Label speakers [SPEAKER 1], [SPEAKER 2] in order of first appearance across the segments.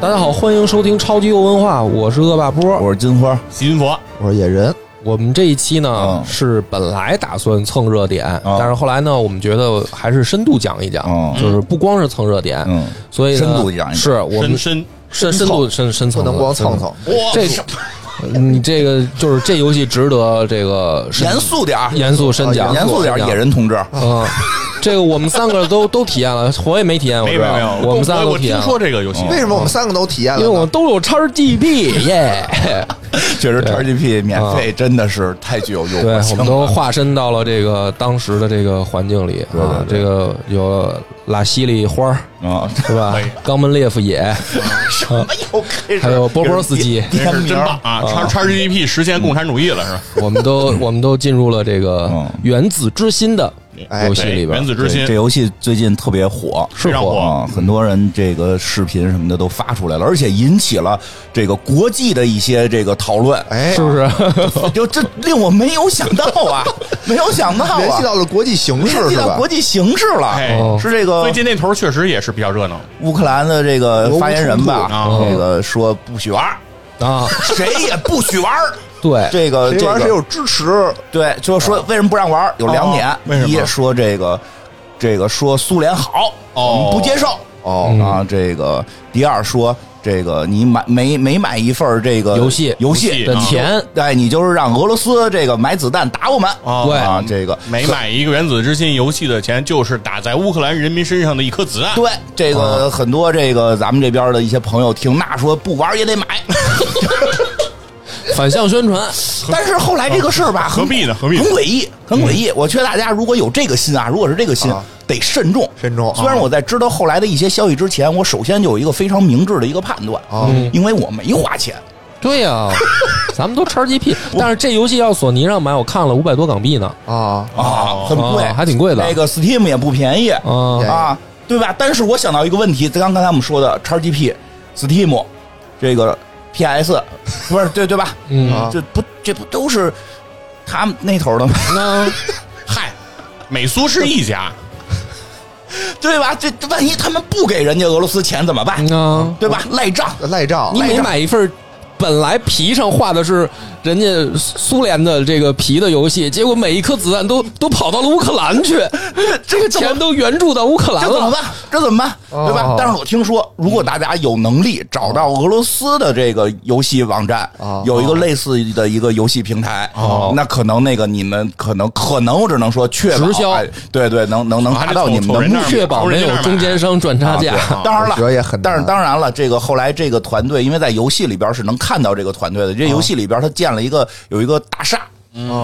[SPEAKER 1] 大家好，欢迎收听超级优文化，我是恶霸波。
[SPEAKER 2] 我是金花，
[SPEAKER 3] 西云佛，
[SPEAKER 2] 我是野人，
[SPEAKER 1] 我们这一期呢、
[SPEAKER 2] 嗯
[SPEAKER 1] 是本来打算蹭热点，但是后来呢，我们觉得还是深度讲一讲，
[SPEAKER 2] 嗯
[SPEAKER 1] 就是不光是蹭热点，
[SPEAKER 2] 嗯，
[SPEAKER 1] 所以呢
[SPEAKER 2] 深度讲一讲
[SPEAKER 1] 是我们
[SPEAKER 3] 深深，
[SPEAKER 1] 深深度深深
[SPEAKER 4] 不
[SPEAKER 1] 层，
[SPEAKER 4] 能光蹭蹭。
[SPEAKER 2] 嗯
[SPEAKER 3] 哇
[SPEAKER 1] 这你这个就是这游戏值得这个深
[SPEAKER 2] 严肃点儿，
[SPEAKER 1] 嗯
[SPEAKER 2] 啊
[SPEAKER 1] 严肃深讲，
[SPEAKER 2] 严肃点儿，
[SPEAKER 1] 深讲
[SPEAKER 2] 野人同志，
[SPEAKER 1] 嗯，这个我们三个都 都体验了，我也没体验，我
[SPEAKER 3] 没
[SPEAKER 1] 知
[SPEAKER 3] 有没
[SPEAKER 1] 道
[SPEAKER 3] 有没有，
[SPEAKER 1] 我们三个
[SPEAKER 3] 我
[SPEAKER 1] 都啊
[SPEAKER 3] 我
[SPEAKER 1] 体验
[SPEAKER 3] 听
[SPEAKER 1] 了，
[SPEAKER 3] 说这个游戏，
[SPEAKER 4] 为什么我们三个都体验了
[SPEAKER 1] 因
[SPEAKER 4] 呢？
[SPEAKER 1] 为我们都有叉 GB 耶。
[SPEAKER 2] 确实 XGP 免费真的是太具有诱
[SPEAKER 1] 啊对
[SPEAKER 2] 惑，
[SPEAKER 1] 我
[SPEAKER 2] 性
[SPEAKER 1] 们都
[SPEAKER 2] 了。
[SPEAKER 1] 化身到了这个当时的这个环境里啊，这个有拉西里花儿，
[SPEAKER 2] 啊，
[SPEAKER 1] 对吧
[SPEAKER 3] 哎？
[SPEAKER 1] 冈门列夫野，
[SPEAKER 2] 又开始
[SPEAKER 1] 啊还有波波斯基，
[SPEAKER 3] 这
[SPEAKER 2] 天
[SPEAKER 3] 是真棒啊！叉叉 GDP 实现共产主义了是吧？
[SPEAKER 1] 我们都我们都进入了这个
[SPEAKER 2] 嗯
[SPEAKER 1] 原子之心的
[SPEAKER 4] 哎
[SPEAKER 1] 游戏里边
[SPEAKER 3] 原，子之心
[SPEAKER 2] 对，这游戏最近特别火。
[SPEAKER 1] 是
[SPEAKER 3] 非常
[SPEAKER 1] 火
[SPEAKER 3] 火
[SPEAKER 2] 啊，很多人这个视频什么的都发出来了，而且引起了这个国际的一些这个讨论，
[SPEAKER 4] 哎
[SPEAKER 1] 是，不是？
[SPEAKER 2] 就 这令我没有想到啊，没有想到啊，
[SPEAKER 4] 联系到了国际形势
[SPEAKER 2] 联系
[SPEAKER 4] 是
[SPEAKER 2] 到
[SPEAKER 4] 吧
[SPEAKER 2] 国？际形势了，
[SPEAKER 3] 哎
[SPEAKER 1] 哦
[SPEAKER 2] 是这个
[SPEAKER 3] 最近那头确实也是比较热闹，
[SPEAKER 2] 乌克兰的这个
[SPEAKER 4] 俄乌
[SPEAKER 2] 发言人吧，
[SPEAKER 3] 冲
[SPEAKER 1] 突啊
[SPEAKER 2] 这个说不许玩儿，
[SPEAKER 1] 啊，
[SPEAKER 2] 谁也不许玩儿。
[SPEAKER 1] 对，
[SPEAKER 2] 这个
[SPEAKER 4] 谁
[SPEAKER 2] 这
[SPEAKER 4] 玩
[SPEAKER 2] 个
[SPEAKER 4] 谁有支持？
[SPEAKER 2] 对，就说为什么不让玩儿？有两点
[SPEAKER 3] 哦，为什么
[SPEAKER 2] 第一说这个这个说苏联好，
[SPEAKER 3] 哦
[SPEAKER 2] 我们不接受哦啊，这个第二说这个你买没没买一份儿这个
[SPEAKER 1] 游戏
[SPEAKER 2] 游
[SPEAKER 3] 游
[SPEAKER 2] 戏啊
[SPEAKER 3] 戏
[SPEAKER 1] 的钱
[SPEAKER 2] 对你就是让俄罗斯这个买子弹打我们
[SPEAKER 3] 哦
[SPEAKER 1] 对
[SPEAKER 2] 啊，这个
[SPEAKER 3] 每买一个原子之心游戏的钱，就是打在乌克兰人民身上的一颗子弹。
[SPEAKER 2] 对这个很多这个咱们这边的一些朋友听那说不玩儿也得买，
[SPEAKER 1] 反向宣传，
[SPEAKER 2] 但是后来这个事儿吧，很
[SPEAKER 3] 何必呢何必呢
[SPEAKER 2] 很诡异，很诡异。我劝大家，如果有这个心啊，如果是这个心
[SPEAKER 4] 啊，
[SPEAKER 2] 得慎重。
[SPEAKER 4] 慎重啊
[SPEAKER 2] 虽然我在知道后来的一些消息之前，我首先就有一个非常明智的一个判断嗯
[SPEAKER 4] 啊
[SPEAKER 1] 嗯
[SPEAKER 2] 因为我没花钱。
[SPEAKER 1] 对呀、咱们都叉 GP，但是这游戏要索尼上买，我看了五百多港币呢，
[SPEAKER 4] 啊，
[SPEAKER 2] 啊，很贵，
[SPEAKER 1] 哦还挺贵的
[SPEAKER 2] 那个 Steam 也不便宜
[SPEAKER 1] 啊
[SPEAKER 4] 便宜
[SPEAKER 2] 啊，对吧？但是我想到一个问题，刚刚才我们说的 XGP、Steam，这个 PS 不是对对吧？
[SPEAKER 1] 嗯
[SPEAKER 4] 啊
[SPEAKER 2] 这不这不都是他们那头的吗？
[SPEAKER 1] 那
[SPEAKER 3] 嗨，美苏是一家，
[SPEAKER 2] 对吧？这这万一他们不给人家俄罗斯钱怎么办？
[SPEAKER 1] 那
[SPEAKER 2] 对吧？赖账。
[SPEAKER 4] 赖账
[SPEAKER 1] 你每买一份儿本来皮上画的是人家苏联的这个皮的游戏，结果每一颗子弹都都跑到了乌克兰去，这个钱都援助到乌克兰
[SPEAKER 2] 这怎么
[SPEAKER 1] 了。
[SPEAKER 2] 办？这怎么办？
[SPEAKER 4] 哦
[SPEAKER 2] 对吧？但是我听说，如果大家有能力找到俄罗斯的这个游戏网站
[SPEAKER 4] 哦，
[SPEAKER 2] 有一个类似的一个游戏平台，那可能那个你们可能可能我只能说确保
[SPEAKER 1] 直销
[SPEAKER 2] 哎对对，能能能达
[SPEAKER 3] 还得
[SPEAKER 2] 到
[SPEAKER 3] 凑
[SPEAKER 2] 你们的
[SPEAKER 3] 凑人
[SPEAKER 2] 目
[SPEAKER 3] 那儿
[SPEAKER 1] 确保没有中间商赚差
[SPEAKER 2] 啊对
[SPEAKER 1] 价。
[SPEAKER 2] 当然
[SPEAKER 4] 我觉得
[SPEAKER 2] 了，
[SPEAKER 4] 也很难
[SPEAKER 2] 但是当然了，这个后来这个团队，因为在游戏里边是能看到这个团队的。
[SPEAKER 4] 嗯
[SPEAKER 2] 这游戏里边他建了一个有一个大厦，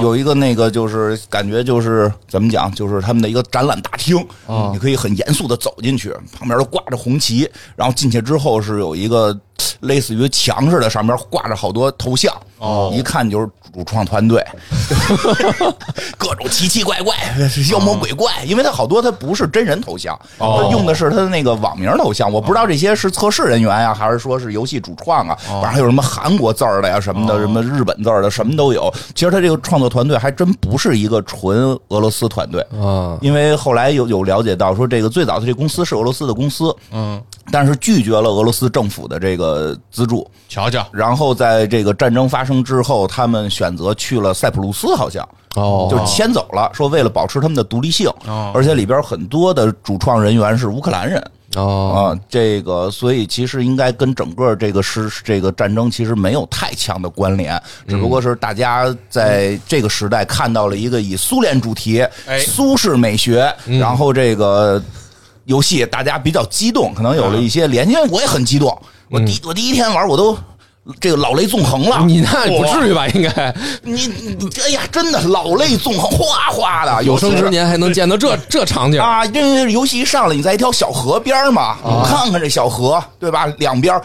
[SPEAKER 2] 有一个那个就是感觉就是怎么讲，就是他们的一个展览大厅，
[SPEAKER 4] 嗯
[SPEAKER 2] 你可以很严肃的走进去，旁边都挂着红旗，然后进去之后是有一个类似于墙似的，上面挂着好多头像，哦，一看就是主创团队， 各种奇奇怪怪、妖魔鬼怪，因为他好多他不是真人头像，
[SPEAKER 3] 哦
[SPEAKER 2] 他用的是他的那个网名头像。我不知道这些是测试人员呀、还是说是游戏主创啊，反正还有什么韩国字儿的呀，什么的，什么日本字儿的，什么都有。其实他这个创作团队还真不是一个纯俄罗斯团队，
[SPEAKER 1] 啊，
[SPEAKER 2] 因为后来有有了解到说，这个最早的这公司是俄罗斯的公司，
[SPEAKER 3] 嗯，
[SPEAKER 2] 但是拒绝了俄罗斯政府的这个资助。
[SPEAKER 3] 瞧瞧，
[SPEAKER 2] 然后在这个战争发生之后，他们选择去了塞浦路斯，好像
[SPEAKER 1] 哦
[SPEAKER 2] 就是迁走了，说为了保持他们的独立性，
[SPEAKER 3] 哦
[SPEAKER 2] 而且里边很多的主创人员是乌克兰人。
[SPEAKER 1] 哦，
[SPEAKER 2] 啊，这个，所以其实应该跟整个这个是这个战争其实没有太强的关联，只不过是大家在这个时代看到了一个以苏联主题、
[SPEAKER 3] 哎
[SPEAKER 2] 苏式美学，然后这个游戏大家比较激动，可能有了一些联系。因为我也很激动，我第、我第一天玩我都这个老泪纵横了。
[SPEAKER 1] 你那不至于吧？应该
[SPEAKER 2] 你你哎呀，真的老泪纵横，哗哗的。
[SPEAKER 1] 有生
[SPEAKER 2] 尤其是
[SPEAKER 1] 之年还能见到这这场景，
[SPEAKER 2] 啊，这游戏一上来，你在一条小河边儿嘛，你看看这小河，对吧？两边儿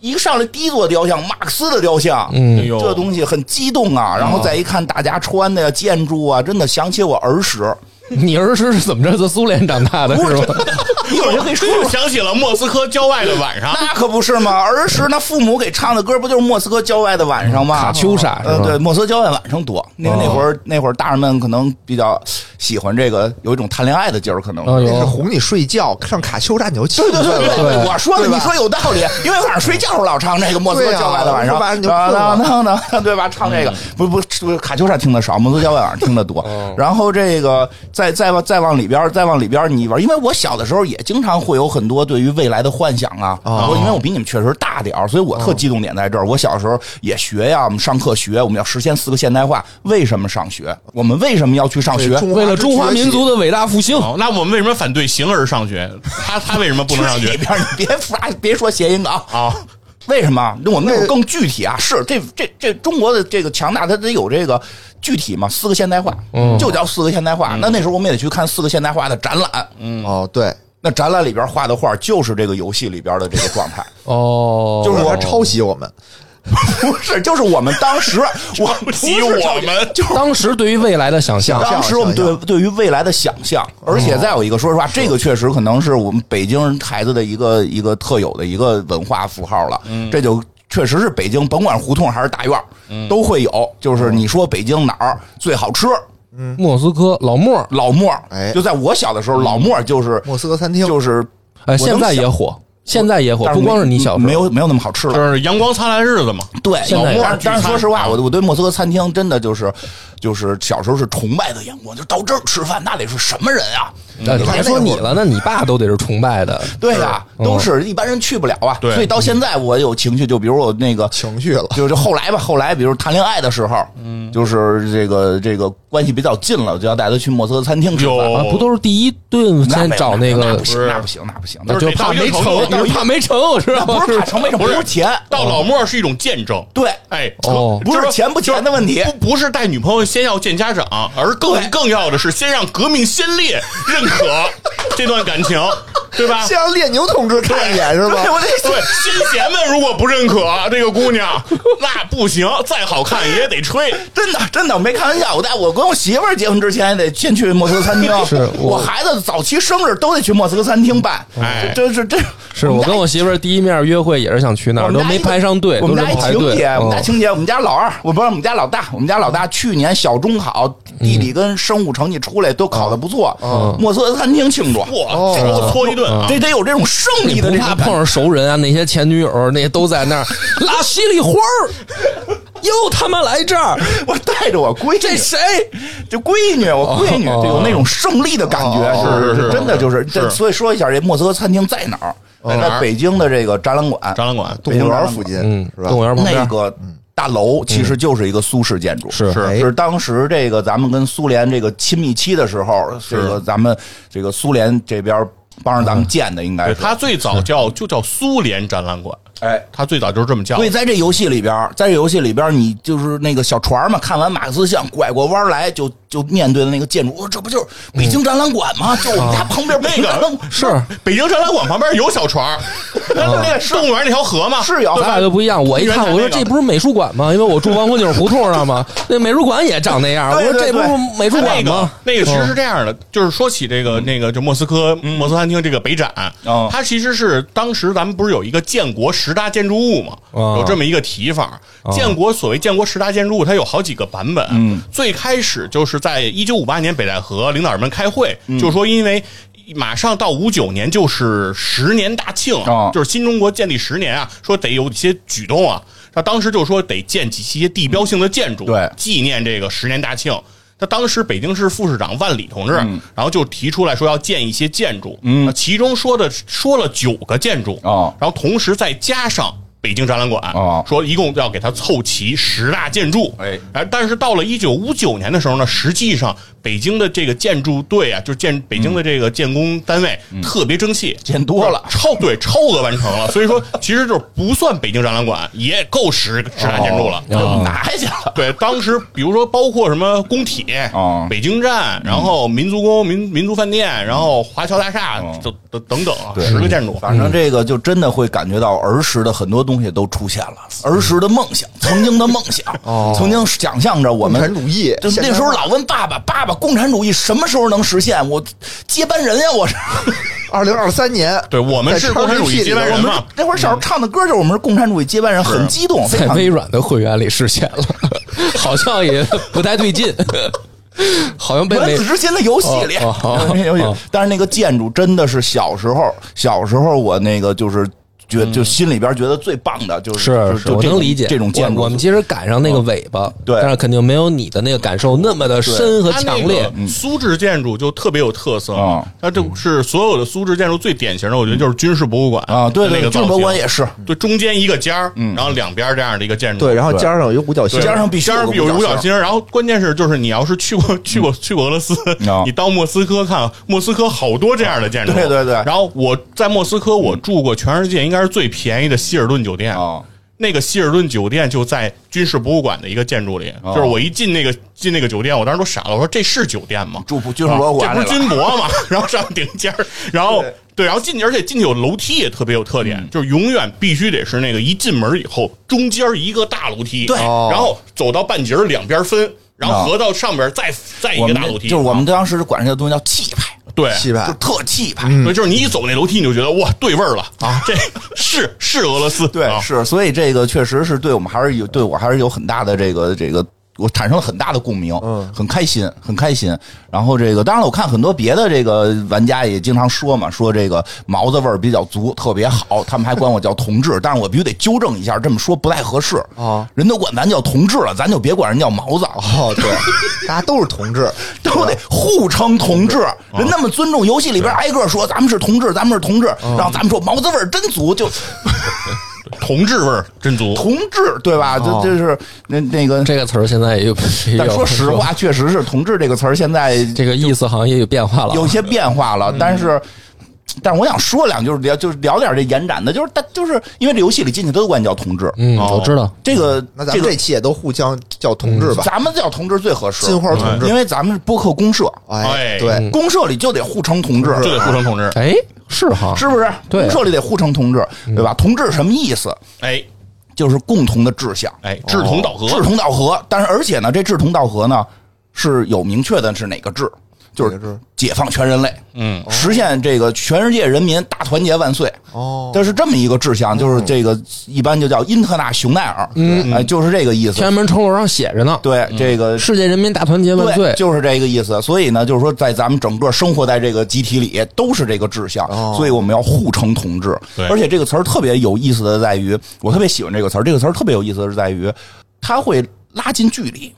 [SPEAKER 2] 一上来第一座雕像，马克思的雕像，
[SPEAKER 3] 哎
[SPEAKER 1] 嗯，
[SPEAKER 3] 呦
[SPEAKER 2] 这东西很激动啊。然后再一看大家穿的呀、建筑啊，真的想起我儿时。
[SPEAKER 1] 你儿时是怎么着在苏联长大的是吧？
[SPEAKER 2] 一会儿就可以说
[SPEAKER 3] 又
[SPEAKER 2] 说。
[SPEAKER 3] 想起了莫斯科郊外的晚上，
[SPEAKER 2] 那可不是嘛！儿时那父母给唱的歌不就是莫斯科郊外的晚上吗？
[SPEAKER 1] 卡秋莎是吧哦
[SPEAKER 2] 呃，对，莫斯科郊外晚上多，因为那会儿那会儿大人们可能比较喜欢这个有一种谈恋爱的劲儿，可能是。
[SPEAKER 1] 啊
[SPEAKER 4] 那是
[SPEAKER 1] 有
[SPEAKER 4] 哄你睡觉，上卡丘站你就气
[SPEAKER 2] 对对对
[SPEAKER 4] 了。
[SPEAKER 1] 对
[SPEAKER 2] 我说的
[SPEAKER 4] 对吧
[SPEAKER 2] 你说有道理，因为晚上睡觉时候老唱这个莫斯科
[SPEAKER 4] 对啊
[SPEAKER 2] 郊外的晚上，
[SPEAKER 4] 晚上就困了
[SPEAKER 2] 啊，那那那对吧？唱这个不不不，卡秋莎听的少，莫斯科郊外晚上听的多。然后这个再再往再往里边儿再往里边儿你玩，因为我小的时候也经常会有很多对于未来的幻想啊。我因为我比你们确实大点儿，所以我特激动点在这儿。我小时候也学呀，我们上课学，我们要实现四个现代化。为什么上学？我们为什么要去上学？
[SPEAKER 1] 为了中华民族的伟大复兴，
[SPEAKER 3] 哦，那我们为什么反对形而上学？他他为什么不能上
[SPEAKER 2] 去
[SPEAKER 3] 学
[SPEAKER 2] 里边儿，你别发别说谐音梗啊。
[SPEAKER 3] 啊？
[SPEAKER 2] 为什么？那我们那会
[SPEAKER 4] 那
[SPEAKER 2] 儿更具体啊！是这这这中国的这个强大，它得有这个具体嘛？四个现代化，
[SPEAKER 3] 嗯
[SPEAKER 2] 就叫四个现代化。那那时候我们也得去看四个现代化的展览，嗯
[SPEAKER 4] 哦，对，
[SPEAKER 2] 那展览里边画的画就是这个游戏里边的这个状 态，
[SPEAKER 1] 哦，
[SPEAKER 4] 就是他抄袭我们，
[SPEAKER 2] 不是？就是我们当时，我
[SPEAKER 3] 不急
[SPEAKER 2] 不是
[SPEAKER 3] 我们就
[SPEAKER 1] 当时对于未来的想象
[SPEAKER 4] 想，
[SPEAKER 2] 当时我们对
[SPEAKER 4] 想
[SPEAKER 2] 对于未来的想象，而且再有一个，说实话，这个确实可能是我们北京人孩子的一个一个特有的一个文化符号了。这就确实是北京，甭管胡同还是大院儿，都会有。就是你说北京哪儿最好吃，
[SPEAKER 1] 莫斯科老莫儿，
[SPEAKER 2] 老莫儿，
[SPEAKER 4] 哎
[SPEAKER 2] 就在我小的时候，老莫儿就是
[SPEAKER 4] 莫斯科餐厅
[SPEAKER 2] 就是，
[SPEAKER 1] 呃，
[SPEAKER 2] 我能
[SPEAKER 1] 现在也
[SPEAKER 2] 想
[SPEAKER 1] 火，现在也火，
[SPEAKER 2] 但
[SPEAKER 1] 不光是你
[SPEAKER 2] 没
[SPEAKER 1] 小时候，
[SPEAKER 2] 没有没有那么好吃了。
[SPEAKER 3] 是阳光灿烂日子嘛。
[SPEAKER 2] 对，
[SPEAKER 1] 现在也
[SPEAKER 2] 老莫儿
[SPEAKER 3] 是
[SPEAKER 2] 但是说实话，
[SPEAKER 3] 聚餐
[SPEAKER 2] 我我对莫斯科餐厅真的就是，就是小时候是崇拜的眼光，就到这儿吃饭，那得是什么人啊？
[SPEAKER 1] 呃，
[SPEAKER 2] 你看
[SPEAKER 1] 别
[SPEAKER 2] 那
[SPEAKER 1] 说
[SPEAKER 2] 会
[SPEAKER 1] 你
[SPEAKER 2] 儿
[SPEAKER 1] 了，那你爸都得是崇拜的，
[SPEAKER 2] 对呀、
[SPEAKER 1] 嗯
[SPEAKER 2] 都是一般人去不了啊。
[SPEAKER 3] 对
[SPEAKER 2] 所以到现在我有情绪，就比如我那个，
[SPEAKER 4] 情绪了。
[SPEAKER 2] 就就后来吧，后来比如谈恋爱的时候，嗯，就是这个这个关系比较近了，就要带他去莫斯科餐厅吃饭。
[SPEAKER 1] 啊
[SPEAKER 3] 有，
[SPEAKER 1] 不都是第一顿
[SPEAKER 2] 那
[SPEAKER 1] 先
[SPEAKER 2] 没有
[SPEAKER 1] 找
[SPEAKER 2] 那
[SPEAKER 1] 个
[SPEAKER 2] 不，行，那不行，那不行，那
[SPEAKER 1] 那
[SPEAKER 2] 不行
[SPEAKER 1] 就
[SPEAKER 3] 就是
[SPEAKER 1] 怕
[SPEAKER 3] 得到
[SPEAKER 1] 没
[SPEAKER 3] 一个
[SPEAKER 1] 成
[SPEAKER 3] 程，度
[SPEAKER 1] 你 是怕没成是吧？
[SPEAKER 2] 那不是怕成为什么，不是钱，
[SPEAKER 3] 到老莫是一种见证，
[SPEAKER 2] 哦对
[SPEAKER 3] 哎，
[SPEAKER 1] 哦
[SPEAKER 2] 不是钱不钱的问题
[SPEAKER 3] 不不是带女朋友先要见家长，而更更要的是先让革命先烈 认可这段感情，对吧？
[SPEAKER 4] 先让列宁同志看一 眼是吧？
[SPEAKER 2] 啊对哎我得
[SPEAKER 3] 对，先贤们如果不认可啊这个姑娘，那不行，再好看也得吹。
[SPEAKER 2] 真的，真的，我没开玩笑。我在我跟我媳妇儿结婚之前，得先去莫斯科餐厅。
[SPEAKER 1] 是我
[SPEAKER 2] 我孩子早期生日都得去莫斯科餐厅办。
[SPEAKER 3] 哎
[SPEAKER 2] 这这这，
[SPEAKER 1] 是我跟我媳妇儿第一面约会也是想去那
[SPEAKER 2] 我
[SPEAKER 1] 儿，
[SPEAKER 2] 们
[SPEAKER 1] 都
[SPEAKER 2] 家
[SPEAKER 1] 没
[SPEAKER 2] 一个
[SPEAKER 1] 排上队，
[SPEAKER 2] 我们
[SPEAKER 1] 都
[SPEAKER 2] 家
[SPEAKER 1] 是
[SPEAKER 2] 一
[SPEAKER 1] 排
[SPEAKER 2] 情
[SPEAKER 1] 队
[SPEAKER 2] 节，我们家
[SPEAKER 1] 嗯
[SPEAKER 2] 情节，我们家老二，我不是我们家老大，我们家老大去年小中考地
[SPEAKER 1] 嗯
[SPEAKER 2] 理跟生物成绩出来都考得不错，
[SPEAKER 1] 哦
[SPEAKER 2] 莫斯科餐厅庆祝，
[SPEAKER 3] 哇，这我搓一顿啊！
[SPEAKER 2] 这得有这种胜利
[SPEAKER 1] 你
[SPEAKER 2] 的
[SPEAKER 1] 不
[SPEAKER 2] 这种
[SPEAKER 1] 怕
[SPEAKER 2] 感觉
[SPEAKER 1] 碰上熟人啊？那些前女友那些都在那 儿拉稀里花儿，又他妈来这儿，
[SPEAKER 2] 我带着我闺女，
[SPEAKER 1] 这谁？
[SPEAKER 2] 这闺女，我闺女
[SPEAKER 1] 哦
[SPEAKER 2] 就有那种胜利的感
[SPEAKER 3] 哦
[SPEAKER 2] 觉，
[SPEAKER 3] 是是是
[SPEAKER 2] 真的就是。这
[SPEAKER 3] 是
[SPEAKER 2] 所以说一下，这莫斯科餐厅在哪儿？
[SPEAKER 3] 哪
[SPEAKER 2] 在
[SPEAKER 3] 儿
[SPEAKER 2] 北京的这个展览馆，
[SPEAKER 3] 展览馆
[SPEAKER 4] 动物园附近
[SPEAKER 1] 嗯，
[SPEAKER 4] 是吧？
[SPEAKER 1] 动物园旁
[SPEAKER 2] 那
[SPEAKER 1] 边嗯
[SPEAKER 2] 个大楼其实就是一个苏式建筑，
[SPEAKER 1] 是
[SPEAKER 4] 哎
[SPEAKER 2] 是当时这个咱们跟苏联这个亲密期的时候，这个咱们这个苏联这边帮着咱们建的，应该
[SPEAKER 3] 对，
[SPEAKER 2] 是
[SPEAKER 3] 它最早叫就叫苏联展览馆，
[SPEAKER 2] 哎。
[SPEAKER 3] 它最早就是这么叫的。
[SPEAKER 2] 所以在这游戏里边，在这游戏里边，你就是那个小船嘛，看完马克思像拐过弯来，就就面对的那个建筑，我说这不就是北京展览馆
[SPEAKER 1] 啊
[SPEAKER 2] 吗？就我们家旁边那个
[SPEAKER 1] 是
[SPEAKER 3] 北京展览馆旁边有小船儿，那个动物园那条河嘛，
[SPEAKER 2] 哦是有
[SPEAKER 1] 咱
[SPEAKER 3] 对吧
[SPEAKER 1] 俩就不一样。我一看，
[SPEAKER 3] 原来
[SPEAKER 1] 我说
[SPEAKER 3] 那个
[SPEAKER 1] 这不是美术馆吗？因为我住王府井胡同上嘛，那美术馆也长那样。我
[SPEAKER 2] 对
[SPEAKER 1] 说这
[SPEAKER 2] 对
[SPEAKER 1] 不
[SPEAKER 2] 对
[SPEAKER 1] 是美术
[SPEAKER 3] 那
[SPEAKER 1] 馆
[SPEAKER 3] 个
[SPEAKER 1] 吗？哦嗯
[SPEAKER 3] 那个其实是这样的，就是说起这个那个就莫斯科莫斯科餐厅这个北展
[SPEAKER 2] 哦，
[SPEAKER 3] 它其实是当时咱们不是有一个建国十大建筑物嘛，
[SPEAKER 1] 哦
[SPEAKER 3] 有这么一个提法。建国所谓建国十大建筑物，它有好几个版本。
[SPEAKER 1] 嗯
[SPEAKER 3] 最开始就是在一九五八年北戴河领导人们开会，
[SPEAKER 1] 嗯
[SPEAKER 3] 就说因为。马上到五九年就是十年大庆，
[SPEAKER 2] 哦
[SPEAKER 3] 就是新中国建立十年啊，说得有一些举动啊。他当时就说得建几些地标性的建筑，
[SPEAKER 2] 对
[SPEAKER 3] 纪念这个十年大庆。他当时北京市副市长万里同志，
[SPEAKER 2] 嗯
[SPEAKER 3] 然后就提出来说要建一些建筑，嗯，其中说的说了九个建筑，
[SPEAKER 2] 哦
[SPEAKER 3] 然后同时再加上北京展览馆，
[SPEAKER 2] 哦
[SPEAKER 3] 说一共要给它凑齐十大建筑，
[SPEAKER 2] 哎
[SPEAKER 3] 哎，但是到了一九五九年的时候呢，实际上北京的这个建筑队啊，就是建北京的这个建工单位、特别争气，
[SPEAKER 2] 建嗯多了
[SPEAKER 3] 超对超额完成了，所以说其实就是不算北京展览馆也够十十大建筑了，
[SPEAKER 2] 就拿下去了。
[SPEAKER 3] 对，当时比如说包括什么工体、
[SPEAKER 2] 哦
[SPEAKER 3] 北京站，然后民族宫、民民族饭店，然后华侨大厦，就等等等啊，十个建筑。
[SPEAKER 2] 哦反
[SPEAKER 1] 嗯
[SPEAKER 2] 正这个就真的会感觉到儿时的很多东西都出现了，
[SPEAKER 1] 嗯
[SPEAKER 2] 儿时的梦想，曾经的梦想，
[SPEAKER 1] 哦
[SPEAKER 2] 曾经想象着我
[SPEAKER 4] 共产
[SPEAKER 2] 们。
[SPEAKER 4] 主义，
[SPEAKER 2] 就那时候老问爸爸，爸爸，共产主义什么时候能实现？我接班人呀，我是。
[SPEAKER 4] 二零二三年，
[SPEAKER 3] 对我们是共产主义接班人嘛，
[SPEAKER 2] 那会儿小时候唱的歌就是我们是共产主义接班人，很
[SPEAKER 1] 啊
[SPEAKER 2] 激动，非
[SPEAKER 1] 在
[SPEAKER 2] 常
[SPEAKER 1] 微软的会员里实现了，好像也不太对劲。好像被
[SPEAKER 2] 原
[SPEAKER 1] 美
[SPEAKER 2] 子之心的游戏里
[SPEAKER 1] 哦哦 哦，
[SPEAKER 2] 游戏
[SPEAKER 1] 哦，
[SPEAKER 2] 但是那个建筑真的是小时候，小时候我那个就是觉就心里边觉得最棒的，就是
[SPEAKER 1] 嗯是，
[SPEAKER 2] 就是就
[SPEAKER 1] 我
[SPEAKER 2] 这
[SPEAKER 1] 能
[SPEAKER 2] 种
[SPEAKER 1] 理解
[SPEAKER 2] 这种建
[SPEAKER 1] 我。我
[SPEAKER 2] 筑嗯
[SPEAKER 1] 们。其实赶上那个尾巴，
[SPEAKER 2] 对
[SPEAKER 1] 但是肯定没有你的那个感受那么的深和
[SPEAKER 3] 它那
[SPEAKER 1] 强
[SPEAKER 3] 个
[SPEAKER 1] 烈。
[SPEAKER 3] 苏制建筑就特别有特色
[SPEAKER 2] 嗯，
[SPEAKER 3] 它这是所有的苏制建筑最典型的，我觉得就是军事博物馆
[SPEAKER 2] 啊，对
[SPEAKER 3] 那
[SPEAKER 2] 对，
[SPEAKER 3] 个
[SPEAKER 2] 军事博物馆也
[SPEAKER 3] 是，
[SPEAKER 2] 是，嗯
[SPEAKER 3] 对，中间一个尖儿，然后两边这样的一个建筑，
[SPEAKER 4] 对，然后尖儿上有一个五角星
[SPEAKER 3] 对，，
[SPEAKER 2] 尖儿上必须
[SPEAKER 3] 尖
[SPEAKER 2] 有
[SPEAKER 3] 儿
[SPEAKER 2] 个
[SPEAKER 3] 有
[SPEAKER 2] 五角
[SPEAKER 3] 五角
[SPEAKER 2] 星
[SPEAKER 3] 星儿，然后关键是就是你要是去过 去过去过俄罗斯
[SPEAKER 2] 啊，
[SPEAKER 3] 你到莫斯科看，莫斯科好多这样的建筑，
[SPEAKER 2] 对对对
[SPEAKER 3] 然后我在莫斯科，我住过全世界应该是最便宜的希尔顿酒店
[SPEAKER 2] 啊。
[SPEAKER 3] 那个希尔顿酒店就在军事博物馆的一个建筑里，
[SPEAKER 2] 哦
[SPEAKER 3] 就是我一进那个进那个酒店，我当时都傻了，我说这是酒店吗？
[SPEAKER 2] 住军事
[SPEAKER 1] 啊
[SPEAKER 2] 博物
[SPEAKER 3] 啊这
[SPEAKER 2] 馆
[SPEAKER 3] 不
[SPEAKER 2] 里
[SPEAKER 3] 是
[SPEAKER 2] 了。
[SPEAKER 3] 军博 吗？然后上顶尖儿，然后对，然后进去，而且进去有楼梯也特别有特点，
[SPEAKER 2] 嗯
[SPEAKER 3] 就是永远必须得是那个一进门以后，中间一个大楼梯，对，
[SPEAKER 4] 哦
[SPEAKER 3] 然后走到半截儿两边分，然后
[SPEAKER 2] 哦
[SPEAKER 3] 合到上边再再一
[SPEAKER 2] 我
[SPEAKER 3] 个
[SPEAKER 2] 们
[SPEAKER 3] 大啊楼梯，
[SPEAKER 2] 就是我们当时管这东西叫气派，
[SPEAKER 3] 对。嗯
[SPEAKER 4] 气
[SPEAKER 2] 就
[SPEAKER 4] 派
[SPEAKER 2] 特气派。
[SPEAKER 3] 对，就是你一走那楼梯，你就觉得哇，对味儿了啊！这是是俄罗斯，
[SPEAKER 2] 对，
[SPEAKER 3] 啊
[SPEAKER 2] 是，所以这个确实是对我们还是有对我还是有很大的这个这个。我产生了很大的共鸣，
[SPEAKER 4] 嗯
[SPEAKER 2] 很开心，很开心。然后这个，当然了，我看很多别的这个玩家也经常说嘛，说这个毛子味儿比较足，特别好。他们还管我叫同志，但是我必须得纠正一下，这么说不太合适
[SPEAKER 4] 哦
[SPEAKER 2] 人都管咱叫同志了，咱就别管人叫毛子，
[SPEAKER 4] 哦，对，大家都是同志，
[SPEAKER 2] 都得互称同志。
[SPEAKER 4] 啊
[SPEAKER 2] 人那么尊重，游戏里边挨个说咱们是同志，咱们是同
[SPEAKER 4] 啊
[SPEAKER 2] 志，然后咱们说毛子味儿真足，就
[SPEAKER 3] 同志味儿真足。
[SPEAKER 2] 同志对吧？
[SPEAKER 4] 啊
[SPEAKER 2] 这这是那那个
[SPEAKER 1] 这个词儿现在也有，也有
[SPEAKER 2] 但说实，话，确实是“同志”这个词儿现在
[SPEAKER 1] 这个意思好像也有变化了。
[SPEAKER 2] 有些变化了，
[SPEAKER 4] 嗯
[SPEAKER 2] 但是。但是我想说两句，就是聊就是聊点这延展的，就是但就是因为这游戏里进去都管你叫同志，
[SPEAKER 1] 嗯，
[SPEAKER 3] 哦
[SPEAKER 1] 我知道。
[SPEAKER 2] 这个
[SPEAKER 4] 那咱
[SPEAKER 2] 这
[SPEAKER 4] 们
[SPEAKER 2] 个
[SPEAKER 4] 这期也都互相叫同志吧，
[SPEAKER 2] 咱们叫同志最合适，
[SPEAKER 4] 金花同志，
[SPEAKER 2] 因为咱们是播客公社，
[SPEAKER 3] 哎
[SPEAKER 1] 嗯
[SPEAKER 4] 对，
[SPEAKER 2] 公社里就得互称同志，
[SPEAKER 3] 就得互称同志，
[SPEAKER 1] 哎，是哈，
[SPEAKER 2] 是不是？
[SPEAKER 1] 对
[SPEAKER 2] 公社里得互称同志，对吧？同志什么意思？
[SPEAKER 3] 哎
[SPEAKER 2] 就是共同的志向，
[SPEAKER 3] 哎，志同道合，
[SPEAKER 2] 志同道合。但是而且呢，这志同道合呢是有明确的是哪个志，就
[SPEAKER 4] 哪个
[SPEAKER 2] 是
[SPEAKER 4] 志
[SPEAKER 2] 解放全人类，
[SPEAKER 3] 嗯，
[SPEAKER 2] 实现这个全世界人民大团结万岁。
[SPEAKER 4] 哦，
[SPEAKER 2] 这是这么一个志向，就是这个一般就叫因特纳雄奈尔，嗯，哎，就是这个意
[SPEAKER 1] 天
[SPEAKER 2] 思。
[SPEAKER 1] 安门城楼上写着呢，
[SPEAKER 2] 对，这个
[SPEAKER 1] 世界人民大团结万岁
[SPEAKER 2] 对，。就是这个意思。所以呢，就是说，在咱们整个生活在这个集体里，都是这个志向，
[SPEAKER 4] 哦
[SPEAKER 2] 所以我们要互称同志
[SPEAKER 3] 对。
[SPEAKER 2] 而且这个词儿特别有意思的在于，我特别喜欢这个词儿。这个词儿特别有意思的是在于，它会拉近距离。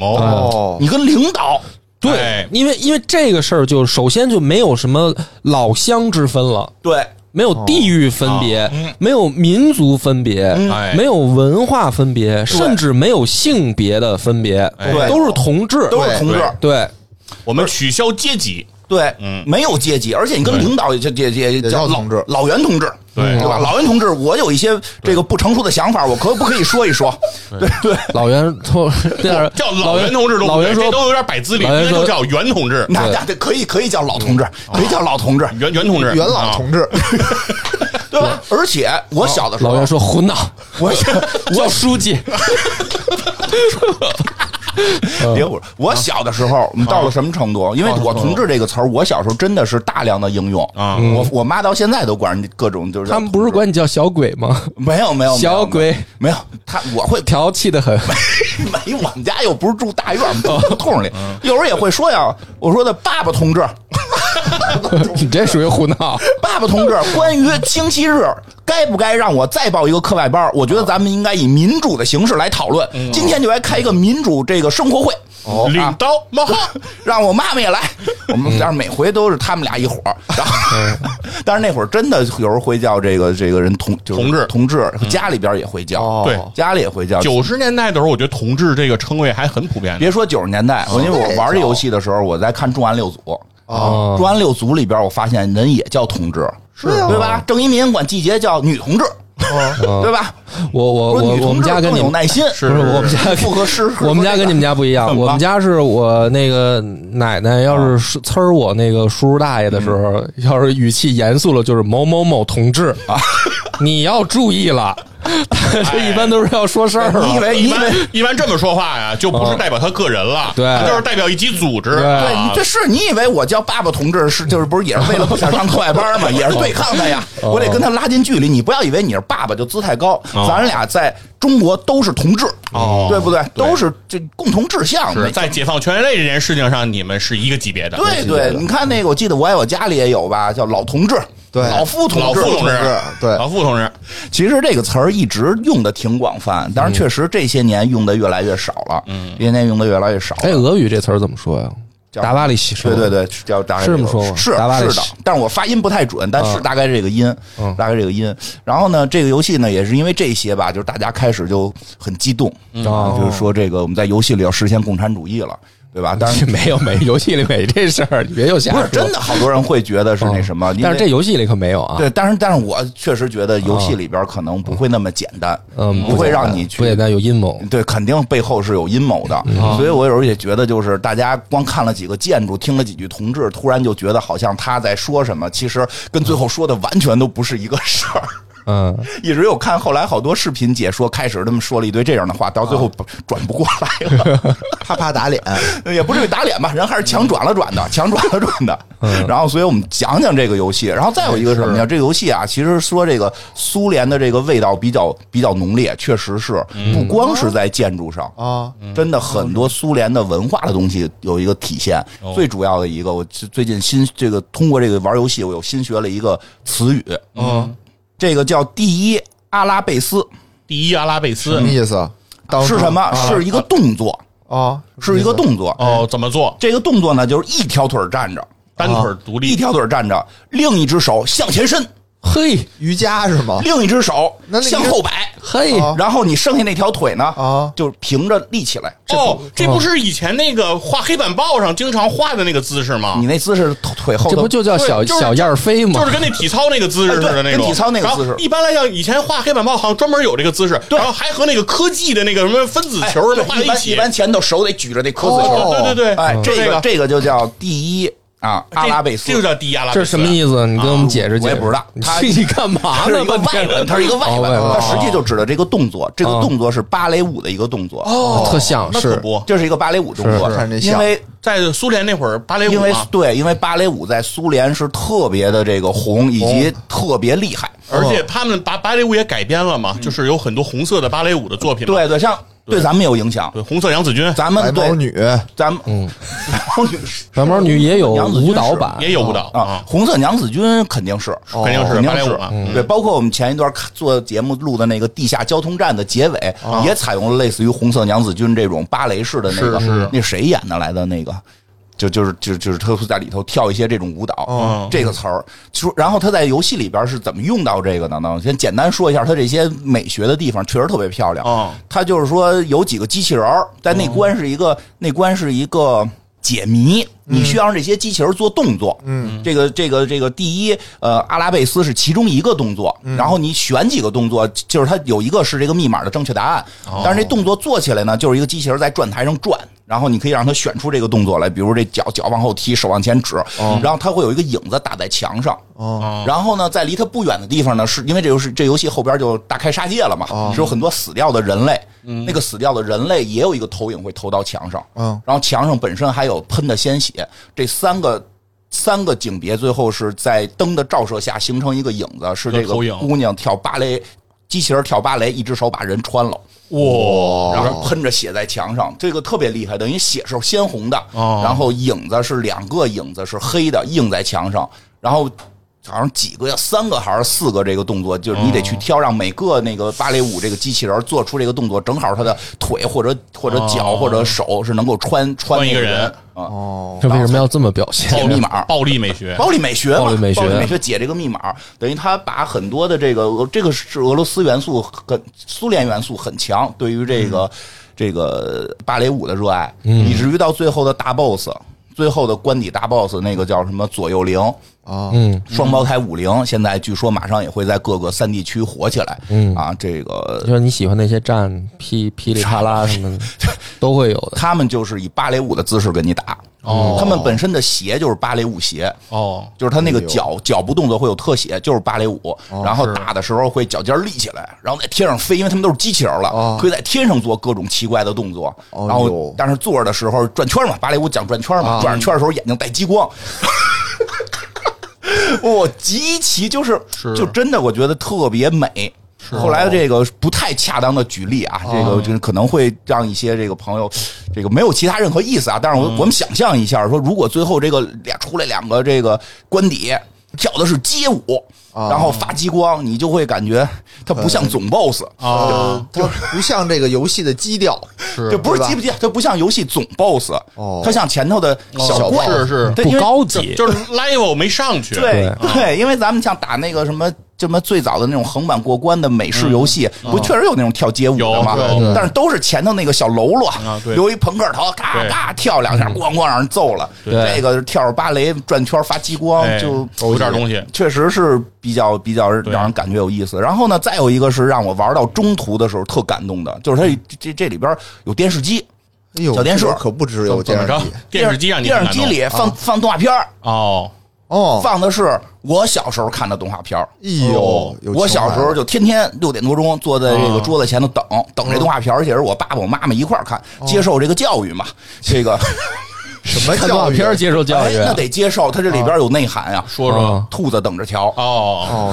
[SPEAKER 3] 哦，
[SPEAKER 4] 哦，
[SPEAKER 1] 嗯
[SPEAKER 2] 你跟领导
[SPEAKER 1] 对
[SPEAKER 3] 哎，
[SPEAKER 1] 因为因为这个事儿，就首先就没有什么老乡之分了。
[SPEAKER 2] 对
[SPEAKER 1] 没有地域分别，
[SPEAKER 2] 哦嗯
[SPEAKER 1] 没有民族分别，
[SPEAKER 3] 哎
[SPEAKER 1] 没有文化分别，甚至没有性别的分别，
[SPEAKER 2] 对
[SPEAKER 1] 都是同志，
[SPEAKER 2] 哎都是同志，
[SPEAKER 1] 对，
[SPEAKER 3] 我们取消阶级，
[SPEAKER 2] 对，
[SPEAKER 3] 嗯
[SPEAKER 2] 没有阶级，而且你跟领导也也也也
[SPEAKER 4] 也
[SPEAKER 2] 叫
[SPEAKER 4] 叫
[SPEAKER 2] 老
[SPEAKER 4] 同志哦
[SPEAKER 2] 老袁同志，
[SPEAKER 3] 对
[SPEAKER 2] 吧？老袁同志，我有一些这个不成熟的想法，我可不可以说一说？对对，
[SPEAKER 1] 老袁 同这样
[SPEAKER 3] 叫
[SPEAKER 1] 老
[SPEAKER 3] 老袁同志都
[SPEAKER 1] 老袁
[SPEAKER 3] 这
[SPEAKER 1] 说
[SPEAKER 3] 都有点摆姿脸，
[SPEAKER 1] 老袁
[SPEAKER 3] 应该就
[SPEAKER 1] 说
[SPEAKER 3] 叫袁同志，
[SPEAKER 2] 那那可以可以叫老同志，可以叫老同志，
[SPEAKER 3] 袁袁同志，
[SPEAKER 4] 元老同
[SPEAKER 2] 嗯
[SPEAKER 4] 志，
[SPEAKER 2] 对吧？而且我小的时
[SPEAKER 1] 老
[SPEAKER 2] 候
[SPEAKER 1] 袁，说胡闹，
[SPEAKER 2] 我小
[SPEAKER 1] 叫书记，嗯
[SPEAKER 2] 别我我小的时候，我们到了什么程度？因为我“同志”这个词儿，我小时候真的是大量的应用
[SPEAKER 3] 啊
[SPEAKER 2] 我我妈到现在都管人各种就是叫
[SPEAKER 1] 他们不是管你叫小鬼吗？
[SPEAKER 2] 没有没有没有
[SPEAKER 1] 小鬼
[SPEAKER 2] 哦没有他我会
[SPEAKER 1] 调戏的很，
[SPEAKER 2] 没，我们家又不是住大院，我们住 胡同里，有时候也会说呀。我说的爸爸同志，
[SPEAKER 1] 你这属于胡闹。
[SPEAKER 2] 爸爸同志，关于星期日该不该让我再报一个课外班儿，我觉得咱们应该以民主的形式来讨论。
[SPEAKER 1] 嗯
[SPEAKER 2] 今天就来开一个民主这个生活会。
[SPEAKER 3] 哦领刀冒号，
[SPEAKER 2] 让我妈 妈也来，我们但是每回都是他们俩一伙儿，然后，
[SPEAKER 1] 嗯
[SPEAKER 2] 但是那会儿真的有时候会叫这个这个人同就是
[SPEAKER 3] 同志
[SPEAKER 2] 同志，
[SPEAKER 1] 嗯
[SPEAKER 2] 家里边儿也会叫，
[SPEAKER 4] 哦
[SPEAKER 3] 对
[SPEAKER 2] 家里也会叫，
[SPEAKER 3] 九十年代的时候，我觉得“同志”这个称谓还很普遍的。
[SPEAKER 2] 别说九十年代，我因为我玩这游戏的时候，我在看《重案六组》。
[SPEAKER 1] 哦
[SPEAKER 2] 重案六组》里边，我发现人也叫同志，是对吧？正一民管季节叫女同志，对吧？
[SPEAKER 1] 我我
[SPEAKER 2] 说
[SPEAKER 1] 哦我
[SPEAKER 2] 女
[SPEAKER 1] 我
[SPEAKER 2] 同
[SPEAKER 1] 们
[SPEAKER 2] 志
[SPEAKER 1] 家跟
[SPEAKER 2] 更
[SPEAKER 1] 你
[SPEAKER 2] 有
[SPEAKER 1] 们
[SPEAKER 2] 耐心，
[SPEAKER 1] 不是我们家跟
[SPEAKER 2] 复合诗，
[SPEAKER 1] 我们家跟你们家不一样，
[SPEAKER 2] 很
[SPEAKER 1] 我
[SPEAKER 2] 棒
[SPEAKER 1] 们家是我那个奶奶，要是
[SPEAKER 2] 啊
[SPEAKER 1] 是呲儿我那个叔叔大爷的时候，要是语气严肃了，就是某某某同志 啊，你要注意了，这一般都是要说事儿
[SPEAKER 2] 哎你以
[SPEAKER 1] 了。
[SPEAKER 2] 为你
[SPEAKER 3] 一
[SPEAKER 2] 以为
[SPEAKER 3] 般一般这么说话呀，就不是代表他个人了，
[SPEAKER 1] 对
[SPEAKER 3] 他就是代表一级组织。
[SPEAKER 1] 对
[SPEAKER 2] 对
[SPEAKER 3] 啊
[SPEAKER 2] 你这是你以为我叫爸爸同志是就是不是也是为了不想上课外班
[SPEAKER 3] 哦
[SPEAKER 2] 吗？也是对抗他呀，我得跟他拉近距离。你不要以为你是爸爸就姿态高，咱俩在中国都是同志，
[SPEAKER 3] 哦
[SPEAKER 2] 对不对？都是这共同志向的
[SPEAKER 3] 是。在解放全人类这件事情上，你们是一个级别的。
[SPEAKER 2] 对对，你看那个，我记得我爱我家里也有吧，叫老同志，
[SPEAKER 4] 对
[SPEAKER 2] 老傅同志，
[SPEAKER 3] 老傅同志
[SPEAKER 4] 志，对
[SPEAKER 3] 老傅同志，
[SPEAKER 2] 其实这个词儿一直用的挺广泛，但
[SPEAKER 3] 嗯
[SPEAKER 2] 是确实这些年用的越来越少了，嗯，这些年用的越来越少
[SPEAKER 1] 哎，
[SPEAKER 2] 了。
[SPEAKER 1] 俄语这词儿怎么说呀？
[SPEAKER 2] 叫
[SPEAKER 1] 达瓦里西什
[SPEAKER 2] 对
[SPEAKER 1] 么
[SPEAKER 2] 对对，叫大概
[SPEAKER 1] 嗯是这么
[SPEAKER 2] 个
[SPEAKER 1] 说吗
[SPEAKER 2] 是
[SPEAKER 1] 达瓦里
[SPEAKER 2] 是的
[SPEAKER 1] 什，
[SPEAKER 2] 但是我发音不太准，但是
[SPEAKER 1] 嗯
[SPEAKER 2] 大概这个音
[SPEAKER 1] 嗯，
[SPEAKER 2] 大概这个音。然后呢，这个游戏呢，也是因为这些吧，就是大家开始就很激动，啊
[SPEAKER 1] 哦
[SPEAKER 2] 就是说这个我们在游戏里要实现共产主义了，对吧？但 是
[SPEAKER 1] 没有没游戏里没这事儿，你别又瞎
[SPEAKER 2] 不
[SPEAKER 1] 说。
[SPEAKER 2] 是真的，好多人会觉得是那什么，因
[SPEAKER 1] 嗯啊
[SPEAKER 2] 为
[SPEAKER 1] 但是这游嗯戏里可没有啊。
[SPEAKER 2] 对，但是但是我确实觉得游戏里边可能不会那么简单，
[SPEAKER 1] 嗯，
[SPEAKER 2] 不会
[SPEAKER 1] 简单
[SPEAKER 2] 让你去
[SPEAKER 1] 不简单，有阴谋。
[SPEAKER 2] 对，肯定背后是有阴谋的，所以我有时候也觉得，就是大家光看了几个建筑，听了几句同志，突然就觉得好像他在说什么，其实跟最后说的完全都不是一个事儿。
[SPEAKER 1] 嗯，
[SPEAKER 2] 一直有看后来好多视频解说，开始他们说了一堆这样的话，到最后转不过来了， 呃
[SPEAKER 4] 啪啪打脸，
[SPEAKER 2] 也不至于打脸吧，人还是强转了转的，强转了转的。然后，所以我们讲讲这个游戏，然后再有一个是什么呀？这个游戏啊，其实说这个苏联的这个味道比较比较浓烈，确实是不光是在建筑上
[SPEAKER 4] 啊，
[SPEAKER 2] 真的很多苏联的文化的东西有一个体现。最主要的一个，我最最近新这个通过这个玩游戏，我又新学了一个词语，哦
[SPEAKER 4] 嗯，
[SPEAKER 2] 这个叫第一阿拉贝斯
[SPEAKER 3] 第一阿拉贝斯
[SPEAKER 4] 什么意思？当
[SPEAKER 2] 是什么？
[SPEAKER 4] 哦
[SPEAKER 2] 是一个动作，
[SPEAKER 4] 啊，
[SPEAKER 2] 是一个动作。
[SPEAKER 3] 哦，怎么做？
[SPEAKER 2] 这个动作呢，就是一条腿儿站着，
[SPEAKER 3] 单腿独
[SPEAKER 2] 一
[SPEAKER 3] 立，
[SPEAKER 2] 条腿儿站着，另一只手向前伸，
[SPEAKER 1] 嘿
[SPEAKER 4] 瑜伽是吗？
[SPEAKER 2] 另一只手
[SPEAKER 4] 那那个
[SPEAKER 2] 向后摆，
[SPEAKER 1] 嘿，
[SPEAKER 4] 啊
[SPEAKER 2] 然后你剩下那条腿呢，
[SPEAKER 4] 啊
[SPEAKER 2] 就平着立起来。
[SPEAKER 3] 哦，这不是以前那个画黑板报上经常画的那个姿势吗
[SPEAKER 2] 你？那姿势腿后
[SPEAKER 1] 这不
[SPEAKER 2] 头
[SPEAKER 1] 就叫小
[SPEAKER 3] 对就是
[SPEAKER 1] 小燕儿飞吗
[SPEAKER 3] 就是？跟那体操那个姿势似的
[SPEAKER 2] 哎对
[SPEAKER 3] 那种，
[SPEAKER 2] 跟体操那个姿势
[SPEAKER 3] 然后一般来讲，以前画黑板报好像专门有这个姿势，然后还和那个科技的那个什么分子
[SPEAKER 2] 哎
[SPEAKER 3] 球什
[SPEAKER 2] 对
[SPEAKER 3] 么画在
[SPEAKER 2] 一般
[SPEAKER 3] 起
[SPEAKER 2] 一。般前头手得举着那壳子球。
[SPEAKER 4] 哦
[SPEAKER 3] 对对对，
[SPEAKER 2] 哎，
[SPEAKER 3] 就
[SPEAKER 2] 这
[SPEAKER 3] 个
[SPEAKER 2] 个这个就叫第一啊，阿拉贝斯，
[SPEAKER 3] 这就叫第一阿拉贝斯。
[SPEAKER 1] 这是什么意思？你跟我们解释
[SPEAKER 2] 啊我
[SPEAKER 1] 解
[SPEAKER 2] 也
[SPEAKER 1] 释。
[SPEAKER 2] 不知道他
[SPEAKER 1] 你干嘛
[SPEAKER 2] 它是
[SPEAKER 1] 呢？
[SPEAKER 2] 一个
[SPEAKER 1] 半
[SPEAKER 2] 外
[SPEAKER 1] 天
[SPEAKER 2] 文，它是一个外
[SPEAKER 1] 哦
[SPEAKER 2] 文，它
[SPEAKER 1] 文，
[SPEAKER 2] 实际就指的这个动作，这个
[SPEAKER 1] 哦
[SPEAKER 2] 动作是芭蕾舞的一个动作，
[SPEAKER 1] 哦，特像
[SPEAKER 3] 那可
[SPEAKER 1] 是
[SPEAKER 3] 不，
[SPEAKER 2] 这是一个芭蕾舞动作
[SPEAKER 4] 是是看着，
[SPEAKER 2] 因
[SPEAKER 4] 像
[SPEAKER 2] 为
[SPEAKER 3] 在苏联那会儿，芭蕾舞
[SPEAKER 2] 因为
[SPEAKER 3] 嘛，
[SPEAKER 2] 对，因为芭蕾舞在苏联是特别的这个红，以及特别厉害，
[SPEAKER 3] 而且他们把芭蕾舞也改编了
[SPEAKER 2] 嗯
[SPEAKER 3] 嘛，就是有很多红色的芭蕾舞的作品嘛。
[SPEAKER 2] 对对，像对咱们有影响，
[SPEAKER 3] 对，红色杨子军
[SPEAKER 2] 咱
[SPEAKER 4] 白
[SPEAKER 2] 们
[SPEAKER 4] 毛
[SPEAKER 2] 对
[SPEAKER 4] 女
[SPEAKER 2] 咱们嗯，
[SPEAKER 1] 蓝毛女也有
[SPEAKER 2] 杨紫君
[SPEAKER 1] 舞蹈
[SPEAKER 2] 是
[SPEAKER 1] 版，
[SPEAKER 3] 也有舞蹈
[SPEAKER 2] 啊
[SPEAKER 3] 啊，，
[SPEAKER 2] 红色娘子军肯定是。
[SPEAKER 3] 哦肯定是啊
[SPEAKER 2] 肯定
[SPEAKER 3] 芭蕾舞
[SPEAKER 2] 是
[SPEAKER 3] 嘛。，
[SPEAKER 2] 对，包括我们前一段看做节目录的那个地下交通站的结尾，
[SPEAKER 3] 哦
[SPEAKER 2] 也采用了类似于《红色娘子军》这种芭蕾式的那个，
[SPEAKER 3] 是是
[SPEAKER 2] 那谁演的来的那个，就就是就就是他会在里头跳一些这种舞蹈，
[SPEAKER 3] 哦
[SPEAKER 2] 这个词儿。说，然后他在游戏里边是怎么用到这个的呢？先简单说一下，他这些美学的地方确实特别漂亮。
[SPEAKER 3] 哦
[SPEAKER 2] 他就是说有几个机器人儿，在那关是一个、那关是一个。解谜，你需要让这些机器人做动作。嗯，这个这个这个，第一，呃，阿拉贝斯是其中一个动作，然后你选几个动作，就是它有一个是这个密码的正确答案，但是这动作做起来呢，就是一个机器人在转台上转，然后你可以让它选出这个动作来，比如这脚脚往后踢，手往前指，然后它会有一个影子打在墙上，
[SPEAKER 3] 哦
[SPEAKER 2] 然后呢，在离它不远的地方呢，是因为这游戏这游戏后边就大开杀戒了嘛，
[SPEAKER 3] 哦
[SPEAKER 2] 是有很多死掉的人类，
[SPEAKER 3] 嗯
[SPEAKER 2] 那个死掉的人类也有一个投影会投到墙上，
[SPEAKER 4] 嗯
[SPEAKER 2] 然后墙上本身还有喷的鲜血，这三个。三个景别最后是在灯的照射下形成一个影子，是这
[SPEAKER 3] 一
[SPEAKER 2] 个
[SPEAKER 3] 个投影
[SPEAKER 2] 姑娘跳芭蕾，机器人跳芭蕾，一只手把人穿了，
[SPEAKER 3] 哇，
[SPEAKER 2] 然后喷着血在墙上，这个特别厉害，等于血是鲜红的，
[SPEAKER 3] 哦
[SPEAKER 2] 然后影子是两个影子是黑的映在墙上，然后好像几个呀，三个还是四个这个动作，就是你得
[SPEAKER 3] 哦
[SPEAKER 2] 去挑，让每个那个芭蕾舞这个机器人做出这个动作，正好他的腿或者或者脚
[SPEAKER 3] 哦
[SPEAKER 2] 或者手是能够穿穿
[SPEAKER 3] 穿一
[SPEAKER 2] 那
[SPEAKER 3] 个
[SPEAKER 2] 个
[SPEAKER 3] 人
[SPEAKER 2] 啊，
[SPEAKER 4] 哦，
[SPEAKER 1] 这为什么要这么表现？
[SPEAKER 2] 解密码。
[SPEAKER 3] 暴力美学，
[SPEAKER 2] 暴力美学嘛，
[SPEAKER 1] 暴力美学
[SPEAKER 2] 解这个密码，等于他把很多的这个俄这个是俄罗斯元素很苏联元素很强，对于这
[SPEAKER 1] 嗯
[SPEAKER 2] 个、这个芭蕾舞的热爱，以至于到最后的大 boss，最后的官邸大 boss 那个叫什么左右灵。
[SPEAKER 4] 啊，
[SPEAKER 1] 嗯，
[SPEAKER 2] 双胞胎五零现在据说马上也会在各个三地区火起来，嗯啊，这个
[SPEAKER 1] 就是你喜欢那些站噼噼里啪啦什 么的，都会有的。
[SPEAKER 2] 他们就是以芭蕾舞的姿势跟你打，哦，他们本身的鞋就是芭蕾舞鞋，
[SPEAKER 3] 哦，
[SPEAKER 2] 就是他那个
[SPEAKER 4] 哎
[SPEAKER 2] 脚脚步动作会有特写，就是芭蕾舞，
[SPEAKER 4] 哦
[SPEAKER 2] 然后打的时候会脚尖立起来，然后在天上飞，因为他们都是机器人了
[SPEAKER 4] 哦，
[SPEAKER 2] 可以在天上做各种奇怪的动作。
[SPEAKER 4] 哦
[SPEAKER 2] 然后
[SPEAKER 4] 哟
[SPEAKER 2] 但是坐着的时候转圈嘛，芭蕾舞讲转圈嘛，
[SPEAKER 4] 啊
[SPEAKER 2] 转着圈的时候眼睛带激光。我、极其就是
[SPEAKER 3] 是
[SPEAKER 2] 就真的我觉得特别美，后来这个不太恰当的举例啊，这个就是可能会让一些这个朋友，这个没有其他任何意思啊。但是我我们想象一下，说如果最后这个俩出来两个这个官邸跳的是街舞，
[SPEAKER 4] 哦
[SPEAKER 2] 然后发激光，你就会感觉它不像总 boss，
[SPEAKER 3] 啊，
[SPEAKER 4] 它不像这个游戏的基调，
[SPEAKER 2] 这不是
[SPEAKER 4] 对吧
[SPEAKER 2] 激不激，它不像游戏总 boss，
[SPEAKER 4] 哦
[SPEAKER 2] 它像前头的小怪，
[SPEAKER 3] 啊哦是是
[SPEAKER 2] 对
[SPEAKER 1] 不
[SPEAKER 2] 因为
[SPEAKER 1] 高
[SPEAKER 3] 就
[SPEAKER 1] 级，
[SPEAKER 3] 就是 level 没上去，
[SPEAKER 2] 对
[SPEAKER 3] 哦
[SPEAKER 2] 对，因为咱们像打那个什么什么最早的那种横版过关的美式游戏，不确实有那种跳街舞的吗
[SPEAKER 3] 嗯有有？
[SPEAKER 2] 但是都是前头那个小喽啰
[SPEAKER 3] 啊，对
[SPEAKER 2] 留一朋克头，咔
[SPEAKER 3] 对
[SPEAKER 2] 咔跳两下，咣咣让人揍了。
[SPEAKER 1] 对
[SPEAKER 2] 这个是跳着芭蕾转圈发激光
[SPEAKER 3] 哎，
[SPEAKER 2] 就
[SPEAKER 3] 有点东西
[SPEAKER 2] 确实是比较比较让人感觉有意思。然后呢，再有一个是让我玩到中途的时候特感动的，就是它
[SPEAKER 3] 嗯
[SPEAKER 2] 这这这里边有电视机。
[SPEAKER 4] 哎呦，
[SPEAKER 2] 小电视
[SPEAKER 4] 这可不只有
[SPEAKER 3] 怎
[SPEAKER 4] 电
[SPEAKER 3] 么
[SPEAKER 4] 视
[SPEAKER 3] 着
[SPEAKER 4] 机？
[SPEAKER 3] 电视机让你
[SPEAKER 2] 电
[SPEAKER 3] 很
[SPEAKER 2] 视
[SPEAKER 3] 感
[SPEAKER 2] 机
[SPEAKER 3] 动啊
[SPEAKER 2] 里放放动画片儿
[SPEAKER 3] 哦，
[SPEAKER 4] 哦，
[SPEAKER 2] 放的是我小时候看的动画片儿。
[SPEAKER 4] 哎呦
[SPEAKER 3] 哦，
[SPEAKER 4] 有
[SPEAKER 2] 我
[SPEAKER 4] 情怀
[SPEAKER 2] 小时候就天天六点多钟坐在这个
[SPEAKER 3] 啊
[SPEAKER 2] 桌子前头等等这动画片儿，而且是我爸爸我妈妈一块儿看，
[SPEAKER 4] 哦
[SPEAKER 2] 接受这个教育 嘛。这个
[SPEAKER 4] 什么
[SPEAKER 1] 看动画
[SPEAKER 4] 教育
[SPEAKER 1] 片儿接受教
[SPEAKER 2] 哎
[SPEAKER 1] 育，
[SPEAKER 2] 那得接受，它这里边有内涵呀。
[SPEAKER 3] 说说
[SPEAKER 1] 啊
[SPEAKER 2] 兔子等着瞧，
[SPEAKER 3] 哦，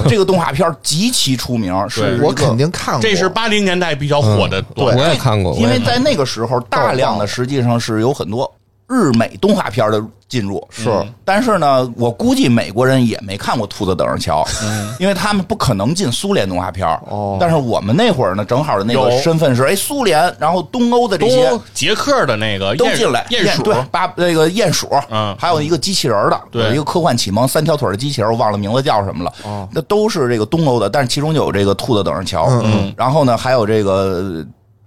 [SPEAKER 4] 哦，
[SPEAKER 2] 这个动画片儿极其出名，是一个
[SPEAKER 4] 我肯定看过，
[SPEAKER 3] 这是八零年代比较火
[SPEAKER 2] 嗯
[SPEAKER 3] 的
[SPEAKER 1] 我
[SPEAKER 3] 短，
[SPEAKER 1] 也看过，
[SPEAKER 2] 因
[SPEAKER 1] 我
[SPEAKER 2] 为
[SPEAKER 1] 也
[SPEAKER 2] 在那个时候，大量的实际上是有很多日美动画片的进入，是
[SPEAKER 3] 嗯
[SPEAKER 2] 但是呢，我估计美国人也没看过《兔子等着瞧》，
[SPEAKER 3] 嗯
[SPEAKER 2] 因为他们不可能进苏联动画片。
[SPEAKER 4] 哦
[SPEAKER 2] 但是我们那会儿呢，正好的那个
[SPEAKER 3] 有
[SPEAKER 2] 身份是哎，苏联，然后东欧的这
[SPEAKER 3] 东
[SPEAKER 2] 些
[SPEAKER 3] 欧捷克的那个
[SPEAKER 2] 都
[SPEAKER 3] 鼹
[SPEAKER 2] 进来，
[SPEAKER 3] 鼹鼠
[SPEAKER 2] 对，八那个鼹鼠，
[SPEAKER 3] 嗯
[SPEAKER 2] 还有一个机器人儿的，
[SPEAKER 3] 对
[SPEAKER 2] 有一个科幻启蒙三条腿儿的机器人儿，我忘了名字叫什么了。
[SPEAKER 4] 哦
[SPEAKER 2] 那都是这个东欧的，但是其中就有这个兔子等着瞧，
[SPEAKER 4] 嗯
[SPEAKER 2] 嗯，然后呢，还有这个。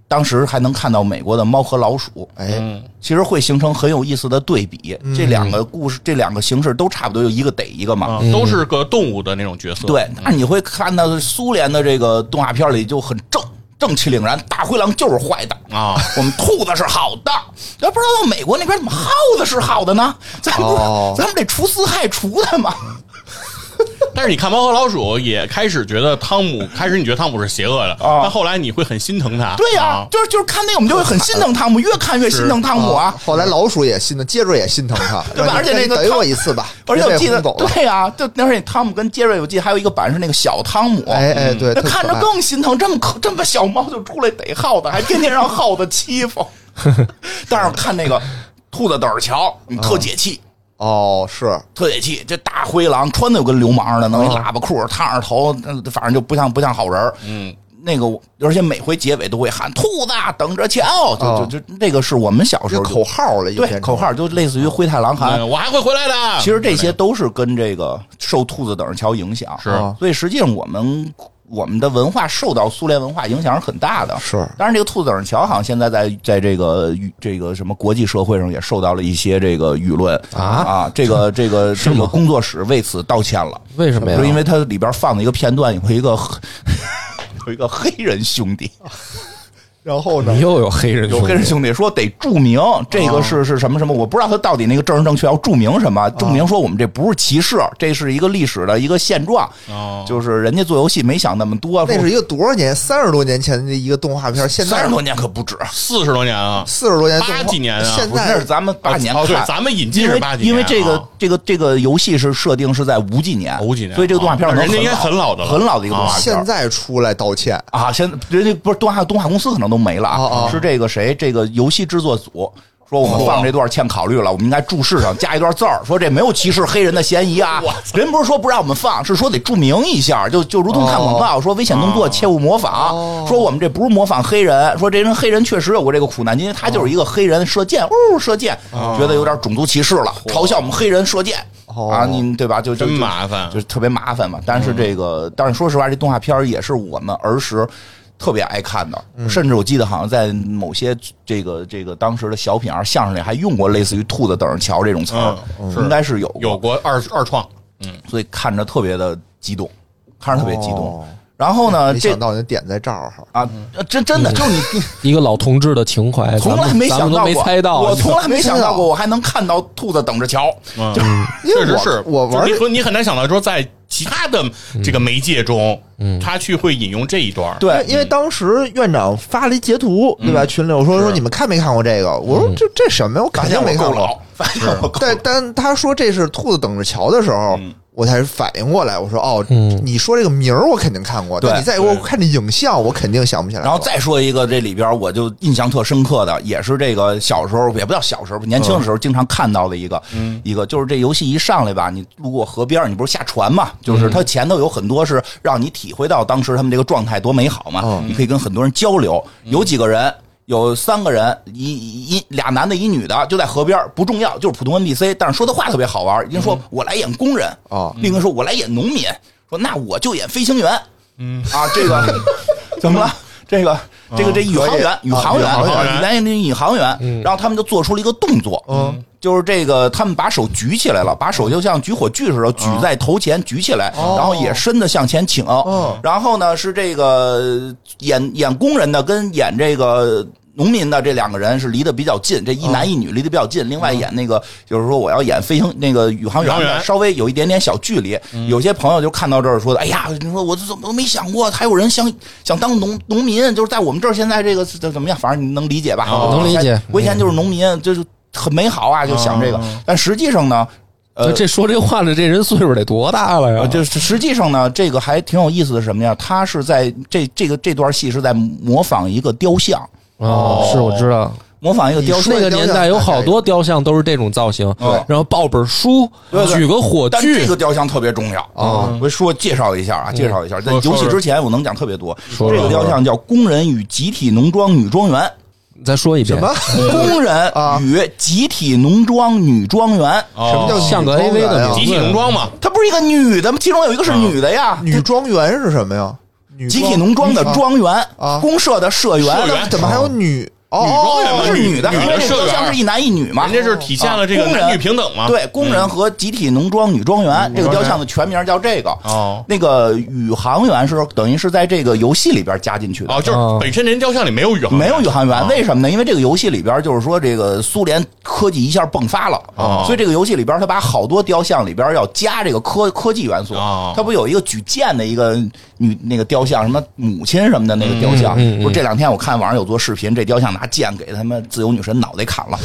[SPEAKER 2] 当时还能看到美国的猫和老鼠，
[SPEAKER 4] 哎，
[SPEAKER 3] 嗯，
[SPEAKER 2] 其实会形成很有意思的对比。这两个故事，这两个形式都差不多，有一个逮一个嘛。
[SPEAKER 3] 啊都是个动物的那种角色，
[SPEAKER 2] 嗯对，那你会看到苏联的这个动画片里就很正正气凛然，大灰狼就是坏的
[SPEAKER 3] 啊，
[SPEAKER 2] 我们兔子是好的，要不知道美国那边怎么耗子是好的呢？咱不是、
[SPEAKER 4] 哦 啊
[SPEAKER 2] 咱们得除四害除它吗？
[SPEAKER 3] 但是你看《猫和老鼠》也开始觉得汤姆，开始你觉得汤姆是邪恶的，
[SPEAKER 2] 啊
[SPEAKER 3] 但后来你会很心疼他。
[SPEAKER 2] 对呀、
[SPEAKER 3] 啊
[SPEAKER 2] 就是就是看那个我们就会很心疼汤姆，越看越心疼汤姆啊。
[SPEAKER 4] 后来老鼠也心疼，接着也心疼他，
[SPEAKER 2] 对吧而且那个
[SPEAKER 4] 逮我一次吧，
[SPEAKER 2] 而且我
[SPEAKER 4] 别被
[SPEAKER 2] 记得，
[SPEAKER 4] 轰走了，
[SPEAKER 2] 对呀、就那时候汤姆跟杰瑞，我记得还有一个版是那个小汤姆，
[SPEAKER 4] 哎哎，对，
[SPEAKER 2] 那嗯
[SPEAKER 4] 特
[SPEAKER 2] 看
[SPEAKER 4] 可
[SPEAKER 2] 着
[SPEAKER 4] 爱
[SPEAKER 2] 更心疼，这么可这么小猫就出来逮耗子，还天天让耗子欺 负。但是看那个兔子胆儿瞧，你特解气。
[SPEAKER 4] 哦，是
[SPEAKER 2] 特解气，这大灰狼穿的有跟流氓似的，弄一喇叭裤，烫着头，那反正就不像不像好人儿。
[SPEAKER 3] 嗯，
[SPEAKER 2] 那个我，而且每回结尾都会喊“兔子等着瞧”，就
[SPEAKER 4] 哦
[SPEAKER 2] 就就这个是我们小时
[SPEAKER 4] 这
[SPEAKER 2] 候
[SPEAKER 4] 口
[SPEAKER 2] 就
[SPEAKER 4] 号了，
[SPEAKER 2] 对口号，就类似于灰太狼喊
[SPEAKER 3] 嗯我还会回来的。
[SPEAKER 2] 啊其实这些都是跟这个受兔子等着瞧影响，
[SPEAKER 3] 是
[SPEAKER 1] 哦
[SPEAKER 4] 啊
[SPEAKER 2] 所以实际上我们我们的文化受到苏联文化影响是很大的。
[SPEAKER 4] 是
[SPEAKER 2] 当然这个兔子等着瞧好像现在在在这个舆这个什么国际社会上也受到了一些这个舆论
[SPEAKER 1] 啊
[SPEAKER 2] 这个这 个这个工作室为此道歉了，
[SPEAKER 1] 为什么呀
[SPEAKER 2] 就因为它里边放的一个片段有一个 有一个黑人兄弟，
[SPEAKER 4] 然后呢
[SPEAKER 1] 你，又有黑人
[SPEAKER 2] 有
[SPEAKER 1] 兄
[SPEAKER 2] 跟
[SPEAKER 1] 弟
[SPEAKER 2] 人，兄弟说得注明这
[SPEAKER 3] 啊
[SPEAKER 2] 个是是什么什么，我不知道他到底那个政治正确要注明什么，注
[SPEAKER 3] 啊
[SPEAKER 2] 明说我们这不是歧视，这是一个历史的一个现状，
[SPEAKER 3] 哦，
[SPEAKER 2] 就是人家做游戏没想那么多，
[SPEAKER 4] 那是一个多少年，三十多年前的一个动画片，现在
[SPEAKER 2] 三十多年可不止，
[SPEAKER 3] 四十多年啊，
[SPEAKER 4] 四十多年，
[SPEAKER 3] 八几年啊
[SPEAKER 4] 现
[SPEAKER 2] 不是那是
[SPEAKER 4] 在
[SPEAKER 2] 咱们八几年
[SPEAKER 3] 哦，对
[SPEAKER 2] 看，。
[SPEAKER 3] 咱们引进
[SPEAKER 2] 因
[SPEAKER 3] 是
[SPEAKER 2] 为
[SPEAKER 3] 八几年，
[SPEAKER 2] 因为这个
[SPEAKER 3] 啊
[SPEAKER 2] 这个这个游戏是设定是在五几年，
[SPEAKER 3] 五几年
[SPEAKER 2] 所以这个动画片
[SPEAKER 3] 哦
[SPEAKER 2] 可
[SPEAKER 3] 那
[SPEAKER 2] 能
[SPEAKER 3] 人家应该
[SPEAKER 2] 很
[SPEAKER 3] 很老的了啊
[SPEAKER 2] 很老的一个动画片
[SPEAKER 4] 现。在出来道歉，
[SPEAKER 2] 啊，现在人家不是动画动画公司可能都没了啊，
[SPEAKER 4] 哦哦哦
[SPEAKER 2] 是这个谁这个游戏制作组。说我们放这段欠考虑了，我们应该注释上加一段字儿，说这没有歧视黑人的嫌疑啊。人不是说不让我们放，是说得注明一下，就就如同看广
[SPEAKER 4] 哦
[SPEAKER 2] 告，说危险动作切勿模仿，说我们这不是模仿黑人，说这人黑人确实有过这个苦难，因为他
[SPEAKER 4] 哦
[SPEAKER 2] 就是一个黑人射箭，呜射箭，觉得有点种族歧视了，嘲笑我们黑人射箭
[SPEAKER 4] 哦
[SPEAKER 2] 啊，你对吧？就就
[SPEAKER 3] 真
[SPEAKER 2] 就
[SPEAKER 3] 麻烦
[SPEAKER 2] 就。是特别麻烦嘛。但是这个，但是说实话，这动画片儿也是我们儿时特别爱看的，
[SPEAKER 1] 嗯
[SPEAKER 2] 甚至我记得好像在某些这个这个当时的小品啊、相声里还用过类似于“兔子等着瞧”这种词儿，
[SPEAKER 3] 嗯
[SPEAKER 2] 应该是有过
[SPEAKER 3] 有过二二创，
[SPEAKER 2] 所以看着特别的激动，看着特别激动。
[SPEAKER 4] 哦
[SPEAKER 2] 然后呢，
[SPEAKER 4] 没
[SPEAKER 2] 啊这
[SPEAKER 4] 想到你点在这儿哈，
[SPEAKER 2] 啊，
[SPEAKER 1] 嗯
[SPEAKER 2] 真真的就是你。
[SPEAKER 1] 一个老同志的情怀，
[SPEAKER 2] 从
[SPEAKER 1] 咱
[SPEAKER 2] 来
[SPEAKER 1] 们
[SPEAKER 2] 没
[SPEAKER 1] 咱
[SPEAKER 2] 想
[SPEAKER 1] 们
[SPEAKER 2] 到
[SPEAKER 1] 都
[SPEAKER 2] 过，
[SPEAKER 1] 没猜到，啊
[SPEAKER 2] 我
[SPEAKER 1] 你
[SPEAKER 2] 从 来没想到
[SPEAKER 4] 没猜到
[SPEAKER 2] 过，我还能看到兔子等着瞧。
[SPEAKER 3] 嗯，
[SPEAKER 4] 因
[SPEAKER 3] 确
[SPEAKER 4] 为
[SPEAKER 3] 实
[SPEAKER 4] 我
[SPEAKER 3] 是
[SPEAKER 4] 我玩
[SPEAKER 3] 就你说你很难想到说在其他的这个媒介中，他去会引用这一段，
[SPEAKER 2] 嗯对，嗯
[SPEAKER 4] 因为当时院长发了一截图，对吧？群里我说说你们看没看过这个？我说这这什么呀？我
[SPEAKER 2] 发
[SPEAKER 4] 肯
[SPEAKER 2] 现嗯
[SPEAKER 4] 定
[SPEAKER 2] 我
[SPEAKER 4] 没看
[SPEAKER 2] 够
[SPEAKER 4] 过
[SPEAKER 2] 老。，发现我够老嗯
[SPEAKER 4] 但但他说这是兔子等着瞧的时候，我才反应过来，我说哦，
[SPEAKER 1] 嗯
[SPEAKER 4] 你说这个名儿我肯定看过，
[SPEAKER 2] 对
[SPEAKER 4] 但你再给我
[SPEAKER 3] 对
[SPEAKER 4] 看这影像，我肯定想不起来了。
[SPEAKER 2] 然后再说一个，这里边我就印象特深刻的，也是这个小时候，也不叫小时候，年轻的时
[SPEAKER 4] 嗯
[SPEAKER 2] 候经常看到的一个，一个就是这游戏一上来吧，你路过河边儿，你不是下船嘛，
[SPEAKER 4] 嗯
[SPEAKER 2] 就是它前头有很多是让你体会到当时他们这个状态多美好
[SPEAKER 4] 哦
[SPEAKER 2] 嘛，你可以跟很多人交流，
[SPEAKER 4] 嗯
[SPEAKER 2] 有几个人。有三个人，一一俩男的，一女的，就在河边儿，不重要，就是普通 NPC，但是说的话特别好玩儿。一个说我来演工人，
[SPEAKER 4] 嗯哦
[SPEAKER 2] 另一个说我来演农民，说那我就演飞行员，嗯啊，这个 怎么了？这个这个这宇航员
[SPEAKER 4] 可，以
[SPEAKER 2] 宇航员，
[SPEAKER 4] 啊宇航
[SPEAKER 3] 员
[SPEAKER 2] 啊来那宇航员，然后他们就做出了一个动作，嗯，就是这个他们把手举起来了，把手就像举火炬似的举在头前举起来，
[SPEAKER 4] 哦
[SPEAKER 2] 然后也身子向前倾，然后呢是这个演演工人的跟演这个。农民的这两个人是离得比较近，这一男一女离得比较近。另外演那个就是说我要演飞行那个宇航
[SPEAKER 3] 宇航
[SPEAKER 2] 员
[SPEAKER 3] 员
[SPEAKER 2] 的，稍微有一点点小距离。
[SPEAKER 1] 嗯
[SPEAKER 2] 有些朋友就看到这儿说的，哎呀，你说我怎么都没想过，还有人想想当农农民，就是在我们这儿现在这个怎怎么样，反正你能理解吧？
[SPEAKER 3] 哦
[SPEAKER 1] 能理解嗯
[SPEAKER 2] 我以前我以前就是农民，就是很美好啊，就想这个。
[SPEAKER 1] 哦
[SPEAKER 2] 但实际上呢，呃，
[SPEAKER 1] 这说这话的这人岁数得多大了呀？
[SPEAKER 2] 呃，就是实际上呢，这个还挺有意思的是什么呀？他是在这这个这段戏是在模仿一个雕像，
[SPEAKER 1] 哦，是我知道，
[SPEAKER 2] 模仿一个雕像。
[SPEAKER 4] 你说
[SPEAKER 1] 那个年代有好多雕像都是这种造型
[SPEAKER 2] 对，
[SPEAKER 1] 然后抱本书
[SPEAKER 2] 对，对
[SPEAKER 1] 举个火
[SPEAKER 2] 但这
[SPEAKER 1] 炬
[SPEAKER 2] 个，雕像特别重要啊！我说介绍一下啊，介绍一下，在
[SPEAKER 3] 说
[SPEAKER 2] 游戏
[SPEAKER 3] 说
[SPEAKER 2] 之前我能讲特别多。
[SPEAKER 1] 说
[SPEAKER 2] 这个
[SPEAKER 1] 说
[SPEAKER 2] 雕像叫《工人与集体农庄女庄园
[SPEAKER 1] 再说一遍
[SPEAKER 4] 什么》，
[SPEAKER 2] 工人与集体农庄女庄园，
[SPEAKER 3] 哦
[SPEAKER 4] 什么叫
[SPEAKER 1] 像个
[SPEAKER 4] 女庄园
[SPEAKER 1] AV 的
[SPEAKER 4] 啊
[SPEAKER 1] 名
[SPEAKER 3] 集体农庄嘛，
[SPEAKER 2] 她不是一个女的吗？其中有一个是女的呀，
[SPEAKER 4] 女庄园是什么呀？女
[SPEAKER 2] 集体农庄的
[SPEAKER 4] 啊
[SPEAKER 2] 庄园
[SPEAKER 4] 啊
[SPEAKER 2] 公社的社
[SPEAKER 3] 社员
[SPEAKER 2] 员，
[SPEAKER 4] 怎么还有女？哦，
[SPEAKER 3] 女庄园
[SPEAKER 4] 哦
[SPEAKER 3] 嘛
[SPEAKER 2] 是
[SPEAKER 3] 女
[SPEAKER 2] 的，
[SPEAKER 3] 女
[SPEAKER 2] 因
[SPEAKER 3] 的
[SPEAKER 2] 为那
[SPEAKER 3] 社
[SPEAKER 2] 雕
[SPEAKER 3] 员
[SPEAKER 2] 像是一男一女嘛
[SPEAKER 3] 人。家是体现了这个
[SPEAKER 2] 啊工人
[SPEAKER 3] 男女平等嘛。嗯
[SPEAKER 2] 对，工人和集体农庄女庄园这个雕像的全名叫这个。
[SPEAKER 3] 哦
[SPEAKER 2] 那个宇航员是等于是在这个游戏里边加进去的
[SPEAKER 3] 哦，就是本身人雕像里没有宇航员，
[SPEAKER 2] 嗯没有宇航员，为什么呢？因为这个游戏里边就是说，这个苏联科技一下迸发了，
[SPEAKER 3] 哦
[SPEAKER 2] 所以这个游戏里边他把好多雕像里边要加这个科科技元素
[SPEAKER 3] 哦。
[SPEAKER 2] 他不有一个举剑的一个女那个雕像，什么母亲什么的那个雕像？
[SPEAKER 1] 嗯嗯嗯
[SPEAKER 2] 不是这两天我看网上有做视频，这雕像拿剑给他们自由女神脑袋砍了。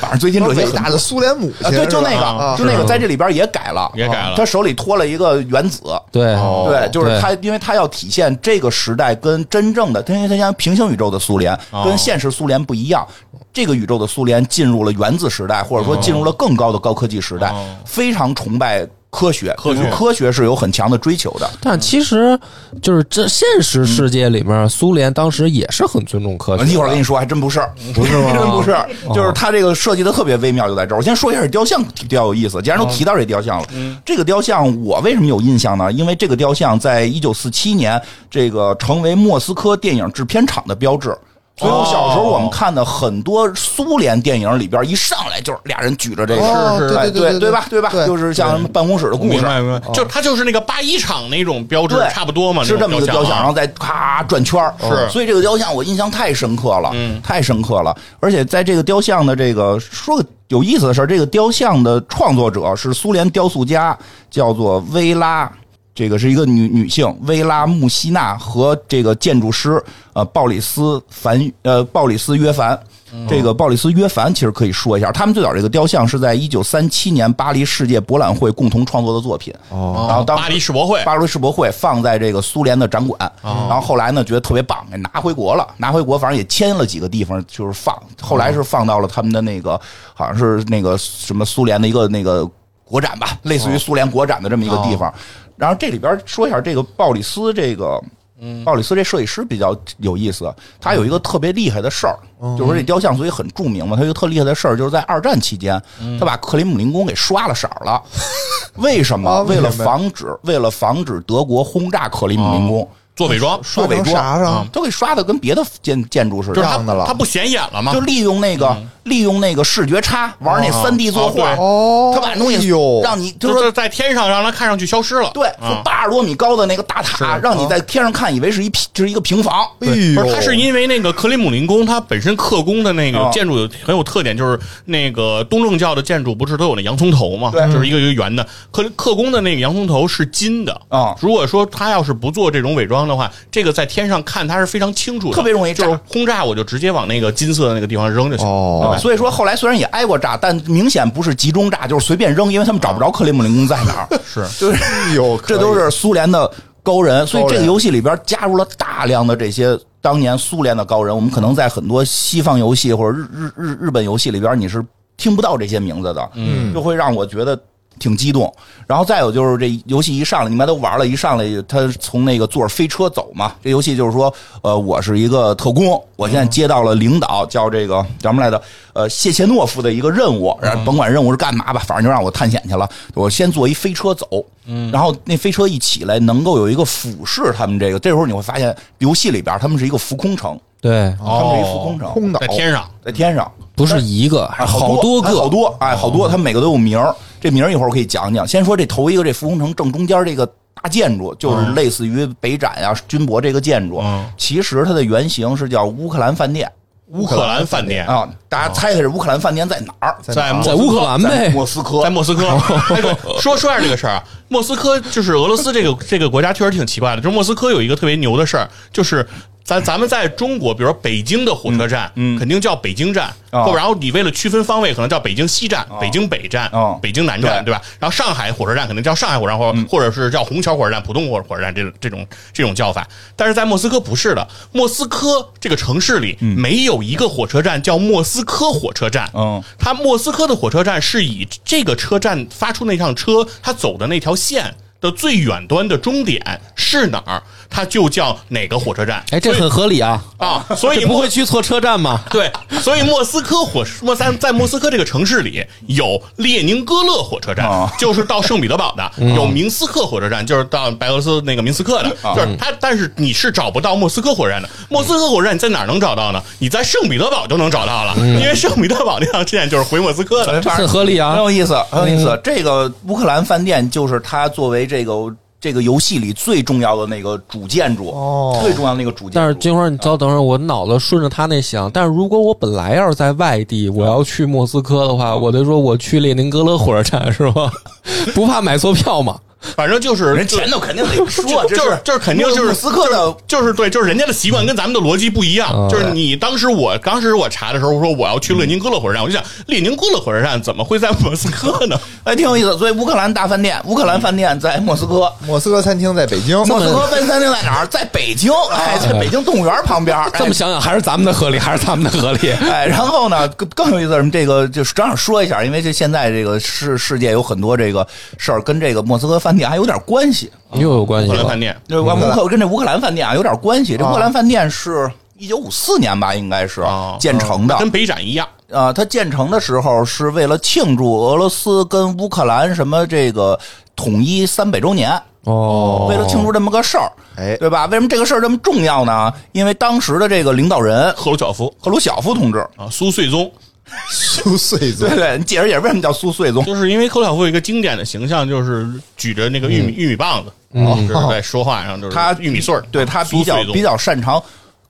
[SPEAKER 2] 反正最近这些
[SPEAKER 4] 伟
[SPEAKER 2] 很
[SPEAKER 4] 大的苏联母
[SPEAKER 2] 啊，
[SPEAKER 4] 亲，
[SPEAKER 2] 对，就是
[SPEAKER 4] 吧
[SPEAKER 2] 那
[SPEAKER 4] 啊
[SPEAKER 2] 个，就那个，在这里边也改了，
[SPEAKER 3] 也改了
[SPEAKER 2] 他手里托了一个原子，
[SPEAKER 1] 对，
[SPEAKER 3] 哦
[SPEAKER 2] 对，就是
[SPEAKER 1] 对
[SPEAKER 2] 他，因为他要体现这个时代跟真正的，因为他像平行宇宙的苏联
[SPEAKER 3] 哦
[SPEAKER 2] 跟现实苏联不一样，这个宇宙的苏联进入了原子时代，或者说进入了更高的高科技时代
[SPEAKER 3] 哦，
[SPEAKER 2] 非常崇拜科学，
[SPEAKER 3] 科学
[SPEAKER 2] 对科学是有很强的追求的。
[SPEAKER 1] 但其实就是这现实世界里面，苏联当时也是很尊重科学的。
[SPEAKER 2] 一会儿跟啊你说，还真不是，不是 真不是，就是它这个设计的特别微妙，就在这儿。我先说一下这雕像，比较有意思。既然都提到这雕像了，这个雕像我为什么有印象呢？因为这个雕像在一九四七年这个成为莫斯科电影制片厂的标志。所以，我小时候我们看的很多苏联电影里边，一上来就是俩人举着这个，
[SPEAKER 4] 哦是是
[SPEAKER 2] 哎
[SPEAKER 4] 对对
[SPEAKER 2] 对
[SPEAKER 4] 对对
[SPEAKER 2] 吧？对吧？
[SPEAKER 4] 对
[SPEAKER 2] 就是像什么办公室的故
[SPEAKER 3] 明
[SPEAKER 2] 事，嗯
[SPEAKER 3] 白明白，就他就是那个八一厂那种标志
[SPEAKER 2] 对，
[SPEAKER 3] 差不多嘛，
[SPEAKER 2] 是这么一个
[SPEAKER 3] 雕
[SPEAKER 2] 雕像，然后
[SPEAKER 3] 啊。
[SPEAKER 2] 再咔转圈儿
[SPEAKER 3] 是
[SPEAKER 2] 所以这个雕像我印象太深刻了，
[SPEAKER 3] 嗯
[SPEAKER 2] 太深刻了。而且在这个雕像的这个说个有意思的事儿，这个雕像的创作者是苏联雕塑家，叫做薇拉。这个是一个女女性，薇拉穆西娜和这个建筑师呃鲍里斯凡呃鲍里斯约凡，
[SPEAKER 3] 嗯
[SPEAKER 2] 这个鲍里斯约凡其实可以说一下，他们最早这个雕像是在一九三七年巴黎世界博览会共同创作的作品，
[SPEAKER 4] 哦
[SPEAKER 2] 然后当时
[SPEAKER 3] 巴黎世博会，哦
[SPEAKER 2] 巴黎世博会放在这个苏联的展馆，然后后来呢觉得特别棒，给拿回国了，拿回国反正也签了几个地方，就是放，后
[SPEAKER 3] 哦
[SPEAKER 2] 来是放到了他们的那个好像是那个什么苏联的一个那个国展吧，类
[SPEAKER 3] 哦
[SPEAKER 2] 似于苏联国展的这么一个地方。然后这里边说一下这个鲍里斯这个。
[SPEAKER 3] 嗯
[SPEAKER 2] 鲍里斯这设计师比较有意思，他有一个特别厉害的事儿，
[SPEAKER 3] 哦
[SPEAKER 2] 就是说这雕像所以很著名嘛。他有一个特厉害的事儿，就是在二战期间，
[SPEAKER 3] 嗯
[SPEAKER 2] 他把克里姆林宫给刷了色儿了。为什
[SPEAKER 4] 啊
[SPEAKER 2] 么？
[SPEAKER 4] 为
[SPEAKER 2] 为了
[SPEAKER 4] 什么呀
[SPEAKER 2] 防止为了防止德国轰炸克里姆林宫，
[SPEAKER 3] 做伪装，
[SPEAKER 2] 做伪
[SPEAKER 4] 哦刷成啥
[SPEAKER 2] 装，嗯
[SPEAKER 4] 上
[SPEAKER 2] 都给刷的跟别的建建筑似
[SPEAKER 3] 就是
[SPEAKER 2] 的。
[SPEAKER 3] 他
[SPEAKER 4] 样的了哦嗯
[SPEAKER 3] 他不显眼了吗？
[SPEAKER 2] 就利用那个利用那个视觉差玩那三 D 作画
[SPEAKER 3] 哦，
[SPEAKER 4] 哦，
[SPEAKER 2] 他把东
[SPEAKER 4] 哎
[SPEAKER 2] 西
[SPEAKER 4] 呦，嗯
[SPEAKER 2] 让你就
[SPEAKER 3] 就是是
[SPEAKER 2] 说
[SPEAKER 3] 在天上让他看上去消失了。
[SPEAKER 2] 对，
[SPEAKER 3] 啊
[SPEAKER 2] 八十多米高的那个大塔，让你在天上看以为是一平就是一个平房。
[SPEAKER 4] 哎呦
[SPEAKER 3] 不是，它是因为那个克里姆林宫，它本身刻工的那个
[SPEAKER 2] 哦
[SPEAKER 3] 建筑有很有特点，就是那个东正教的建筑不是都有那洋葱头嘛，
[SPEAKER 2] 对
[SPEAKER 3] 就是一个一个圆的。克刻工的那个洋葱头是金的
[SPEAKER 2] 哦
[SPEAKER 3] 如果说他要是不做这种伪装的话，这个在天上看它是非常清楚的，
[SPEAKER 2] 特别容易炸
[SPEAKER 3] 就是轰炸我就直接往那个金色的那个地方扔就行。
[SPEAKER 4] 哦
[SPEAKER 3] 对吧
[SPEAKER 2] 所以说后来虽然也挨过炸，但明显不是集中炸，就是随便扔，因为他们找不着克里姆林宫在 哪儿。
[SPEAKER 3] 是
[SPEAKER 2] 就是
[SPEAKER 4] 有
[SPEAKER 2] 这都是苏联的高人，所以这
[SPEAKER 4] 高
[SPEAKER 2] 个
[SPEAKER 4] 人
[SPEAKER 2] 游戏里边加入了大量的这些当年苏联的高人。我们可能在很多西方游戏或者日日日日本游戏里边，你是听不到这些名字的，嗯，就会让我觉得。挺激动，然后再有就是这游戏一上来，你们都玩了，一上来他从那个座儿飞车走嘛。这游戏就是说，呃，我是一个特工，我现在接到了领导叫这个叫什么来着？呃，谢切诺夫的一个任务，然后甭管任务是干嘛吧，反正就让我探险去了。我先坐一飞车走，然后那飞车一起来，能够有一个俯视他们这个。这时候你会发现，游戏里边他们是一个浮空城，
[SPEAKER 1] 对，
[SPEAKER 2] 他们是一浮空城，
[SPEAKER 4] 空岛
[SPEAKER 3] 在，天上，
[SPEAKER 2] 在天上，
[SPEAKER 1] 不是一个，
[SPEAKER 2] 哎
[SPEAKER 1] 好
[SPEAKER 2] 多哎
[SPEAKER 1] 个，
[SPEAKER 2] 好多，哎，好多，他们每个都有名儿。这名儿一会儿我可以讲讲。先说这头一个，这浮空城正中间这个大建筑，就是类似于北展啊、军博这个建筑
[SPEAKER 3] 嗯，
[SPEAKER 2] 其实它的原型是叫乌克兰饭店
[SPEAKER 3] 乌克兰饭店
[SPEAKER 2] 啊。大家猜猜这乌克兰饭店在哪儿？啊
[SPEAKER 3] 在莫斯
[SPEAKER 1] 在
[SPEAKER 3] 科
[SPEAKER 1] 乌克兰
[SPEAKER 2] 在
[SPEAKER 1] 呗，
[SPEAKER 2] 莫斯科哦
[SPEAKER 3] 在。莫斯 科。哎，对，说说下这个事儿啊，莫斯科就是俄罗斯这个这个国家确实挺奇怪的，就是莫斯科有一个特别牛的事儿，就是。咱咱们在中国，比如说北京的火车站，
[SPEAKER 2] 嗯嗯
[SPEAKER 3] 肯定叫北京站，
[SPEAKER 2] 啊
[SPEAKER 3] 或然后你为了区分方位，可能叫北京西站、北京北站、
[SPEAKER 2] 啊
[SPEAKER 3] 北京南站，
[SPEAKER 2] 哦对嗯
[SPEAKER 3] 对吧？然后上海火车站肯定叫上海火车站，或、或者是叫虹桥火车站、浦东火火车站这种这种这种叫法。但是在莫斯科不是的，莫斯科这个城市里没有一个火车站叫莫斯科火车站，
[SPEAKER 2] 嗯，
[SPEAKER 3] 它莫斯科的火车站是以这个车站发出那趟车，它走的那条线的最远端的终点是哪儿，它就叫哪个火车站。
[SPEAKER 1] 哎，这
[SPEAKER 3] 所以
[SPEAKER 1] 很合理啊，
[SPEAKER 3] 啊，所以
[SPEAKER 1] 这不
[SPEAKER 3] 莫
[SPEAKER 1] 会去错车站吗？
[SPEAKER 3] 对，所以莫斯科火莫三在莫斯科这个城市里有列宁格勒火车站
[SPEAKER 1] 哦
[SPEAKER 2] 啊，
[SPEAKER 3] 就是到圣彼得堡的；
[SPEAKER 1] 嗯
[SPEAKER 3] 有明斯克火车站，就是到白俄罗斯那个明斯克的。就是它，但是你是找不到莫斯科火车站的。莫斯科火车站你在哪儿能找到呢？你在圣彼得堡就能找到了，
[SPEAKER 1] 嗯
[SPEAKER 3] 因为圣彼得堡那趟线就是回莫斯科的。
[SPEAKER 1] 这很合理啊
[SPEAKER 2] 很，有意思，很有意思。这个乌克兰饭店就是它作为这个这个游戏里最重要的那个主建筑，
[SPEAKER 4] 哦
[SPEAKER 2] 最重要的那个主建筑。
[SPEAKER 1] 但是金花，你稍等会儿，我脑子顺着他那想。但是如果我本来要是在外地，我要去莫斯科的话，我就说我去列宁格勒火车站 是吧？不怕买错票吗？
[SPEAKER 3] 反正就是
[SPEAKER 2] 人前头肯定得说，
[SPEAKER 3] 就
[SPEAKER 2] 这
[SPEAKER 3] 是就是肯定就是
[SPEAKER 2] 莫斯科的
[SPEAKER 3] 就是对，就是人家的习
[SPEAKER 2] 嗯
[SPEAKER 3] 惯跟咱们的逻辑不一样。
[SPEAKER 1] 嗯
[SPEAKER 3] 就是你当时我当时我查的时候说我要
[SPEAKER 2] 嗯
[SPEAKER 3] 去列宁格勒火车站，我就想列宁格勒火车站怎么会在莫斯 科呢？
[SPEAKER 2] 哎，挺有意思。所以乌克兰大饭店，乌克兰饭店在莫斯科。
[SPEAKER 4] 莫斯科餐厅在北京，
[SPEAKER 2] 莫斯科饭店在哪儿？在北京，哎，在北京动物园旁边。哎
[SPEAKER 1] 啊 这么想想，还是咱们的合理，还是咱们的合理。
[SPEAKER 2] 哎，然后呢，更更有意思的是，这个就是正好说一下，因为这现在这个世世界有很多这个事儿跟这个莫斯科饭店还有点关系。
[SPEAKER 1] 又有关
[SPEAKER 3] 乌
[SPEAKER 1] 系
[SPEAKER 3] 克兰
[SPEAKER 1] 了
[SPEAKER 3] 饭。店
[SPEAKER 2] 就是我们乌克跟这乌克兰饭店啊有点关系。这乌克兰饭店是一九五四年吧，应该是
[SPEAKER 1] 哦
[SPEAKER 3] 啊
[SPEAKER 2] 建成的。
[SPEAKER 3] 跟北展一样，
[SPEAKER 2] 啊，它建成的时候是为了庆祝俄罗斯跟乌克兰什么这个统一三百周年。
[SPEAKER 1] 哦，
[SPEAKER 2] 为了庆祝这么个事儿，
[SPEAKER 4] 哎
[SPEAKER 2] 对吧？为什么这个事儿这么重要呢？因为当时的这个领导人
[SPEAKER 3] 赫鲁晓夫
[SPEAKER 2] 赫鲁晓夫同志，
[SPEAKER 3] 啊，苏穗宗，
[SPEAKER 4] 修碎
[SPEAKER 2] 对
[SPEAKER 4] 嘴，
[SPEAKER 2] 对，你解释解释为什么叫苏穗宗？
[SPEAKER 3] 就是因为赫鲁晓夫有一个经典的形象，就是举着那个玉米、玉米棒子，啊就是在说话上就
[SPEAKER 2] 嗯哦
[SPEAKER 3] 是
[SPEAKER 2] 他
[SPEAKER 3] 玉米穗儿，
[SPEAKER 2] 对他比较
[SPEAKER 3] 苏穗宗
[SPEAKER 2] 比较擅长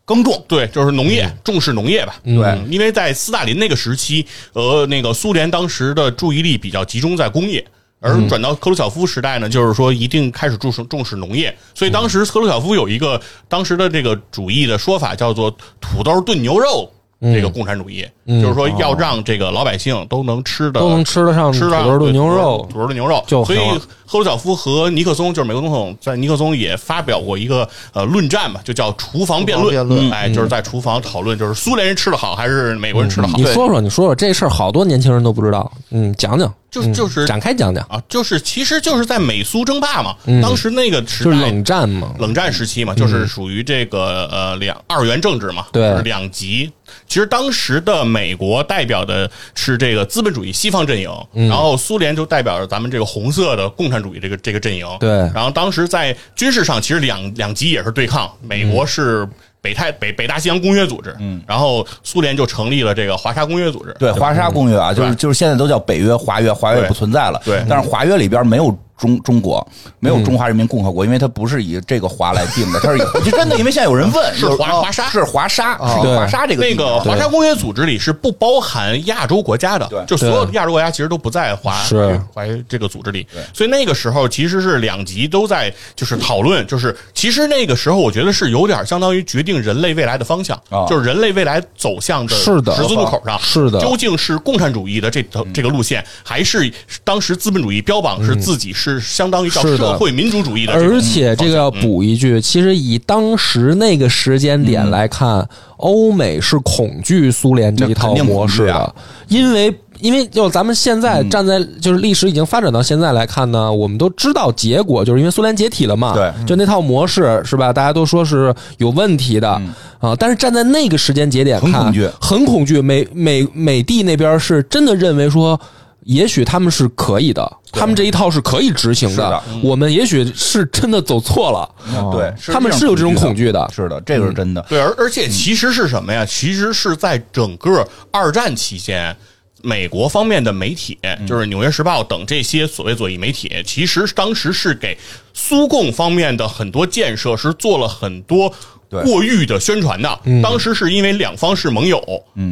[SPEAKER 2] 耕种，
[SPEAKER 3] 对，就是农业，重视农业吧。
[SPEAKER 1] 嗯
[SPEAKER 2] 对
[SPEAKER 3] 嗯，因为在斯大林那个时期，呃，那个苏联当时的注意力比较集中在工业，而转到赫鲁晓夫时代呢，就是说一定开始重视重视农业，所以当时赫鲁晓夫有一个当时的这个主义的说法叫做“土豆炖牛肉”。这个共产主义，就是说要让这个老百姓都能吃的，
[SPEAKER 1] 都能吃得上
[SPEAKER 3] 吃的
[SPEAKER 1] 土豆炖牛肉
[SPEAKER 3] 土豆炖牛肉。
[SPEAKER 1] 就
[SPEAKER 3] 所
[SPEAKER 1] 很
[SPEAKER 3] 以
[SPEAKER 1] 好
[SPEAKER 3] 赫鲁晓夫和尼克松，就是美国总统，在尼克松也发表过一个呃论战吧，就叫厨房辩
[SPEAKER 4] 厨房辩论
[SPEAKER 3] 哎，
[SPEAKER 1] 嗯
[SPEAKER 3] 就是在厨房讨论，就是苏联人吃的好还是美国人吃的好
[SPEAKER 1] 嗯你，说说，你说说这事儿，好多年轻人都不知道。嗯，讲讲，
[SPEAKER 3] 就是就是
[SPEAKER 1] 展开讲讲，
[SPEAKER 3] 啊，就是其实就是在美苏争霸嘛，当时那个时
[SPEAKER 1] 嗯就是
[SPEAKER 3] 代
[SPEAKER 1] 冷战嘛。
[SPEAKER 3] 冷战时期嘛，就是属于这个呃两二元政治嘛，
[SPEAKER 1] 嗯对
[SPEAKER 3] 就是两极。其实当时的美国代表的是这个资本主义西方阵营，
[SPEAKER 1] 嗯
[SPEAKER 3] 然后苏联就代表着咱们这个红色的共产主义这个这个阵营。
[SPEAKER 1] 对
[SPEAKER 3] 然后当时在军事上，其实两两极也是对抗，美
[SPEAKER 1] 嗯
[SPEAKER 3] 国是。北太北北大西洋公约组织，嗯，然后苏联就成立了这个华沙公约组织，
[SPEAKER 2] 对，华沙公约啊，就是
[SPEAKER 3] 对
[SPEAKER 2] 就是现在都叫北约、华约，华约也
[SPEAKER 3] 对
[SPEAKER 2] 不存在了。
[SPEAKER 3] 对
[SPEAKER 2] 但是华约里边没有中中国，没有中华人民共和国，因为它不是以这个华来定的，它是以就真的，因为现在有人问，
[SPEAKER 3] 是
[SPEAKER 2] 有
[SPEAKER 3] 华华沙
[SPEAKER 2] 是华沙，是以
[SPEAKER 1] 对
[SPEAKER 2] 华沙这个
[SPEAKER 3] 那
[SPEAKER 2] 地
[SPEAKER 3] 个
[SPEAKER 2] 名
[SPEAKER 3] 华沙公约组织里是不包含亚洲国家的，
[SPEAKER 2] 对
[SPEAKER 3] 就所有的亚洲国家其实都不在华
[SPEAKER 1] 是
[SPEAKER 3] 华这个组织里，所以那个时候其实是两极都在就是讨论，就是其实那个时候我觉得是有点相当于决定人类未来的方向，
[SPEAKER 2] 啊
[SPEAKER 3] 就是人类未来走向的
[SPEAKER 1] 是的
[SPEAKER 3] 十字路口上，
[SPEAKER 1] 是的
[SPEAKER 3] 究竟是共产主义的这
[SPEAKER 2] 嗯
[SPEAKER 3] 条这个路线，还是当时资本主义标榜是自己是相当于叫
[SPEAKER 1] 嗯是的
[SPEAKER 3] 社会民主主义的这种，
[SPEAKER 1] 而且这个要
[SPEAKER 2] 嗯
[SPEAKER 1] 补一句，其实以当时那个时间点来看，欧美是恐惧苏联这一套模式
[SPEAKER 2] 那肯定啊
[SPEAKER 1] 的，因为。因为就咱们现
[SPEAKER 2] 嗯
[SPEAKER 1] 在站在就是历史已经发展到现在来看呢，我们都知道结果，就是因为苏联解体了嘛，
[SPEAKER 2] 对，
[SPEAKER 1] 就那套模式是吧？大家都说是有问题的啊，但是站在那个时间节点看，
[SPEAKER 2] 嗯很恐惧
[SPEAKER 1] 很恐惧。美美美帝那边是真的认为说，也许他们是可以的，他们这一套是可以执行
[SPEAKER 2] 是的嗯
[SPEAKER 1] 我们也许是真的走错了，
[SPEAKER 2] 对，
[SPEAKER 1] 他们是有这种恐惧的
[SPEAKER 2] 是的，这个是真的。嗯
[SPEAKER 3] 对，而而且其实是什么呀？其实是在整个二战期间。美国方面的媒体，
[SPEAKER 2] 嗯
[SPEAKER 3] 就是《纽约时报》等这些所谓左翼媒体，其实当时是给苏共方面的很多建设是做了很多
[SPEAKER 2] 对嗯
[SPEAKER 3] 过誉的宣传的。当时是因为两方是盟友，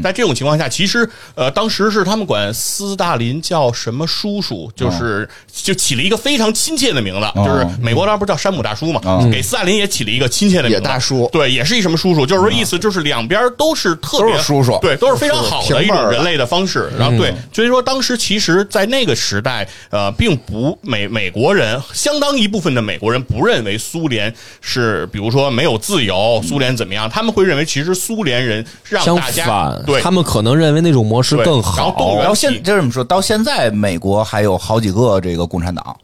[SPEAKER 3] 在这种情况下，其实呃，当时是他们管斯大林叫什么叔叔，
[SPEAKER 2] 哦
[SPEAKER 3] 就是就起了一个非常亲切的名字，就是
[SPEAKER 2] 嗯
[SPEAKER 3] 美国当时不是叫山姆大叔嘛，
[SPEAKER 2] 哦
[SPEAKER 3] 给斯大林也起了一个亲切的名字，
[SPEAKER 4] 也大叔
[SPEAKER 3] 对，也是一什么叔叔，就是说意思就是两边都是特别
[SPEAKER 2] 都是叔叔
[SPEAKER 3] 对，都是非常好的一
[SPEAKER 4] 平辈
[SPEAKER 3] 种
[SPEAKER 4] 儿的
[SPEAKER 3] 人类的方式。然后对，所以说当时其实，在那个时代，呃，并不美美国人相当一部分的美国人不认为苏联是比如说没有自由，苏联怎么样，他们会认为其实苏联人让
[SPEAKER 1] 相
[SPEAKER 3] 大家
[SPEAKER 1] 反，
[SPEAKER 3] 对
[SPEAKER 1] 他们可能认为那种模式
[SPEAKER 3] 对
[SPEAKER 1] 更
[SPEAKER 3] 然后动
[SPEAKER 1] 好
[SPEAKER 3] 员。
[SPEAKER 2] 然后现就这么说，到现在美国还有好几个这个共产党，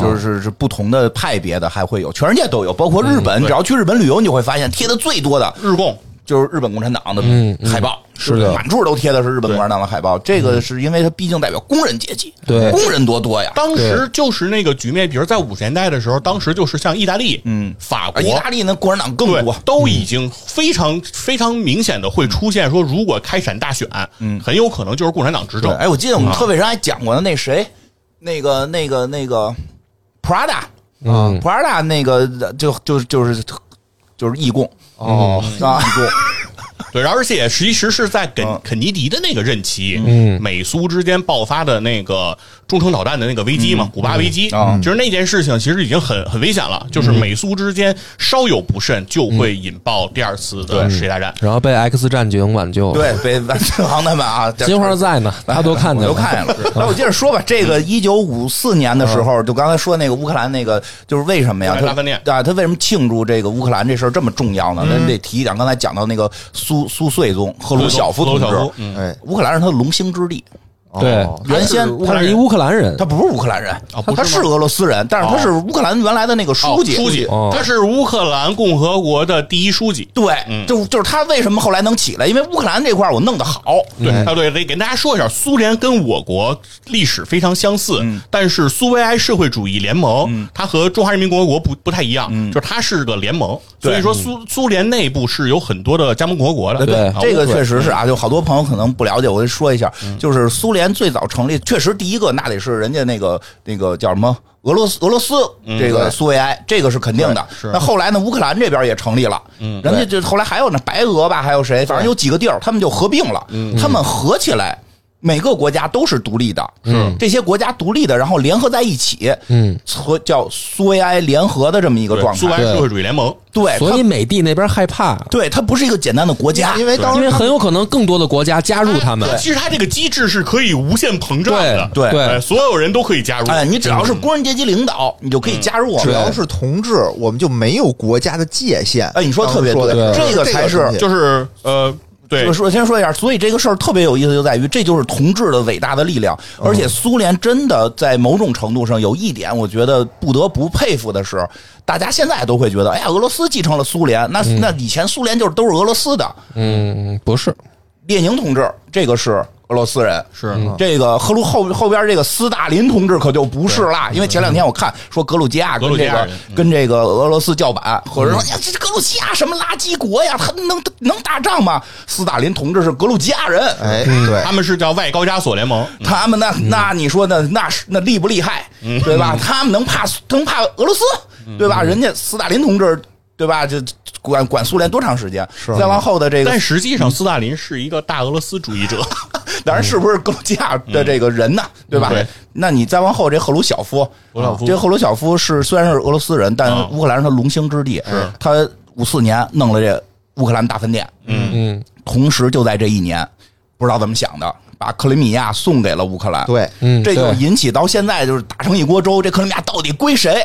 [SPEAKER 2] 就是是不同的派别的还会有，全世界都有，包括日本。你只要去日本旅游，你就会发现贴的最多的
[SPEAKER 3] 日共。
[SPEAKER 2] 就是日本共产党的海报，
[SPEAKER 1] 嗯是的嗯
[SPEAKER 2] 满处都贴的是日本共产党的海报。这个是因为它毕竟代表工人阶级，
[SPEAKER 1] 对
[SPEAKER 2] 工人多多呀。
[SPEAKER 3] 当时就是那个局面，比如在五十年代的时候，当时就是像意大利、嗯、法
[SPEAKER 2] 而
[SPEAKER 3] 国、
[SPEAKER 2] 啊意大利那共产党更
[SPEAKER 3] 对
[SPEAKER 2] 多，，
[SPEAKER 3] 都已经非常非常明显的会出现说，如果开展大选，嗯，很有可能就是共产党执
[SPEAKER 2] 对
[SPEAKER 3] 政。
[SPEAKER 2] 哎，我记得我们特委上还讲过呢，那谁，
[SPEAKER 1] 嗯
[SPEAKER 2] 那个那个那个 Prada
[SPEAKER 1] 嗯
[SPEAKER 2] 啊，Prada 那个就就就是就是义工
[SPEAKER 4] 哦，
[SPEAKER 2] 啊，
[SPEAKER 3] 对，然后而且其实是在肯
[SPEAKER 2] 嗯
[SPEAKER 3] 肯尼迪的那个任期，嗯，美苏之间爆发的那个中程导弹的那个危机嘛，古巴危机，
[SPEAKER 2] 啊嗯
[SPEAKER 3] 其实那件事情其实已经很很危险了，就是美苏之间稍有不慎就会引爆第二次的世界大战。
[SPEAKER 1] 然后被 X 战警挽救，，
[SPEAKER 2] 对，被万次郎他们啊，
[SPEAKER 1] 金花在呢，大家都看
[SPEAKER 2] 我
[SPEAKER 1] 见
[SPEAKER 2] 都看见了。
[SPEAKER 1] 嗯
[SPEAKER 2] 那我接着说吧，这个一九五四年的时候，就刚才说那个乌克兰那个，就是为什么呀？
[SPEAKER 3] 乌克兰
[SPEAKER 2] 他
[SPEAKER 3] 大饭店
[SPEAKER 2] 啊，他为什么庆祝这个乌克兰这事儿这么重要
[SPEAKER 1] 嗯
[SPEAKER 2] 呢？咱得提一点，刚才讲到那个苏苏穗宗赫鲁晓夫同
[SPEAKER 3] 赫鲁晓
[SPEAKER 2] 志
[SPEAKER 3] 夫，嗯
[SPEAKER 4] 哎，
[SPEAKER 2] 乌克兰是他的龙兴之地，
[SPEAKER 1] 对
[SPEAKER 4] 哦
[SPEAKER 2] 原先
[SPEAKER 1] 乌克
[SPEAKER 2] 他
[SPEAKER 1] 兰一乌克兰人
[SPEAKER 2] 他，不是乌克兰人
[SPEAKER 3] 啊不是吗
[SPEAKER 2] 他是俄罗斯人，但是他是乌克兰原来的那个
[SPEAKER 3] 哦
[SPEAKER 2] 书记，
[SPEAKER 3] 书记，
[SPEAKER 1] 哦
[SPEAKER 3] 他是乌克兰共和国的第一书记。
[SPEAKER 2] 对，就就是他为什么后来能起来？因为乌克兰这块儿我弄得好，
[SPEAKER 3] 对啊，对，得给大家说一下，苏联跟我国历史非常相似，
[SPEAKER 2] 嗯
[SPEAKER 3] 但是苏维埃社会主义联盟，它和中华人民共和国不不太一样，
[SPEAKER 2] 嗯
[SPEAKER 3] 就是它是个联盟，所以说苏苏联内部是有很多的加盟国国的。
[SPEAKER 1] 对
[SPEAKER 3] 啊
[SPEAKER 2] 呃这个确实是啊，就好多朋友可能不了解，我就说一下，就是苏联最早成立，确实第一个那得是人家那个那个叫什么俄罗斯俄罗斯这个苏维埃，这个是肯定的。那后来呢，乌克兰这边也成立了，人家就后来还有呢白俄吧，还有谁，反正有几个地儿他们就合并了，他们合起来。每个国家都是独立的，嗯，这些国家独立的，然后联合在一起，嗯，和叫苏维埃联合的这么一个
[SPEAKER 3] 对
[SPEAKER 2] 状
[SPEAKER 3] 苏维
[SPEAKER 2] 态，
[SPEAKER 3] 埃社会主义联盟，
[SPEAKER 2] 对，
[SPEAKER 1] 所以
[SPEAKER 2] 它
[SPEAKER 1] 美帝那边害怕，
[SPEAKER 2] 对它不是一个简单的国家，
[SPEAKER 4] 因为当
[SPEAKER 1] 因
[SPEAKER 4] 时
[SPEAKER 1] 为很有可能更多的国家加入他们，
[SPEAKER 3] 其实它这个机制是可以无限膨胀的
[SPEAKER 1] 对，
[SPEAKER 2] 对
[SPEAKER 3] 哎所有人都可以加入。嗯
[SPEAKER 2] 哎，你只要是工人阶级领导，你就可以加入我
[SPEAKER 4] 只
[SPEAKER 2] 们。
[SPEAKER 4] 要是同志，我们就没有国家的界限。
[SPEAKER 2] 哎，你说特别
[SPEAKER 4] 当时
[SPEAKER 2] 对
[SPEAKER 4] 的，
[SPEAKER 2] 这个才是
[SPEAKER 4] 东西
[SPEAKER 3] 就是呃，对
[SPEAKER 2] 我，说先说一下，所以这个事儿特别有意思，就在于这就是同志的伟大的力量，而且苏联真的在某种程度上有一点，我觉得不得不佩服的是，大家现在都会觉得，哎呀，俄罗斯继承了苏联，那、那以前苏联就是都是俄罗斯的，
[SPEAKER 1] 嗯，不是，
[SPEAKER 2] 列宁同志这个是俄罗斯人。
[SPEAKER 3] 是
[SPEAKER 2] 这个赫鲁后后边这个斯大林同志可就不是啦，因为前两天我看说格鲁吉亚跟
[SPEAKER 3] 格鲁吉
[SPEAKER 2] 这
[SPEAKER 3] 亚
[SPEAKER 2] 个
[SPEAKER 3] 人嗯
[SPEAKER 2] 跟这个俄罗斯叫板，或者说哎呀这格鲁吉亚什么垃圾国呀，他能能打仗吗？斯大林同志是格鲁吉亚人，
[SPEAKER 4] 哎，
[SPEAKER 2] 嗯
[SPEAKER 4] 对，
[SPEAKER 3] 他们是叫外高加索联盟，
[SPEAKER 2] 他们那那你说那那是那厉不厉害，对吧？他们能怕能怕俄罗斯，对吧？人家斯大林同志，对吧？这管管苏联多长时间？再往后的这个
[SPEAKER 3] 但实际上斯大林是一个大俄罗斯主义者，
[SPEAKER 2] 当然是不是格鲁吉亚的这个人呢？对吧？
[SPEAKER 3] 对
[SPEAKER 2] 那你再往后，这赫鲁晓夫，啊
[SPEAKER 3] 赫鲁晓夫
[SPEAKER 2] 这赫鲁晓夫是虽然是俄罗斯人，但
[SPEAKER 3] 啊
[SPEAKER 2] 乌克兰是他龙兴之地。他五四年弄了这乌克兰大分店，
[SPEAKER 1] 嗯，
[SPEAKER 2] 同时就在这一年，不知道怎么想的，把克里米亚送给了乌克兰。
[SPEAKER 4] 对
[SPEAKER 1] 嗯
[SPEAKER 2] 这就
[SPEAKER 1] 对
[SPEAKER 2] 引起到现在就是打成一锅粥，这克里米亚到底归谁？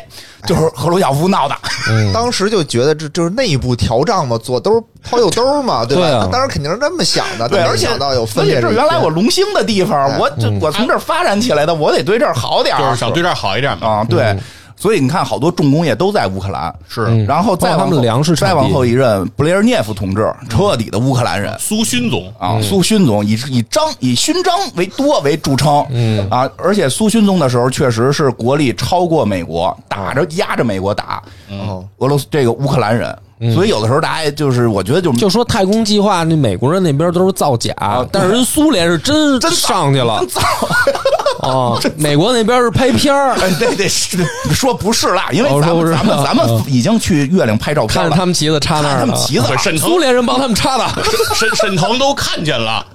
[SPEAKER 2] 就是赫鲁晓夫闹的。
[SPEAKER 1] 嗯
[SPEAKER 4] 当时就觉得这就是内部调账嘛，左兜掏右兜嘛，对吧？
[SPEAKER 1] 对啊
[SPEAKER 4] 他当时肯定是这么想的，
[SPEAKER 2] 对，
[SPEAKER 4] 但没
[SPEAKER 2] 而且
[SPEAKER 4] 想到有分
[SPEAKER 2] 而
[SPEAKER 4] 裂
[SPEAKER 2] 且
[SPEAKER 4] 这
[SPEAKER 2] 这
[SPEAKER 4] 一
[SPEAKER 2] 是
[SPEAKER 4] 天。
[SPEAKER 2] 原来我龙兴的地方，我
[SPEAKER 1] 嗯
[SPEAKER 2] 这我从这儿发展起来的，我得对这儿好点儿。
[SPEAKER 3] 就是想对这儿好一点嘛。
[SPEAKER 2] 嗯啊，对，所以你看，好多重工业都在乌克兰，
[SPEAKER 3] 是
[SPEAKER 2] 然后再
[SPEAKER 1] 嗯包括他
[SPEAKER 2] 往
[SPEAKER 1] 们
[SPEAKER 2] 后
[SPEAKER 1] 粮食产
[SPEAKER 2] 再
[SPEAKER 1] 地嗯
[SPEAKER 2] 往后一任，布列日涅夫同志彻底的乌克兰人
[SPEAKER 3] 苏勋总
[SPEAKER 2] 啊，苏勋总以以张以勋章为多为著称，嗯啊，而且苏勋宗的时候确实是国力超过美国，打着压着美国打，
[SPEAKER 1] 嗯
[SPEAKER 4] 哦，
[SPEAKER 2] 俄罗斯这个乌克兰人，所以有的时候大家就是我觉得就
[SPEAKER 1] 就说太空计划，那美国人那边都是造假，但是人苏联是真
[SPEAKER 2] 啊真造
[SPEAKER 1] 上去了
[SPEAKER 2] 真造，
[SPEAKER 1] 啊！美国那边是拍片儿，
[SPEAKER 2] 哎，对对，是说不是啦，因为
[SPEAKER 1] 哦
[SPEAKER 2] 咱
[SPEAKER 1] 说不
[SPEAKER 2] 们
[SPEAKER 1] 是
[SPEAKER 2] 咱们咱们已经去月亮拍照片
[SPEAKER 1] 看
[SPEAKER 2] 了，
[SPEAKER 1] 着他们旗子插那
[SPEAKER 2] 看
[SPEAKER 1] 儿
[SPEAKER 2] 他们
[SPEAKER 1] 了，
[SPEAKER 2] 旗子了，
[SPEAKER 3] 沈腾
[SPEAKER 1] 苏联人帮他们插的，
[SPEAKER 3] 沈沈沈腾都看见了，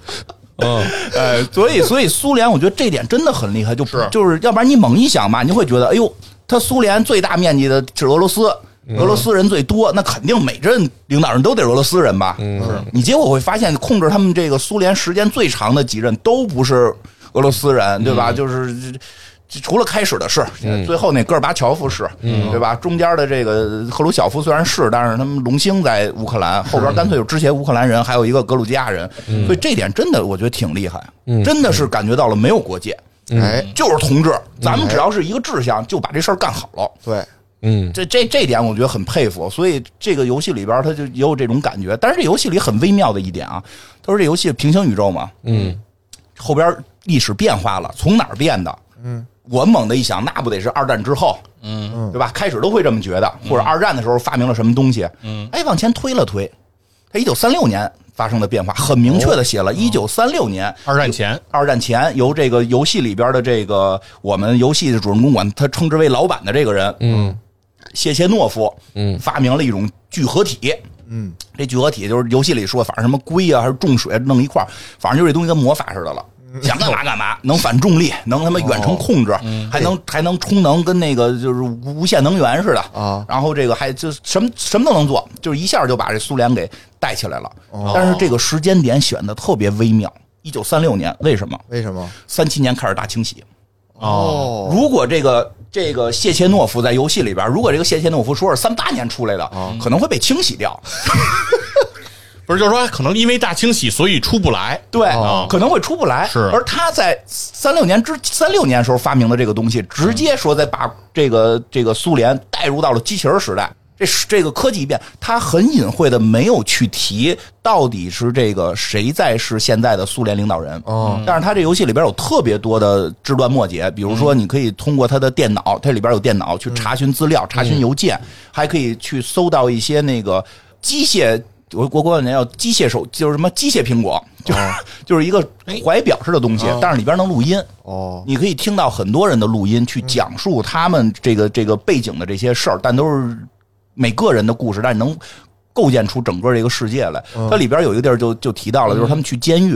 [SPEAKER 1] 嗯，
[SPEAKER 2] 呃，所以所以苏联，我觉得这点真的很厉害，就不
[SPEAKER 3] 是
[SPEAKER 2] 就是要不然你猛一想吧，你就会觉得，哎呦，他苏联最大面积的是俄罗斯。俄罗斯人最多，那肯定每任领导人都得俄罗斯人吧？嗯，你结果会发现，控制他们这个苏联时间最长的几任都不是俄罗斯人，对吧？就是这除了开始的是，最后那戈尔巴乔夫是，对吧？中间的这个赫鲁晓夫虽然是，但是他们龙兴在乌克兰，后边干脆就支协乌克兰人，还有一个格鲁吉亚人，所以这点真的我觉得挺厉害，真的是感觉到了没有国界，
[SPEAKER 4] 哎，
[SPEAKER 2] 就是同志，咱们只要是一个志向，就把这事儿干好了。
[SPEAKER 4] 对，
[SPEAKER 1] 嗯，
[SPEAKER 2] 这这这点我觉得很佩服，所以这个游戏里边他就也有这种感觉。但是这游戏里很微妙的一点啊，他说这游戏平行宇宙嘛，嗯，后边历史变化了，从哪儿变的？嗯，我猛的一想，那不得是二战之后，嗯，对吧？开始都会这么觉得，或者二战的时候发明了什么东西，嗯，哎，往前推了推，他一九三六年发生的变化，很明确的写了，一九三六年
[SPEAKER 3] 二战前
[SPEAKER 2] 二战前，由这个游戏里边的这个我们游戏的主人公管他称之为老板的这个人，嗯，谢切诺夫，嗯，发明了一种聚合体，嗯，这聚合体就是游戏里说，反正什么硅啊还是重水弄一块儿反正就是这东西跟魔法似的了。想干嘛干嘛， 能反重力，能他妈远程控制，还能还能充能，跟那个就是无限能源似的
[SPEAKER 4] 啊
[SPEAKER 2] 然后这个还就什么什么都能做，就是一下就把这苏联给带起来了。但是这个时间点选的特别微妙，一九三六年，为什么？
[SPEAKER 4] 为什么？
[SPEAKER 2] 三七年开始大清洗。
[SPEAKER 3] 哦，
[SPEAKER 2] 如果这个这个谢切诺夫在游戏里边，如果这个谢切诺夫说是三八年出来的，可能会被清洗掉。
[SPEAKER 3] 不是，就是说可能因为大清洗，所以出不来。
[SPEAKER 2] 对，
[SPEAKER 3] 哦
[SPEAKER 2] 可能会出不来。
[SPEAKER 3] 是
[SPEAKER 2] 而他在三六年之三六年时候发明的这个东西，直接说在把这个这个苏联带入到了机器人时代。这是这个科技一变，他很隐晦的没有去提到底是这个谁在是现在的苏联领导人。
[SPEAKER 4] 哦，
[SPEAKER 2] 但是他这游戏里边有特别多的枝段末节，比如说
[SPEAKER 3] 嗯
[SPEAKER 2] 你可以通过他的电脑，它里边有电脑去查询资料、
[SPEAKER 3] 嗯
[SPEAKER 2] 查询邮件，还可以去搜到一些那个机械。我我过两年叫机械手，就是什么机械苹果，就是、 就是一个怀表似的东西，但是里边能录音，
[SPEAKER 4] 哦，
[SPEAKER 2] 你可以听到很多人的录音去讲述他们这个这个背景的这些事儿，但都是每个人的故事，但能构建出整个这个世界来。它里边有一个地儿就就提到了，就是他们去监狱，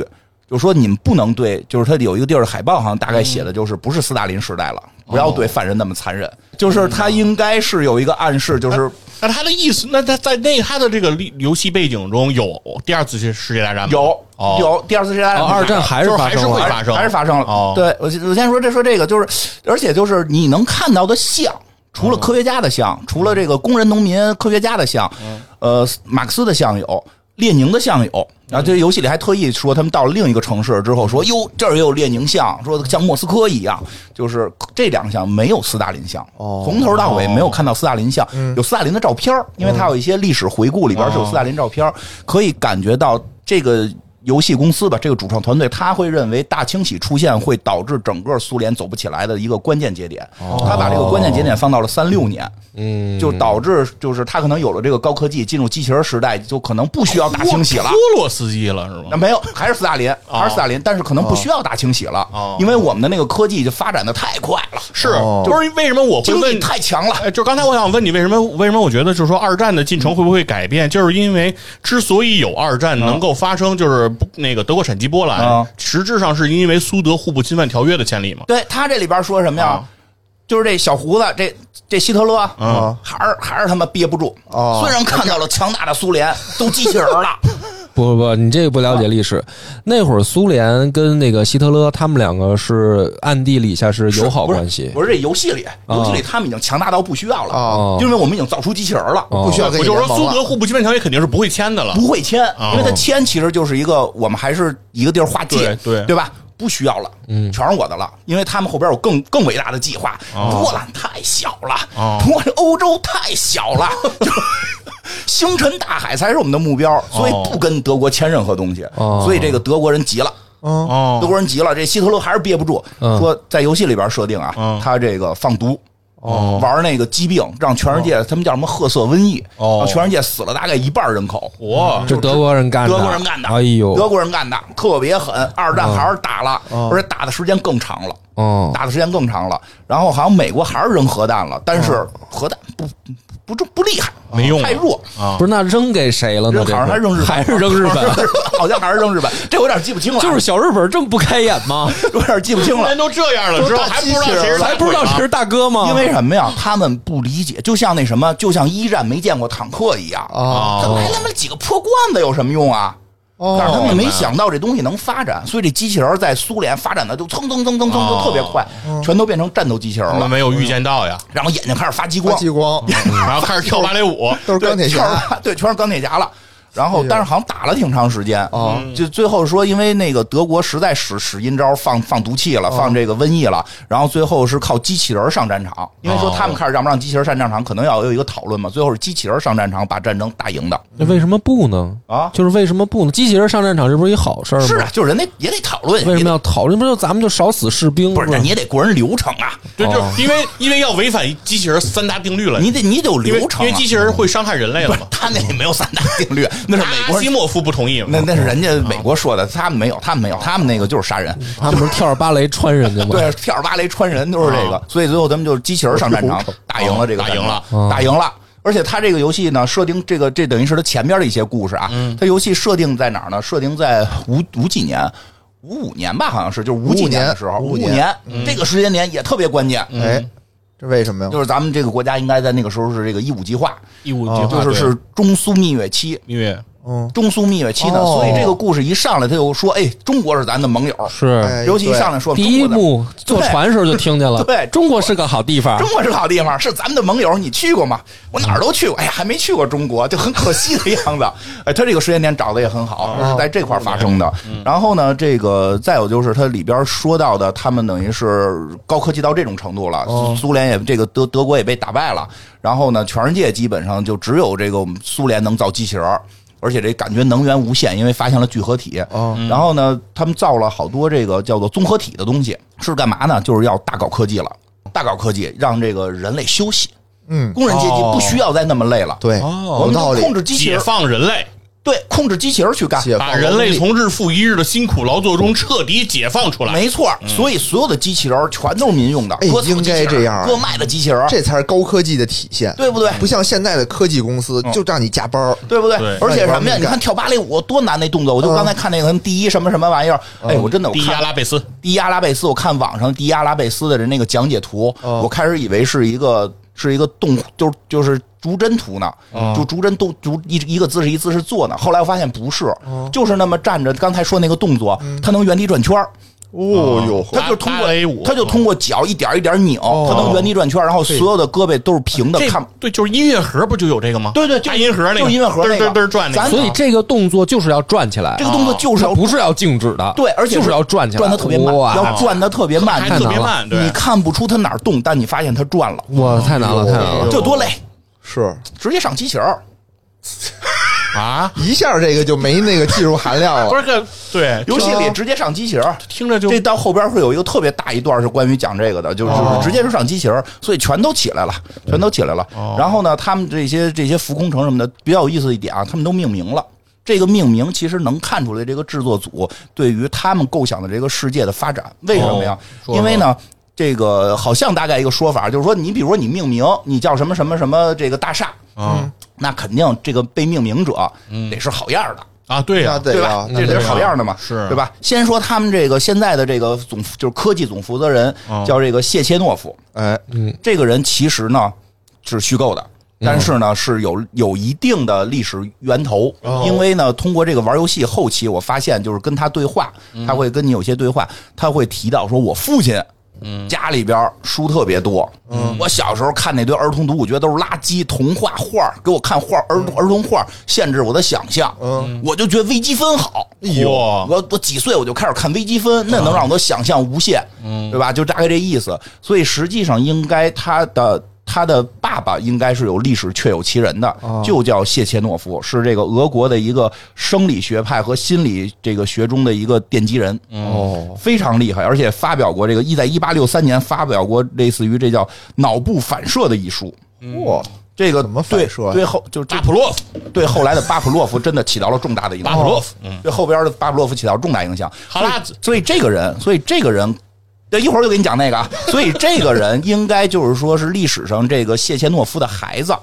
[SPEAKER 2] 就是说你们不能对，就是它有一个地儿海报好像大概写的就是不是斯大林时代了，不要对犯人那么残忍，就是他应该是有一个暗示，就是
[SPEAKER 3] 那他的意思，那他在那他的这个历游戏背景中有第二次世界大战吗？
[SPEAKER 2] 有
[SPEAKER 3] 哦
[SPEAKER 2] 有第二次世界大战
[SPEAKER 1] 哦二战还是
[SPEAKER 3] 就是
[SPEAKER 1] 发
[SPEAKER 3] 还是
[SPEAKER 1] 生
[SPEAKER 3] 会
[SPEAKER 1] 了
[SPEAKER 3] 发生，
[SPEAKER 2] 还是发生了。
[SPEAKER 3] 哦
[SPEAKER 2] 对我先我先说这说这个，就是而且就是你能看到的像，除
[SPEAKER 3] 哦
[SPEAKER 2] 了科学家的像，除了这个工人、农民、科学家的像，
[SPEAKER 3] 嗯
[SPEAKER 2] 呃，马克思的像有。列宁的像有，然后这游戏里还特意说他们到了另一个城市之后说，哟，这儿也有列宁像，说像莫斯科一样，就是这两项没有斯大林像，
[SPEAKER 4] 哦
[SPEAKER 2] 从头到尾没有看到斯大林像，有斯大林的照片儿，因为他有一些历史回顾里边是有斯大林照片儿，可以感觉到这个游戏公司吧，这个主创团队，他会认为大清洗出现会导致整个苏联走不起来的一个关键节点。他把这个关键节点放到了三六年，嗯，就导致就是他可能有了这个高科技，进入机器人时代，就可能不需要大清洗了
[SPEAKER 3] 波。洛斯基了是
[SPEAKER 2] 那
[SPEAKER 3] 吗？
[SPEAKER 2] 没有，还是斯大林，还是斯大林，但是可能不需要大清洗了，因为我们的那个科技就发展的太快了，
[SPEAKER 3] 是，
[SPEAKER 4] 哦
[SPEAKER 3] 就是为什么我会
[SPEAKER 2] 经济
[SPEAKER 3] 问
[SPEAKER 2] 太强了。
[SPEAKER 3] 哎，就刚才我想问你，为什么为什么我觉得就是说二战的进程会不会改变，就是因为之所以有二
[SPEAKER 1] 嗯
[SPEAKER 3] 战能够发生，就是不那个德国闪击波兰
[SPEAKER 2] 啊，
[SPEAKER 3] 实质上是因为苏德互不侵犯条约的建立嘛。
[SPEAKER 2] 对他这里边说什么呀？
[SPEAKER 3] 啊
[SPEAKER 2] 就是这小胡子，这这希特勒，
[SPEAKER 3] 嗯
[SPEAKER 2] 还是还是他妈憋不住。
[SPEAKER 4] 哦
[SPEAKER 2] 虽然看到了强大的苏联，都机器人了，
[SPEAKER 1] 不不不，你这个不了解历史。那会儿苏联跟那个希特勒，他们两个是暗地里下是友好关系。
[SPEAKER 2] 不是这游戏里，游戏里他们已经强大到不需要了，
[SPEAKER 4] 哦
[SPEAKER 2] 因为我们已经造出机器人了，
[SPEAKER 1] 哦
[SPEAKER 4] 不需要给
[SPEAKER 3] 我
[SPEAKER 4] 你
[SPEAKER 3] 就
[SPEAKER 4] 联
[SPEAKER 3] 说，
[SPEAKER 4] 盟
[SPEAKER 3] 苏
[SPEAKER 4] 了
[SPEAKER 3] 德互不侵犯条约肯定是不会签的了。
[SPEAKER 2] 不会签，
[SPEAKER 3] 哦
[SPEAKER 2] 因为他签其实就是一个我们还是一个地儿划界，
[SPEAKER 3] 对嗯对
[SPEAKER 2] 对吧？不需要了，全是我的了，因为他们后边有更更伟大的计划。波兰太小了，
[SPEAKER 3] 哦
[SPEAKER 2] 波兰欧洲太小 了，就是星辰大海才是我们的目标，所以
[SPEAKER 3] 哦
[SPEAKER 2] 不跟德国签任何东西。
[SPEAKER 1] 哦
[SPEAKER 2] 所以这个德国人急了。
[SPEAKER 4] 嗯，
[SPEAKER 3] 哦
[SPEAKER 2] 德国人急了，这希特勒还是憋不住，
[SPEAKER 1] 嗯
[SPEAKER 2] 说在游戏里边设定啊，
[SPEAKER 3] 嗯
[SPEAKER 2] 他这个放毒。
[SPEAKER 3] 哦
[SPEAKER 2] 玩那个疾病，让全世界、他们叫什么褐色瘟疫，
[SPEAKER 3] 哦
[SPEAKER 2] 让全世界死了大概一半人口。
[SPEAKER 3] 我
[SPEAKER 1] 这德国人干的，
[SPEAKER 2] 德国人干的，
[SPEAKER 1] 哎呦，哦
[SPEAKER 2] 德国人干的特别狠。二战还是打了，而且打的时间更长了，
[SPEAKER 1] 嗯，
[SPEAKER 2] 打的时间更长了。然后好像美国还是扔核弹了，但
[SPEAKER 1] 哦
[SPEAKER 2] 是核弹不不不不厉害，
[SPEAKER 3] 没用啊
[SPEAKER 2] 太弱。
[SPEAKER 3] 啊
[SPEAKER 1] 不，是那扔给谁了呢？
[SPEAKER 2] 扔
[SPEAKER 1] 这
[SPEAKER 2] 好像还扔日本，
[SPEAKER 1] 还是扔日本，
[SPEAKER 2] 好像还是扔日本，这我有点记不清了，啊
[SPEAKER 1] 就是小日本这么不开眼吗？
[SPEAKER 2] 有点记不清
[SPEAKER 3] 苏
[SPEAKER 2] 了
[SPEAKER 3] 联。都这样了
[SPEAKER 4] 都
[SPEAKER 3] 之后，
[SPEAKER 4] 大
[SPEAKER 3] 还不
[SPEAKER 4] 机
[SPEAKER 3] 知道
[SPEAKER 4] 器
[SPEAKER 3] 谁
[SPEAKER 4] 人
[SPEAKER 3] 是
[SPEAKER 4] 了
[SPEAKER 3] 大
[SPEAKER 1] 还不知道
[SPEAKER 3] 腿吗
[SPEAKER 1] 谁是大哥吗？
[SPEAKER 2] 因为什么呀？他们不理解，就像那什么，就像一战没见过坦克一样
[SPEAKER 4] 哦
[SPEAKER 2] 怎么还他妈几个破罐子有什么用啊？
[SPEAKER 1] 哦
[SPEAKER 2] 但是他们没想到这东西能发展，所以这机器人儿在苏联发展的就蹭蹭蹭蹭蹭
[SPEAKER 1] 哦
[SPEAKER 2] 就特别快，
[SPEAKER 4] 嗯
[SPEAKER 2] 全都变成战斗机器人
[SPEAKER 3] 我们
[SPEAKER 2] 了。
[SPEAKER 3] 没有预见到呀，
[SPEAKER 2] 然后眼睛开始发激
[SPEAKER 4] 发
[SPEAKER 2] 光，
[SPEAKER 4] 激光
[SPEAKER 3] 然后开始跳芭蕾舞。
[SPEAKER 4] 都是
[SPEAKER 2] 对啊
[SPEAKER 4] 钢铁
[SPEAKER 2] 全
[SPEAKER 4] 侠哎
[SPEAKER 2] 是对，全是钢铁侠了。然后，但是好像打了挺长时间嗯
[SPEAKER 4] 哦
[SPEAKER 2] 就最后说，因为那个德国实在使使阴招放放毒
[SPEAKER 4] 哦
[SPEAKER 2] 气了，放这个瘟疫了，然后最后是靠机器人儿上战场，因为
[SPEAKER 1] 哦
[SPEAKER 2] 说他们开始让不让机器人儿上战场，可能要有一个讨论嘛。最后是机器人儿上战场把战争打赢的
[SPEAKER 1] 那为什么不呢？
[SPEAKER 2] 啊，
[SPEAKER 1] 就是为什么不呢？机器人上战场这不是一好事儿吗？
[SPEAKER 2] 是啊，就是人家也得讨论，
[SPEAKER 1] 为
[SPEAKER 2] 也
[SPEAKER 1] 什么嗯
[SPEAKER 2] 得
[SPEAKER 1] 要讨论？不就咱们就少死士兵？
[SPEAKER 2] 不是，
[SPEAKER 1] 吗
[SPEAKER 2] 那你也得过人流程啊，
[SPEAKER 3] 对，就
[SPEAKER 1] 哦
[SPEAKER 3] 是因为因为要违反机器人三大定律了，
[SPEAKER 2] 你得你得有
[SPEAKER 3] 因为
[SPEAKER 2] 流程、啊
[SPEAKER 3] 因为机器人会伤害人类了嘛。
[SPEAKER 2] 他那里没有三大定律，那是美
[SPEAKER 3] 阿
[SPEAKER 2] 国
[SPEAKER 3] 西
[SPEAKER 2] 人，
[SPEAKER 3] 莫夫不同意嘛，
[SPEAKER 2] 那那是人家美国说的，他们没有，他们没有，他嗯们那个就是杀人，
[SPEAKER 1] 他们不是跳着芭蕾穿人家吗？
[SPEAKER 2] 对，跳着芭蕾穿人都是这个，所以最后咱们就是机器人上战场，啊哦打赢了这个
[SPEAKER 3] 打
[SPEAKER 2] 战
[SPEAKER 3] 赢
[SPEAKER 2] 场
[SPEAKER 3] 了，
[SPEAKER 2] 打赢了。而且它这个游戏呢，设定这个这等于是它前边的一些故事啊。它游戏设定在哪儿呢？设定在五五几年，五五年吧，好像是，就是五几
[SPEAKER 4] 55
[SPEAKER 2] 年
[SPEAKER 4] 年
[SPEAKER 2] 的时候，五
[SPEAKER 4] 55
[SPEAKER 2] 五
[SPEAKER 4] 年
[SPEAKER 2] 年这个时间点也特别关键。
[SPEAKER 4] 哎，这为什么呀
[SPEAKER 2] 就？是咱们这个国家应该在那个时候是这个一五计划，
[SPEAKER 3] 义务
[SPEAKER 4] 哦
[SPEAKER 2] 就是是中苏蜜月期，
[SPEAKER 3] 因为
[SPEAKER 4] 嗯，
[SPEAKER 2] 中苏蜜月期呢，
[SPEAKER 4] 哦
[SPEAKER 2] 所以这个故事一上来他就说，哎，中国是咱的盟友，
[SPEAKER 1] 是
[SPEAKER 4] 哎
[SPEAKER 2] 尤其一
[SPEAKER 4] 对
[SPEAKER 2] 上来说
[SPEAKER 1] 第一
[SPEAKER 2] 中国
[SPEAKER 1] 幕坐船时候就听见了，
[SPEAKER 2] 对对
[SPEAKER 1] 中国是个好地方
[SPEAKER 2] 的。中国是好地方，是咱们的盟友，你去过吗？我哪儿都去过，哎呀，还没去过中国，就很可惜的样子。 哎，他这个时间点找的也很好，是在这块儿发生的。然后呢，这个再有就是它里边说到的，他们等于是高科技到这种程度了，苏苏联也这个德德国也被打败了，然后呢，全世界基本上就只有这个我们苏联能造机器人儿。而且这感觉能源无限，因为发现了聚合体。
[SPEAKER 4] 哦
[SPEAKER 2] 然后呢，他们造了好多这个叫做综合体的东西，是干嘛呢？就是要大搞科技了，大搞科技，让这个人类休息，
[SPEAKER 4] 嗯，哦
[SPEAKER 2] 工人阶级
[SPEAKER 3] 哦
[SPEAKER 2] 不需要再那么累了。
[SPEAKER 4] 对，
[SPEAKER 2] 哦我
[SPEAKER 4] 有
[SPEAKER 2] 们
[SPEAKER 4] 道
[SPEAKER 2] 能
[SPEAKER 4] 理。
[SPEAKER 2] 控制机器
[SPEAKER 3] 解
[SPEAKER 2] 人，
[SPEAKER 3] 放人类，
[SPEAKER 2] 对，控制机器人去干。
[SPEAKER 4] 解
[SPEAKER 3] 把
[SPEAKER 4] 放
[SPEAKER 3] 人类
[SPEAKER 4] 奴隶
[SPEAKER 3] 从日复一日的辛苦劳作中彻底解放出来。嗯
[SPEAKER 2] 没错，所以所有的机器人全都是民用的，
[SPEAKER 4] 哎
[SPEAKER 2] 割草机器人
[SPEAKER 4] 应该这样啊
[SPEAKER 2] 割麦的机器人，
[SPEAKER 4] 这才是高科技的体现，
[SPEAKER 2] 对不嗯对
[SPEAKER 4] 不像现在的科技公司就让你加班儿，
[SPEAKER 2] 对不对
[SPEAKER 3] 对？
[SPEAKER 2] 而且什么呀？
[SPEAKER 4] 那你玩命干
[SPEAKER 2] 你看跳芭蕾舞多难那动作，我就
[SPEAKER 4] 嗯
[SPEAKER 2] 刚才看那个什么第一什么什么玩意儿，哎，我真的我
[SPEAKER 3] 第一
[SPEAKER 2] 看
[SPEAKER 3] 阿拉贝斯，
[SPEAKER 2] 第一阿拉贝斯，我看网上第一阿拉贝斯的人那个讲解图，
[SPEAKER 4] 哦
[SPEAKER 2] 我开始以为是一个是一个动，就是就是逐帧图呢，就逐帧动逐一一个姿势一姿势做呢。后来我发现不是，就是那么站着，刚才说那个动作，他能原地转圈儿
[SPEAKER 4] 哦哟，
[SPEAKER 2] 他就通
[SPEAKER 3] 芭蕾舞
[SPEAKER 2] 过他就通过脚一点一点拧，他能原地转圈儿，然后所有的胳膊都是平的，
[SPEAKER 3] 这
[SPEAKER 1] 哦
[SPEAKER 2] 看。
[SPEAKER 3] 对，就是音乐盒不就有这个吗？
[SPEAKER 2] 对对，
[SPEAKER 3] 大
[SPEAKER 2] 就
[SPEAKER 3] 音盒那个，
[SPEAKER 2] 就是音乐盒那
[SPEAKER 3] 嘚
[SPEAKER 2] 个
[SPEAKER 3] 儿嘚儿嘚儿转那
[SPEAKER 2] 咱
[SPEAKER 3] 个。
[SPEAKER 1] 所以这个动作就是要转起来，
[SPEAKER 2] 这个动作就是要
[SPEAKER 1] 它不是要静止的，
[SPEAKER 2] 对，而且
[SPEAKER 1] 就是要转起来，
[SPEAKER 2] 转的特别慢，
[SPEAKER 1] 哇
[SPEAKER 2] 要转的特别慢，
[SPEAKER 3] 还
[SPEAKER 1] 太
[SPEAKER 3] 特
[SPEAKER 1] 难
[SPEAKER 3] 别
[SPEAKER 1] 了
[SPEAKER 3] 慢，对
[SPEAKER 2] 你，看不出他哪儿动，但你发现他转
[SPEAKER 4] 哦
[SPEAKER 2] 了，
[SPEAKER 4] 哎
[SPEAKER 1] 哇，太难了，太难了。
[SPEAKER 2] 这多累！
[SPEAKER 4] 是
[SPEAKER 2] 直接上机器人儿，
[SPEAKER 3] 啊，
[SPEAKER 4] 一下这个就没那个技术含 量了。
[SPEAKER 3] 不是个对，
[SPEAKER 2] 游戏里直接上机器人儿，
[SPEAKER 3] 听着就
[SPEAKER 2] 这到后边会有一个特别大一段是关于讲这个
[SPEAKER 1] 哦
[SPEAKER 2] 的，就是直接就上机器人儿，所以全都起来了，
[SPEAKER 1] 嗯
[SPEAKER 2] 全都起来了。
[SPEAKER 1] 哦
[SPEAKER 2] 然后呢，他们这些这些浮空城什么的，比较有意思一点啊，他们都命名了。这个命名其实能看出来，这个制作组对于他们构想的这个世界的发展，为什么呀？
[SPEAKER 1] 哦说说
[SPEAKER 2] 因为呢，这个好像大概一个说法，就是说，你比如说你命名，你叫什么什么什么这个大厦，
[SPEAKER 1] 嗯
[SPEAKER 3] 啊
[SPEAKER 2] 那肯定这个被命名者得是好样儿
[SPEAKER 1] 嗯
[SPEAKER 2] 的，
[SPEAKER 3] 啊，对
[SPEAKER 4] 那
[SPEAKER 3] 呀，
[SPEAKER 4] 得
[SPEAKER 2] 对
[SPEAKER 4] 啊
[SPEAKER 2] 吧？，
[SPEAKER 4] 那
[SPEAKER 2] 这
[SPEAKER 4] 得
[SPEAKER 2] 得
[SPEAKER 4] 啊
[SPEAKER 2] 是好样的嘛，
[SPEAKER 3] 是
[SPEAKER 2] 对吧？先说他们这个现在的这个总就是科技总负责人
[SPEAKER 3] 哦
[SPEAKER 2] 叫这个谢切诺夫，
[SPEAKER 4] 哎，
[SPEAKER 2] 这个人其实呢是虚构的。但是呢，是有有一定的历史源头，因为呢，通过这个玩游戏后期，我发现就是跟他对话，他会跟你有些对话，他会提到说，我父亲家里边书特别多，我小时候看那堆儿童读物，觉得都是垃圾童话画儿，给我看画儿儿童儿童画儿，限制我的想象，我就觉得微积分好，
[SPEAKER 3] 哇，
[SPEAKER 2] 我我几岁我就开始看微积分，那能让我想象无限，
[SPEAKER 3] 嗯
[SPEAKER 2] 对吧？就大概这意思。所以实际上应该他的他的爸爸应该是有历史确有其人的，
[SPEAKER 4] 哦
[SPEAKER 2] 就叫谢切诺夫，是这个俄国的一个生理学派和心理这个学中的一个奠基人。
[SPEAKER 3] 嗯
[SPEAKER 4] 哦，
[SPEAKER 2] 非常厉害，而且发表过这个一在一八六三年发表过类似于这叫脑部反射的一书，
[SPEAKER 4] 哇，
[SPEAKER 2] 嗯这个
[SPEAKER 4] 怎么反
[SPEAKER 2] 对
[SPEAKER 4] 射呀
[SPEAKER 2] 对后就是这
[SPEAKER 3] 巴甫洛夫，
[SPEAKER 2] 对后来的巴甫洛夫真的起到了重大的影响。
[SPEAKER 3] 巴甫洛夫，嗯，
[SPEAKER 2] 对后边的巴甫洛夫起到重大影响。
[SPEAKER 3] 哈拉子
[SPEAKER 2] 所以这个人，所以这个人，对，一会儿就给你讲那个啊。所以这个人应该就是说是历史上这个谢切诺夫的孩子，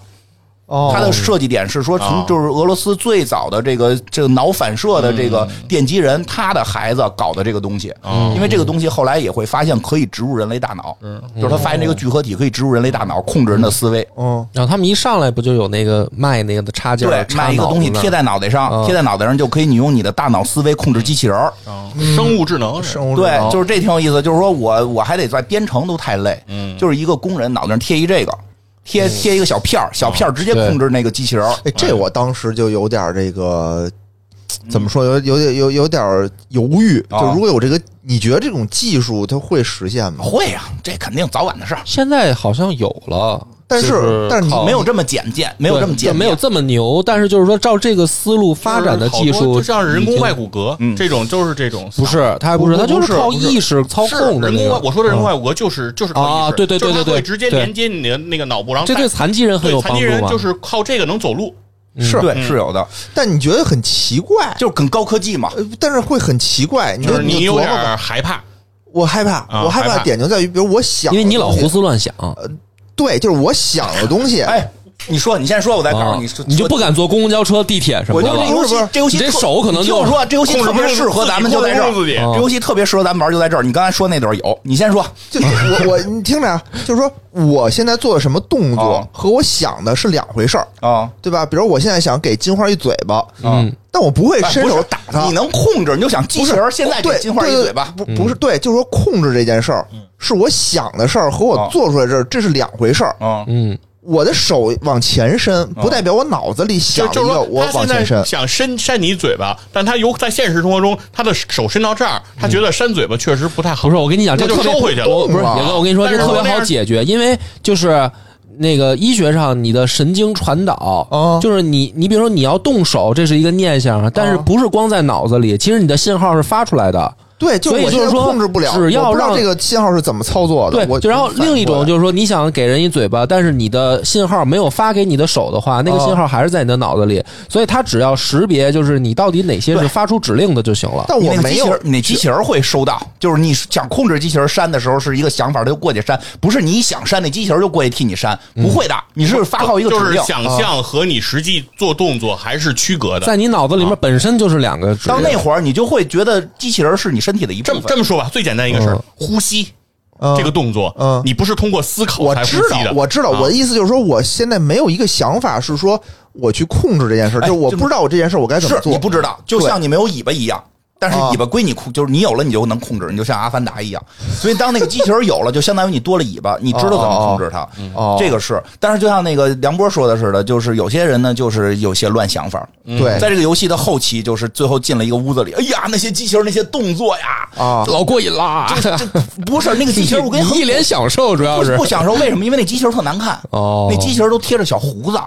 [SPEAKER 4] 哦，
[SPEAKER 2] 他的设计点是说
[SPEAKER 3] 哦
[SPEAKER 2] 从就是俄罗斯最早的这个这个脑反射的这个奠基人，他的孩子搞的这个东西。因为这个东西后来也会发现可以植入人类大脑，就是他发现这个聚合体可以植入人类大脑，控制人的思维。
[SPEAKER 4] 嗯，
[SPEAKER 1] 然后他们一上来不就有那个卖那个的插件儿
[SPEAKER 2] 对，，
[SPEAKER 1] 插
[SPEAKER 2] 买一个
[SPEAKER 1] 脑
[SPEAKER 2] 东西
[SPEAKER 1] 子那儿
[SPEAKER 2] 贴在脑袋上，
[SPEAKER 1] 嗯
[SPEAKER 2] 贴在脑袋上就可以你用你的大脑思维控制机器人儿。
[SPEAKER 3] 生物智能是，
[SPEAKER 4] 生物
[SPEAKER 2] 对，就是这挺有意思，就是说我我还得在编程都太累，
[SPEAKER 3] 嗯
[SPEAKER 2] 就是一个工人脑袋上贴一这个，贴贴一个小片儿，小片儿直接
[SPEAKER 1] 对
[SPEAKER 2] 控制那个机器人儿。
[SPEAKER 4] 哎，这我当时就有点儿这个。
[SPEAKER 2] 嗯
[SPEAKER 4] 怎么说？有有点有有点儿犹豫。
[SPEAKER 2] 啊
[SPEAKER 4] 就如果有这个，你觉得这种技术它会实现吗？
[SPEAKER 2] 会啊，这肯定早晚的事儿，
[SPEAKER 1] 现在好像有了，
[SPEAKER 4] 但
[SPEAKER 1] 就是
[SPEAKER 4] 但是你
[SPEAKER 1] 靠
[SPEAKER 2] 没有这么简洁，
[SPEAKER 1] 没
[SPEAKER 2] 没有这么简洁，
[SPEAKER 1] 没有这么牛。但是就是说，照这个思路发展的技
[SPEAKER 3] 就是好多
[SPEAKER 1] 术，
[SPEAKER 3] 就像人工外
[SPEAKER 1] 骨
[SPEAKER 3] 骨骼
[SPEAKER 2] 嗯
[SPEAKER 3] 这种，就是这种
[SPEAKER 1] 不是，他还不是，
[SPEAKER 4] 不
[SPEAKER 1] 他就是
[SPEAKER 4] 不是
[SPEAKER 1] 靠
[SPEAKER 4] 不是
[SPEAKER 1] 意识操
[SPEAKER 3] 是
[SPEAKER 1] 控的
[SPEAKER 3] 人
[SPEAKER 1] 那
[SPEAKER 3] 工外，
[SPEAKER 1] 个。
[SPEAKER 3] 我说的人工外骨骼就是就是靠
[SPEAKER 1] 啊
[SPEAKER 3] 意识
[SPEAKER 1] 对对
[SPEAKER 3] 就是
[SPEAKER 1] 对
[SPEAKER 3] 它
[SPEAKER 1] 对对
[SPEAKER 3] 会直接
[SPEAKER 1] 对
[SPEAKER 3] 连接你的那个脑部，然后
[SPEAKER 1] 这对
[SPEAKER 3] 带
[SPEAKER 1] 残疾人很有
[SPEAKER 3] 对残
[SPEAKER 1] 帮
[SPEAKER 3] 疾
[SPEAKER 1] 助啊
[SPEAKER 3] 人
[SPEAKER 1] 吗？
[SPEAKER 3] 就是靠这个能走路，
[SPEAKER 2] 是对是有的，
[SPEAKER 4] 但你觉得很奇怪，
[SPEAKER 2] 就是很高科技嘛。
[SPEAKER 4] 呃但是会很奇怪。你
[SPEAKER 3] 就
[SPEAKER 4] 就是
[SPEAKER 3] 你
[SPEAKER 4] 你
[SPEAKER 3] 有
[SPEAKER 4] 琢磨
[SPEAKER 3] 点
[SPEAKER 4] 吧
[SPEAKER 3] 儿害怕，
[SPEAKER 4] 我害怕，
[SPEAKER 3] 啊
[SPEAKER 4] 我害
[SPEAKER 3] 害
[SPEAKER 4] 怕
[SPEAKER 3] 怕
[SPEAKER 4] 的点就在于，比如我想，
[SPEAKER 1] 因为你老胡，思乱想，
[SPEAKER 4] 对，就是我想的 东西，
[SPEAKER 2] 哎，你说你先说，我再告
[SPEAKER 1] 啊
[SPEAKER 2] 诉你，
[SPEAKER 1] 你就不敢坐公共交车、地铁什
[SPEAKER 2] 我
[SPEAKER 1] 么
[SPEAKER 2] 就
[SPEAKER 1] 的
[SPEAKER 2] 这
[SPEAKER 1] 了。
[SPEAKER 2] 游戏
[SPEAKER 4] 不是不是，
[SPEAKER 2] 这游戏
[SPEAKER 1] 你这
[SPEAKER 2] 特
[SPEAKER 1] 手可能
[SPEAKER 2] 你
[SPEAKER 1] 就
[SPEAKER 2] 听我说，这游戏
[SPEAKER 3] 控制
[SPEAKER 2] 特
[SPEAKER 3] 不
[SPEAKER 2] 别
[SPEAKER 3] 住
[SPEAKER 2] 适合
[SPEAKER 3] 自己
[SPEAKER 2] 咱们，就
[SPEAKER 3] 控
[SPEAKER 2] 在
[SPEAKER 3] 制
[SPEAKER 2] 这
[SPEAKER 3] 不
[SPEAKER 2] 儿。
[SPEAKER 3] 住自己
[SPEAKER 2] 这游戏特别适合咱们玩，就在这儿。你刚才说那段儿有，你先说，
[SPEAKER 4] 就我我你听着啊，就是说我现在做的什么动作
[SPEAKER 2] 哦
[SPEAKER 4] 和我想的是两回事儿，
[SPEAKER 2] 啊。
[SPEAKER 4] 对吧？比如我现在想给金花一嘴巴，
[SPEAKER 1] 嗯，
[SPEAKER 4] 但我不会
[SPEAKER 2] 哎
[SPEAKER 4] 伸
[SPEAKER 2] 不
[SPEAKER 4] 手
[SPEAKER 2] 是
[SPEAKER 4] 打他，
[SPEAKER 2] 你能控制，你就想机
[SPEAKER 4] 不
[SPEAKER 2] 器
[SPEAKER 4] 是哦
[SPEAKER 2] 人儿现在给
[SPEAKER 4] 对
[SPEAKER 2] 金花一
[SPEAKER 4] 对对
[SPEAKER 2] 嘴巴，
[SPEAKER 4] 不
[SPEAKER 1] 嗯
[SPEAKER 4] 不是对，就是说控制这件事儿是我想的事儿和
[SPEAKER 2] 哦
[SPEAKER 4] 我做出来这儿这是两回事儿。
[SPEAKER 2] 嗯，
[SPEAKER 1] 嗯，
[SPEAKER 4] 我的手往前伸，不代表我脑子里
[SPEAKER 3] 就
[SPEAKER 4] 想了
[SPEAKER 3] 就是
[SPEAKER 4] 一个
[SPEAKER 3] 说
[SPEAKER 4] 我
[SPEAKER 3] 他
[SPEAKER 4] 往
[SPEAKER 3] 现
[SPEAKER 4] 前伸
[SPEAKER 3] 在，想伸扇你嘴巴，但他有在现实生活中，他的手伸到这儿，他觉得扇嘴巴确实不太好，
[SPEAKER 1] 不是，我跟你讲，这
[SPEAKER 3] 那就
[SPEAKER 1] 特别
[SPEAKER 3] 收回去了
[SPEAKER 1] 我不是
[SPEAKER 4] 哇
[SPEAKER 1] 野哥，我跟你说，
[SPEAKER 3] 但
[SPEAKER 1] 这
[SPEAKER 3] 是
[SPEAKER 1] 特别
[SPEAKER 3] 我那
[SPEAKER 1] 好
[SPEAKER 3] 样
[SPEAKER 1] 解决，因为就是。那个医学上，你的神经传导，
[SPEAKER 4] 哦
[SPEAKER 1] 就是你，你比如说你要动手，这是一个念想，但是
[SPEAKER 4] 哦
[SPEAKER 1] 不是光在脑子里，其实你的信号是发出来的。
[SPEAKER 4] 对，就
[SPEAKER 1] 所以
[SPEAKER 4] 我
[SPEAKER 1] 就是
[SPEAKER 4] 现在
[SPEAKER 1] 说
[SPEAKER 4] 控制不了，
[SPEAKER 1] 只要
[SPEAKER 4] 我不知道
[SPEAKER 1] 让
[SPEAKER 4] 这个信号是怎么操作的。
[SPEAKER 1] 对，
[SPEAKER 4] 我
[SPEAKER 1] 就然后
[SPEAKER 4] 我反应
[SPEAKER 1] 另一
[SPEAKER 4] 不过
[SPEAKER 1] 种
[SPEAKER 4] 来
[SPEAKER 1] 就是说，你想给人一嘴巴，但是你的信号没有发给你的手的话，那个
[SPEAKER 4] 哦
[SPEAKER 1] 信号还是在你的脑子里，所以它只要识别就是你到底哪些是发出指令的就行了。
[SPEAKER 4] 但
[SPEAKER 2] 你
[SPEAKER 4] 我
[SPEAKER 2] 那个
[SPEAKER 4] 没
[SPEAKER 2] 机器
[SPEAKER 4] 有
[SPEAKER 2] 人，你那机器人会收到，就是你想控制机器人扇的时候是一个想法，它就过去扇，不是你想扇那机器人就过去替你扇，不会的，你是发号一个
[SPEAKER 3] 嗯就
[SPEAKER 2] 指
[SPEAKER 3] 是
[SPEAKER 2] 令。
[SPEAKER 3] 想象和你实际做动作还是区隔的。
[SPEAKER 1] 在你脑子里面本身就是两个指
[SPEAKER 2] 到
[SPEAKER 1] 令。
[SPEAKER 2] 啊那会儿，你就会觉得机器人是你身体的一
[SPEAKER 3] 这
[SPEAKER 2] 部
[SPEAKER 3] 么这
[SPEAKER 2] 分。
[SPEAKER 3] 么说吧，最简单一个事儿，呼吸
[SPEAKER 4] 嗯
[SPEAKER 3] 这个动作
[SPEAKER 4] 嗯，
[SPEAKER 3] 你不是通过思考
[SPEAKER 4] 我
[SPEAKER 3] 才呼
[SPEAKER 4] 知
[SPEAKER 3] 吸
[SPEAKER 4] 道，
[SPEAKER 3] 的，
[SPEAKER 4] 我知道，
[SPEAKER 3] 啊
[SPEAKER 4] 我的意思就是说，我现在没有一个想法是说我去控制这件事，就是我
[SPEAKER 2] 哎这
[SPEAKER 4] 不知道我这件事我该怎么
[SPEAKER 2] 是
[SPEAKER 4] 做。
[SPEAKER 2] 你不知
[SPEAKER 3] 嗯
[SPEAKER 2] 道，就像你没有尾巴一样。但是
[SPEAKER 4] 啊
[SPEAKER 2] 尾巴归你控，就是你有了你就能控制，你就像阿凡达一样。所以当那个机器人有了，就相当于你多了尾巴，你知道怎么控制它。
[SPEAKER 4] 哦
[SPEAKER 2] 这个是，但是就像那个梁波说的似的，就是有些人呢，就是有些乱想法。
[SPEAKER 4] 对
[SPEAKER 2] 嗯在这个游戏的后期，就是最后进了一个屋子里，哎呀，那些机器人那些动作呀，
[SPEAKER 4] 啊，
[SPEAKER 1] 老过瘾啦！
[SPEAKER 2] 不是那个机器人，我跟你
[SPEAKER 1] 你一
[SPEAKER 2] 很
[SPEAKER 1] 脸享受，主要
[SPEAKER 2] 不
[SPEAKER 1] 是
[SPEAKER 2] 不享受，为什么？因为那机器人特难看，
[SPEAKER 1] 哦
[SPEAKER 2] 那机器人都贴着小胡子，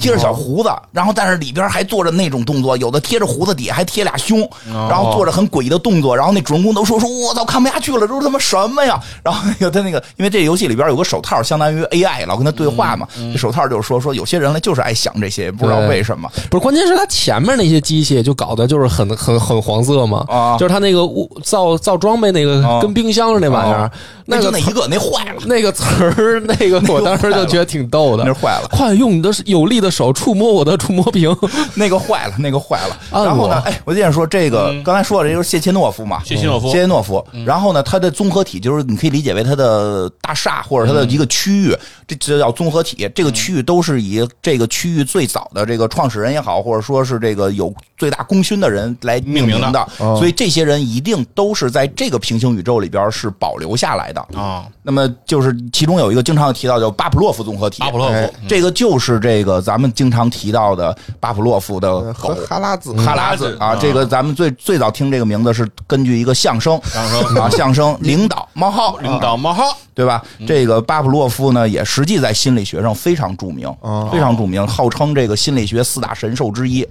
[SPEAKER 2] 贴着小胡子，然后但是里边还做着那种动作，有的贴着胡子底下还贴俩胸，然后做着很诡异的动作，然后那主人公都说说我操看不下去了，这是他妈什么呀？ 然后那个他那个，因为这游戏里边有个手套，相当于 AI 老跟他对话嘛，这手套就是说说有些人类就是爱想这些，也不知道为什么。
[SPEAKER 1] 不是，关键是它前面那些机器就搞得就是很很很黄色嘛，
[SPEAKER 2] 啊
[SPEAKER 1] 就是它那个物造造装备那个
[SPEAKER 2] 啊
[SPEAKER 1] 跟冰箱似的那玩意儿，那
[SPEAKER 2] 就
[SPEAKER 1] 个
[SPEAKER 2] 那一个那坏 了，
[SPEAKER 1] 那个词儿，那个我当时就觉得挺逗的。
[SPEAKER 2] 那坏了
[SPEAKER 1] 快用你的有力的手触摸我的触摸屏。
[SPEAKER 2] 那个坏了，那个坏了。
[SPEAKER 1] 按
[SPEAKER 2] 然后呢
[SPEAKER 1] 我，
[SPEAKER 2] 哎，我接着说这个，刚才说的这就是谢切诺夫嘛，
[SPEAKER 3] 嗯
[SPEAKER 2] 嗯
[SPEAKER 3] 谢切诺夫嗯
[SPEAKER 2] 谢切诺夫。然后呢，它的综合体就是你可以理解为它的大厦或者它
[SPEAKER 3] 嗯
[SPEAKER 2] 的一个区域，这这叫综合体。这个区域都是以这个区域最早的这个创始人也好，或者说是这个有最大功勋的人来命名
[SPEAKER 3] 命名
[SPEAKER 2] 的，所以这些人一定都是在这个平行宇宙里边是保留下来的。
[SPEAKER 3] 啊，
[SPEAKER 2] 那么就是其中有一个经常提到叫巴甫洛夫综合体，
[SPEAKER 3] 巴甫洛夫
[SPEAKER 2] 哎这个就是这个咱们经常提到的巴甫洛夫的狗
[SPEAKER 4] 呃和哈拉子
[SPEAKER 2] 哈拉子
[SPEAKER 3] 嗯
[SPEAKER 2] 啊，这个咱们最最早听这个名字是根据一个相声，相声啊，相声领导冒号
[SPEAKER 3] 领导冒号，
[SPEAKER 2] 对吧？这个巴甫洛夫呢，也实际在心理学上非常著名，
[SPEAKER 4] 哦
[SPEAKER 2] 非常著名，号称这个心理学四大神兽之一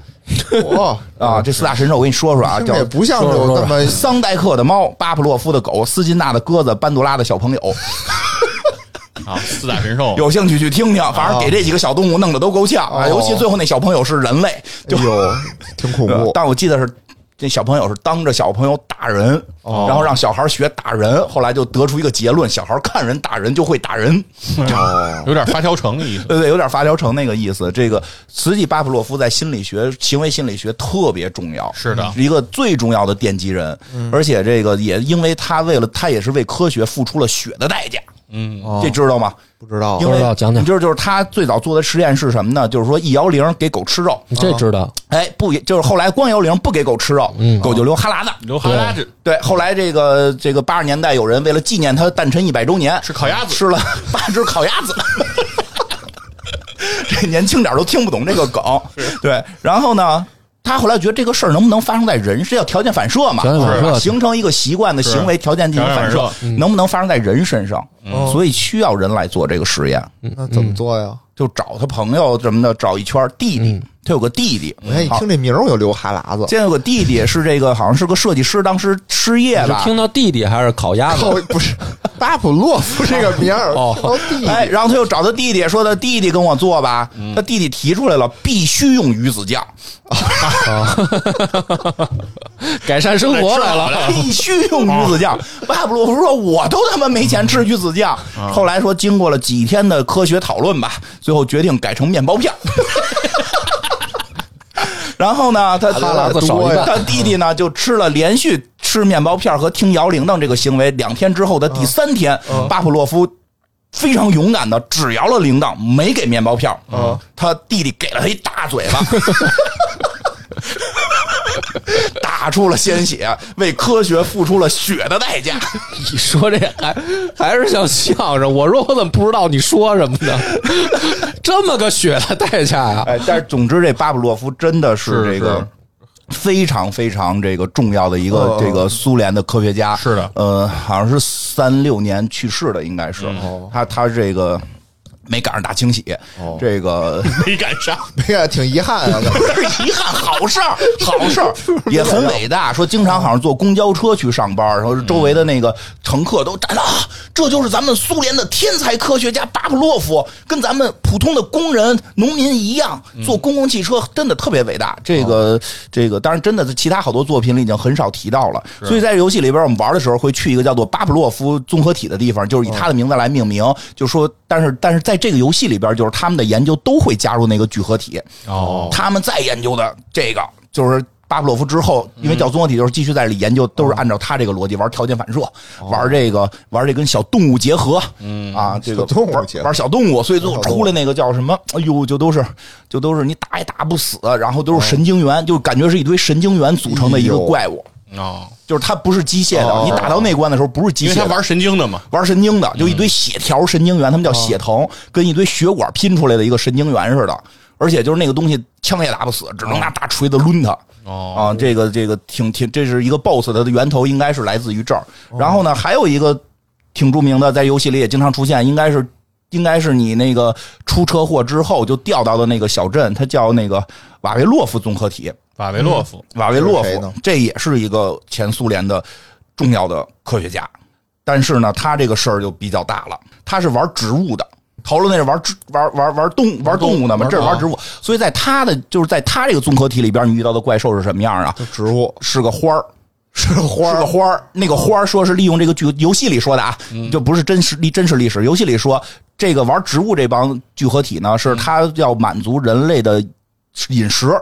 [SPEAKER 4] 哇，
[SPEAKER 2] 啊。这四大神兽我给你说说啊，
[SPEAKER 4] 听着
[SPEAKER 2] 叫
[SPEAKER 4] 也不像有嗯 那么
[SPEAKER 2] 桑代克的猫、巴甫洛夫的狗、斯金纳的鸽子、班杜拉的小朋友。
[SPEAKER 3] 啊，四大神兽，
[SPEAKER 2] 有兴趣去听听，反正给这几个小动物弄得都够呛啊！
[SPEAKER 4] 哦
[SPEAKER 2] 尤其最后那小朋友是人类， 就
[SPEAKER 4] 哎呦，挺 恐
[SPEAKER 2] 呃
[SPEAKER 4] 怖。
[SPEAKER 2] 但我记得是这小朋友是当着小朋友打人，然后让小孩学打人，后来就得出一个结论：小孩看人打人就会打人。
[SPEAKER 4] 哦，
[SPEAKER 3] 有点发条城的意思。
[SPEAKER 2] 对对，有点发条城那个意思。这个实际巴甫洛夫在心理学、行为心理学特别重要，
[SPEAKER 3] 是的
[SPEAKER 2] 一个最重要的奠基人。而且这个也因为他为了他也是为科学付出了血的代价，
[SPEAKER 3] 嗯，
[SPEAKER 4] 哦
[SPEAKER 2] 这知道吗？
[SPEAKER 4] 不知道
[SPEAKER 2] 因
[SPEAKER 1] 不
[SPEAKER 2] 为
[SPEAKER 1] 知道讲讲
[SPEAKER 2] 你知道，就是他最早做的实验是什么呢？就是说一摇铃给狗吃肉，
[SPEAKER 1] 你这知道？
[SPEAKER 2] 哎，不，就是后来光摇铃不给狗吃肉，
[SPEAKER 1] 嗯
[SPEAKER 2] 狗就流哈喇子。
[SPEAKER 3] 刘哈拉这
[SPEAKER 2] 对，后来这个这个八十年代有人为了纪念他诞辰一百周年，
[SPEAKER 3] 吃烤 鸭子，
[SPEAKER 2] 吃 了八只烤鸭子。 这年轻点儿都听不懂这个梗，对。然后呢，他后来觉得这个事儿能不能发生在人，是要条件反射嘛，
[SPEAKER 1] 条件反
[SPEAKER 2] 是吧
[SPEAKER 1] 射嗯
[SPEAKER 2] 形成一个习惯的行为，条件进行反
[SPEAKER 3] 条件
[SPEAKER 2] 射
[SPEAKER 3] 反，
[SPEAKER 2] 能不能发生在人身上？
[SPEAKER 4] 嗯
[SPEAKER 2] 所以需要人来做这个实验。
[SPEAKER 4] 那怎么做呀？
[SPEAKER 2] 就找他朋友什么的，找一圈儿弟弟，他有个弟弟，
[SPEAKER 4] 嗯哎，一
[SPEAKER 2] 嗯好
[SPEAKER 4] 听这名儿我就流哈喇子。
[SPEAKER 2] 现在有个弟弟是这个好像是个设计师，当时失业
[SPEAKER 1] 你是
[SPEAKER 2] 了。
[SPEAKER 1] 听到弟弟还是烤鸭子？
[SPEAKER 4] 靠，不是巴甫洛夫这个名儿，
[SPEAKER 1] 哦
[SPEAKER 4] 靠弟弟
[SPEAKER 2] 哎，然后他又找他弟弟，说他弟弟跟我做吧。他弟弟提出来了，必须用鱼子酱，
[SPEAKER 1] 改善生活来 了。
[SPEAKER 3] 了，
[SPEAKER 2] 必须用鱼子
[SPEAKER 1] 啊
[SPEAKER 2] 酱。巴甫洛夫说：“我都他妈没钱吃鱼子酱。”
[SPEAKER 1] 啊
[SPEAKER 2] 后来说，经过了几天的科学讨论吧，最后决定改成面包片。 然后呢，他
[SPEAKER 1] 哈喇子少一半
[SPEAKER 2] 他弟弟呢就吃了连续吃面包片和听摇铃铛这个行为，两天之后的第三天，
[SPEAKER 1] 啊
[SPEAKER 2] 巴甫洛夫非常勇敢的只摇了铃铛，没给面包片。嗯，他弟弟给了他一大嘴 巴。打出了鲜血，为科学付出了血的代价。
[SPEAKER 1] 你说这还还是像相声？我说我怎么不知道你说什么呢？ 这么个血的代价呀、
[SPEAKER 2] 哎，但是总之，这巴甫洛夫真的是哦
[SPEAKER 3] 是
[SPEAKER 2] 这个
[SPEAKER 3] 是
[SPEAKER 2] 非常非常这个重要的一个
[SPEAKER 4] 嗯
[SPEAKER 2] 这个苏联的科学家。
[SPEAKER 3] 是的
[SPEAKER 2] 呃，好像是三六年去世的，应该是他他这个没赶上大清洗，这个
[SPEAKER 3] 没赶上，
[SPEAKER 4] 这个挺遗憾啊。
[SPEAKER 2] 是遗憾，好事儿，好事儿，也很伟大。说经常好像坐公交车去上班，然后周围的那个乘客都站着啊，这就是咱们苏联的天才科学家巴甫洛夫，跟咱们普通的工人、农民一样，坐公共汽车真的特别伟大。这个这个，当然真的，其他好多作品里已经很少提到了。所以在游戏里边，我们玩的时候会去一个叫做巴甫洛夫综合体的地方，就是以他的名字来命名。就说，但是但是在这个游戏里边，就是他们的研究都会加入那个聚合体。
[SPEAKER 3] 哦，
[SPEAKER 2] 他们再研究的这个就是巴甫洛夫之后，
[SPEAKER 4] 嗯
[SPEAKER 2] 因为叫综合体，就是继续在这里研究，都是按照他这个逻辑玩条件反射，
[SPEAKER 4] 哦
[SPEAKER 2] 玩这个玩这跟小动物结合，
[SPEAKER 4] 嗯
[SPEAKER 2] 啊，这个
[SPEAKER 4] 小动物
[SPEAKER 2] 玩
[SPEAKER 4] 结合
[SPEAKER 2] 玩小动物，所以最后出来那个叫什么？哎呦，就都是就都是你打也打不死，然后都是神经元，就感觉是一堆神经元组成的一个
[SPEAKER 4] 哎呦
[SPEAKER 2] 怪物，
[SPEAKER 3] 哦，
[SPEAKER 2] 就是它不是机械的，
[SPEAKER 4] 哦
[SPEAKER 2] 你打到那关的时候不是机
[SPEAKER 3] 因为
[SPEAKER 2] 械
[SPEAKER 3] 他
[SPEAKER 2] 的。
[SPEAKER 3] 玩神经的嘛，
[SPEAKER 2] 玩神经的，就一堆血条神经元，他们叫血藤，跟一堆血管拼出来的一个神经元似的。而且就是那个东西，枪也打不死，只能拿大锤子抡它。
[SPEAKER 3] 哦
[SPEAKER 2] 啊，这个这个挺挺，这是一个 BOSS 它的源头，应该是来自于这儿。然后呢，还有一个挺著名的，在游戏里也经常出现，应该是应该是你那个出车祸之后就调到的那个小镇，它叫那个瓦维洛夫综合体。
[SPEAKER 3] 瓦维洛夫，
[SPEAKER 2] 瓦维洛
[SPEAKER 4] 是谁
[SPEAKER 2] 夫
[SPEAKER 4] 呢，
[SPEAKER 2] 这也是一个前苏联的重要的科学家，但是呢，他这个事儿就比较大了，他是玩植物的。陶乐那是玩植玩玩玩动
[SPEAKER 4] 嗯
[SPEAKER 2] 玩动物的嘛，
[SPEAKER 3] 玩动物
[SPEAKER 2] 这是玩植物，所以在他的就是在他这个综合体里边，你遇到的怪兽是什么样啊？
[SPEAKER 4] 植物
[SPEAKER 2] 是个花儿，是个花儿，是个花儿。那个花儿说是利用这个剧游戏里说的啊，
[SPEAKER 4] 嗯
[SPEAKER 2] 就不是真实历真实历史。游戏里说这个玩植物这帮聚合体呢，
[SPEAKER 4] 嗯
[SPEAKER 2] 是它要满足人类的饮食。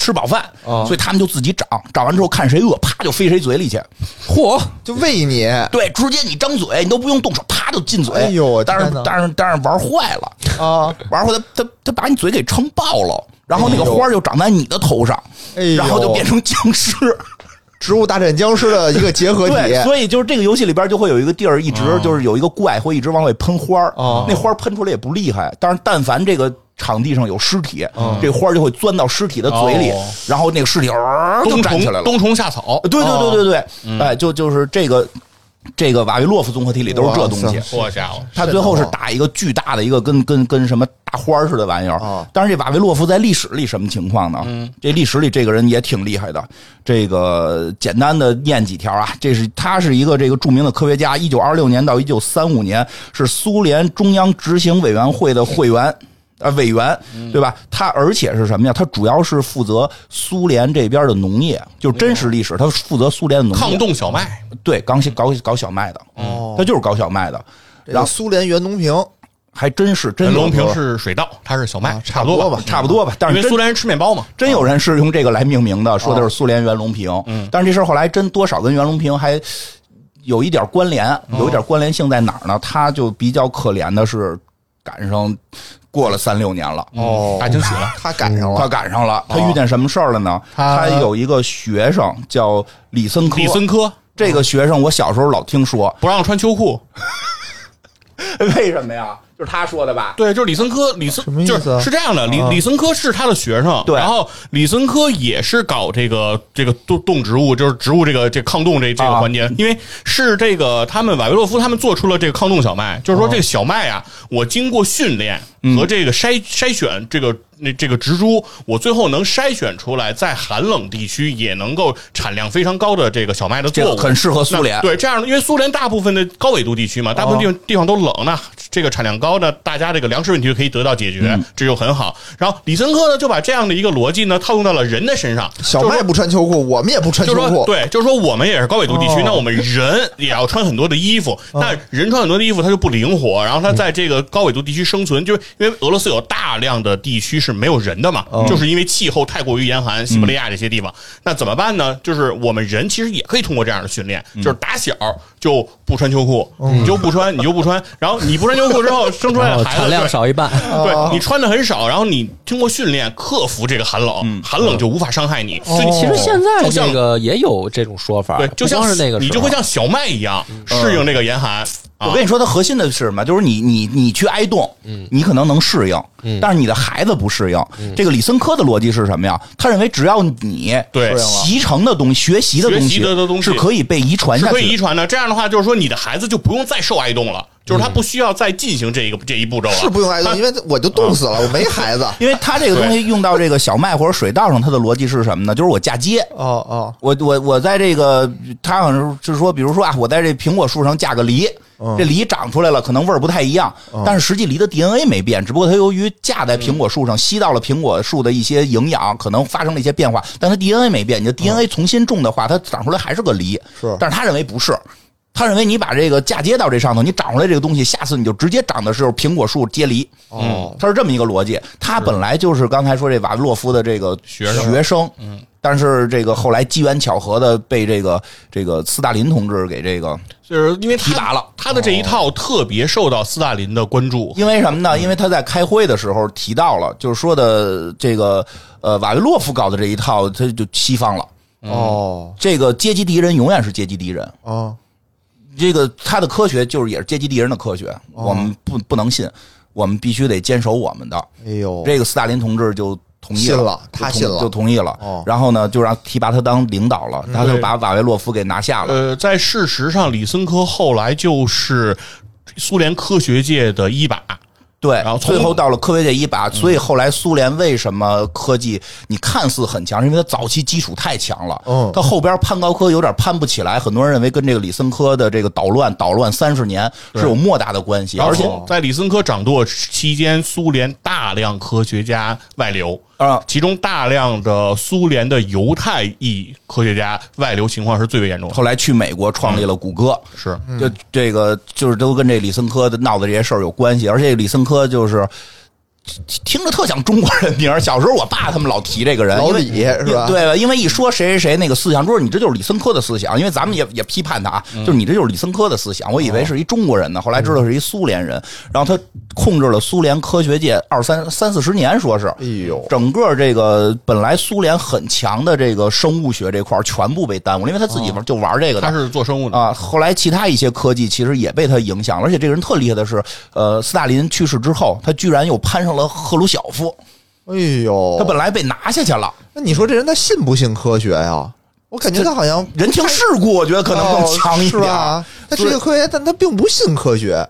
[SPEAKER 2] 吃饱饭，
[SPEAKER 1] 啊
[SPEAKER 4] 哦
[SPEAKER 2] 所以他们就自己长，长完之后看谁饿，啪就飞谁嘴
[SPEAKER 4] 哎
[SPEAKER 2] 里去。
[SPEAKER 1] 嚯，
[SPEAKER 4] 就喂你，
[SPEAKER 2] 对，直接你张嘴，你都不用动手，啪就进嘴。
[SPEAKER 4] 哎呦我
[SPEAKER 2] 但
[SPEAKER 4] 天
[SPEAKER 2] 是
[SPEAKER 4] 哪
[SPEAKER 2] 但是但是玩坏了，
[SPEAKER 4] 啊，
[SPEAKER 2] 玩坏了，他他他把你嘴给撑爆了，然后那个
[SPEAKER 4] 哎呦
[SPEAKER 2] 花儿就长在你的头上，
[SPEAKER 4] 哎呦
[SPEAKER 2] 然后就变成僵尸。
[SPEAKER 4] 植物大战僵尸的一个结合体，
[SPEAKER 2] 对，所以就是这个游戏里边就会有一个地儿，一直就是有一个怪会一直往外喷花儿，
[SPEAKER 4] 哦
[SPEAKER 2] 那花儿喷出来也不厉害，但是但凡这个场地上有尸体，这花儿就会钻到尸体的嘴里，
[SPEAKER 3] 哦
[SPEAKER 2] 然后那个尸体、呃、就
[SPEAKER 3] 冬
[SPEAKER 2] 站
[SPEAKER 3] 虫
[SPEAKER 2] 起来了。呃
[SPEAKER 3] 冬虫夏草，
[SPEAKER 2] 对对对对对，哎，就就是这个这个瓦维洛夫综合体里都是这东
[SPEAKER 4] 哇
[SPEAKER 2] 西
[SPEAKER 4] 塞。
[SPEAKER 3] 好家伙，
[SPEAKER 2] 他最后是打一个巨大的一个跟跟跟什么大花儿似的玩意儿
[SPEAKER 4] 哦。
[SPEAKER 2] 但是这瓦维洛夫在历史里什么情况呢？这历史里这个人也挺厉害的。这个简单的念几条啊，这是他是一个这个著名的科学家，一九二六年到一九三五年是苏联中央执行委员会的会员。呃，委员对吧？他而且是什么呀？他主要是负责苏联这边的农业，就是真实历史，他负责苏联的农业。
[SPEAKER 3] 抗冻小麦，
[SPEAKER 2] 对，搞搞搞小麦的，
[SPEAKER 4] 哦
[SPEAKER 2] 他就是搞小麦的。
[SPEAKER 4] 这个苏联袁隆平
[SPEAKER 2] 哦还真是真
[SPEAKER 3] 袁
[SPEAKER 2] 有
[SPEAKER 3] 隆平
[SPEAKER 2] 的
[SPEAKER 3] 是水稻，他是小麦，差
[SPEAKER 4] 差不
[SPEAKER 3] 不
[SPEAKER 4] 多
[SPEAKER 3] 多
[SPEAKER 4] 吧
[SPEAKER 3] 吧，
[SPEAKER 2] 嗯啊差不多吧，但
[SPEAKER 3] 因
[SPEAKER 2] 是
[SPEAKER 3] 为
[SPEAKER 2] 真
[SPEAKER 3] 苏联人吃哦面包嘛，
[SPEAKER 2] 真有人是用这个来命名的，说的是苏联袁隆平。嗯，但是这事儿后来真多少跟袁隆平还有一点关联，
[SPEAKER 3] 哦
[SPEAKER 2] 有一点关联性在哪儿呢？他就比较可怜的是赶上过了三六年了，
[SPEAKER 4] 哦
[SPEAKER 3] 大惊喜了，哦
[SPEAKER 4] 他赶上
[SPEAKER 2] 他
[SPEAKER 4] 了，
[SPEAKER 2] 赶上了，他遇见什么事儿了呢？他
[SPEAKER 3] 他
[SPEAKER 2] 有一个学生叫李森科，
[SPEAKER 3] 李森科
[SPEAKER 2] 这个学生我小时候老听说，
[SPEAKER 3] 不让穿秋裤，
[SPEAKER 2] 为什么呀？就是他说的吧？
[SPEAKER 3] 对，就是李森科，李森
[SPEAKER 4] 什么意思
[SPEAKER 3] 就
[SPEAKER 4] 啊
[SPEAKER 3] 是是这样的，李李森科是他的学生，
[SPEAKER 2] 对
[SPEAKER 3] 然后李森科也是搞这个这个动动植物，就是植物这个这抗冻这这个
[SPEAKER 2] 啊
[SPEAKER 3] 环节，因为是这个他们瓦维洛夫他们做出了这个抗冻小麦，就是
[SPEAKER 2] 哦
[SPEAKER 3] 说这个小麦啊，我经过训练
[SPEAKER 2] 嗯
[SPEAKER 3] 和这个筛筛选这个。那这个植株，我最后能筛选出来，在寒冷地区也能够产量非常高的这个小麦的
[SPEAKER 2] 这
[SPEAKER 3] 作
[SPEAKER 2] 个
[SPEAKER 3] 物，
[SPEAKER 2] 很适合苏联
[SPEAKER 3] 那。对，这样的，因为苏联大部分的高纬度地区嘛，大部分地方、地方都冷，那这个产量高呢，大家这个粮食问题就可以得到解决，这就很好。然后李森科呢，就把这样的一个逻辑呢，套用到了人的身上，
[SPEAKER 4] 小麦不穿秋裤，我们也不穿
[SPEAKER 3] 就
[SPEAKER 4] 秋
[SPEAKER 3] 是说，
[SPEAKER 4] 裤，
[SPEAKER 3] 对，就是说我们也是高纬度地区，
[SPEAKER 4] 哦
[SPEAKER 3] 那我们人也要穿很多的衣服，那人穿很多的衣服，它就不灵活，然后它在这个高纬度地区生存，就是因为俄罗斯有大量的地区是没有人的嘛，就是因为气候太过于严寒，西伯利亚这些地方，那怎么办呢？就是我们人其实也可以通过这样的训练，就是打小就不穿秋裤，你就不穿，你就不穿，然后你不穿秋裤之后生出来
[SPEAKER 1] 然后
[SPEAKER 3] 的孩子
[SPEAKER 1] 哦
[SPEAKER 3] 哦
[SPEAKER 1] 产量
[SPEAKER 3] 对
[SPEAKER 1] 少一半，
[SPEAKER 3] 对你穿的很少，然后你通过训练克服这个寒冷，寒冷就无法伤害你。就你
[SPEAKER 1] 嗯其实现
[SPEAKER 3] 就
[SPEAKER 1] 在
[SPEAKER 3] 像
[SPEAKER 1] 这个也有这种说法，
[SPEAKER 3] 对，就像
[SPEAKER 1] 啊不光是那个时候，
[SPEAKER 3] 你就会像小麦一样适应这个严寒啊
[SPEAKER 2] 我。跟你说，它核心的是什么？就是你你你去挨冻，
[SPEAKER 3] 嗯
[SPEAKER 2] 你可能能适应，但是你的孩子不适应。这个李森科的逻辑是什么呀？他认为只要你
[SPEAKER 3] 对
[SPEAKER 2] 习成的东西、学习的
[SPEAKER 3] 学习的东
[SPEAKER 2] 东西
[SPEAKER 3] 西
[SPEAKER 2] 是可以被遗传
[SPEAKER 3] 是
[SPEAKER 2] 下
[SPEAKER 3] 可以
[SPEAKER 2] 去
[SPEAKER 3] 遗
[SPEAKER 2] 的。
[SPEAKER 3] 传的，这样的话就是说，你的孩子就不用再受挨冻了，就是他不需要再进行这一个这一步骤了。
[SPEAKER 4] 是不用挨冻，因为我就冻死了，我没孩子。
[SPEAKER 2] 因为他这个东西用到这个小麦或者水稻上，它的逻辑是什么呢？就是我嫁接，
[SPEAKER 4] 哦哦，
[SPEAKER 2] 我我我在这个，他好像是说，比如说啊，我在这苹果树上架个梨，这梨长出来了，可能味儿不太一样，但是实际梨的 DNA 没变，只不过它由于架在苹果树上，吸到了苹果树的一些营养，可能发生了一些变化，但它 DNA 没变。你的 DNA 重新种的话，它长出来还是个梨，
[SPEAKER 4] 是
[SPEAKER 2] 但是他认为不是。他认为你把这个嫁接到这上头，你长出来这个东西，下次你就直接长的时候苹果树接梨，
[SPEAKER 4] 哦，
[SPEAKER 2] 他是这么一个逻辑。他本来就是刚才说这瓦洛夫的这个
[SPEAKER 3] 学生
[SPEAKER 2] 学生，嗯，但是这个后来机缘巧合的被这个这个斯大林同志给这个，
[SPEAKER 3] 就是因为
[SPEAKER 2] 提拔
[SPEAKER 3] 他
[SPEAKER 2] 了
[SPEAKER 3] 他的这一套特别受到斯大林的关注。
[SPEAKER 2] 因为什么呢？因为他在开会的时候提到了，就是说的这个呃瓦维洛夫搞的这一套，他就西方了。
[SPEAKER 4] 哦
[SPEAKER 2] 这个阶级敌人永远是阶级敌人，
[SPEAKER 4] 哦，
[SPEAKER 2] 这个他的科学就是也是阶级敌人的科学，
[SPEAKER 4] 哦
[SPEAKER 2] 我们不不能信，我们必须得坚守我们的。
[SPEAKER 4] 哎呦，
[SPEAKER 2] 这个斯大林同志就同意
[SPEAKER 4] 信了
[SPEAKER 2] 就
[SPEAKER 4] 他
[SPEAKER 2] 同
[SPEAKER 4] 信了
[SPEAKER 2] 就同意了。
[SPEAKER 4] 哦嗯
[SPEAKER 2] 然后呢，就让提拔他当领导了，他就把瓦维洛夫给拿下了。
[SPEAKER 3] 呃，在事实上，李森科后来就是苏联科学界的一把。
[SPEAKER 2] 对，
[SPEAKER 3] 然后从
[SPEAKER 2] 最后到了科学界一
[SPEAKER 4] 嗯
[SPEAKER 2] 把，所以后来苏联为什么科技你看似很强，是因为它早期基础太强了，
[SPEAKER 4] 嗯
[SPEAKER 2] 它后边攀高科有点攀不起来。很多人认为跟这个李森科的这个捣乱捣乱三十年是有莫大的关系，
[SPEAKER 3] 然
[SPEAKER 2] 而且
[SPEAKER 3] 后在李森科掌舵期间，苏联大量科学家外流，
[SPEAKER 2] 啊，
[SPEAKER 3] 其中大量的苏联的犹太裔科学家外流情况是最为严重的。
[SPEAKER 2] 后来去美国创立了谷歌，
[SPEAKER 3] 是，
[SPEAKER 4] 嗯
[SPEAKER 2] 就这个就是都跟这李森科的闹的这些事儿有关系，而且李森科就是听着特像中国人名儿。小时候我爸他们老提这个人，
[SPEAKER 4] 老
[SPEAKER 2] 因为
[SPEAKER 4] 李是吧
[SPEAKER 2] 对吧？因为一说谁谁谁那个思想，就是你这就是李森科的思想，因为咱们也也批判他啊，
[SPEAKER 4] 嗯
[SPEAKER 2] 就是你这就是李森科的思想。我以为是一中国人呢，后来知道是一苏联人，然后他控制了苏联科学界二三三四十年，说是。
[SPEAKER 4] 哎呦，
[SPEAKER 2] 整个这个本来苏联很强的这个生物学这块儿全部被耽误了，因为他
[SPEAKER 4] 哦
[SPEAKER 2] 自己玩就玩这个的，
[SPEAKER 3] 他是做生物 的，
[SPEAKER 2] 啊，后来其他一些科技其实也被他影响，而且这个人特厉害的是，呃，斯大林去世之后，他居然又攀上了赫鲁晓夫，
[SPEAKER 4] 哎呦，
[SPEAKER 2] 他本来被拿下去了，
[SPEAKER 4] 那你说这人他信不信科学呀？我感觉他好像哦
[SPEAKER 2] 人情世故，我觉得可能更强一
[SPEAKER 4] 是
[SPEAKER 2] 点。
[SPEAKER 4] 吧？他是
[SPEAKER 2] 所以
[SPEAKER 4] 一个科学家，但他并不信科学。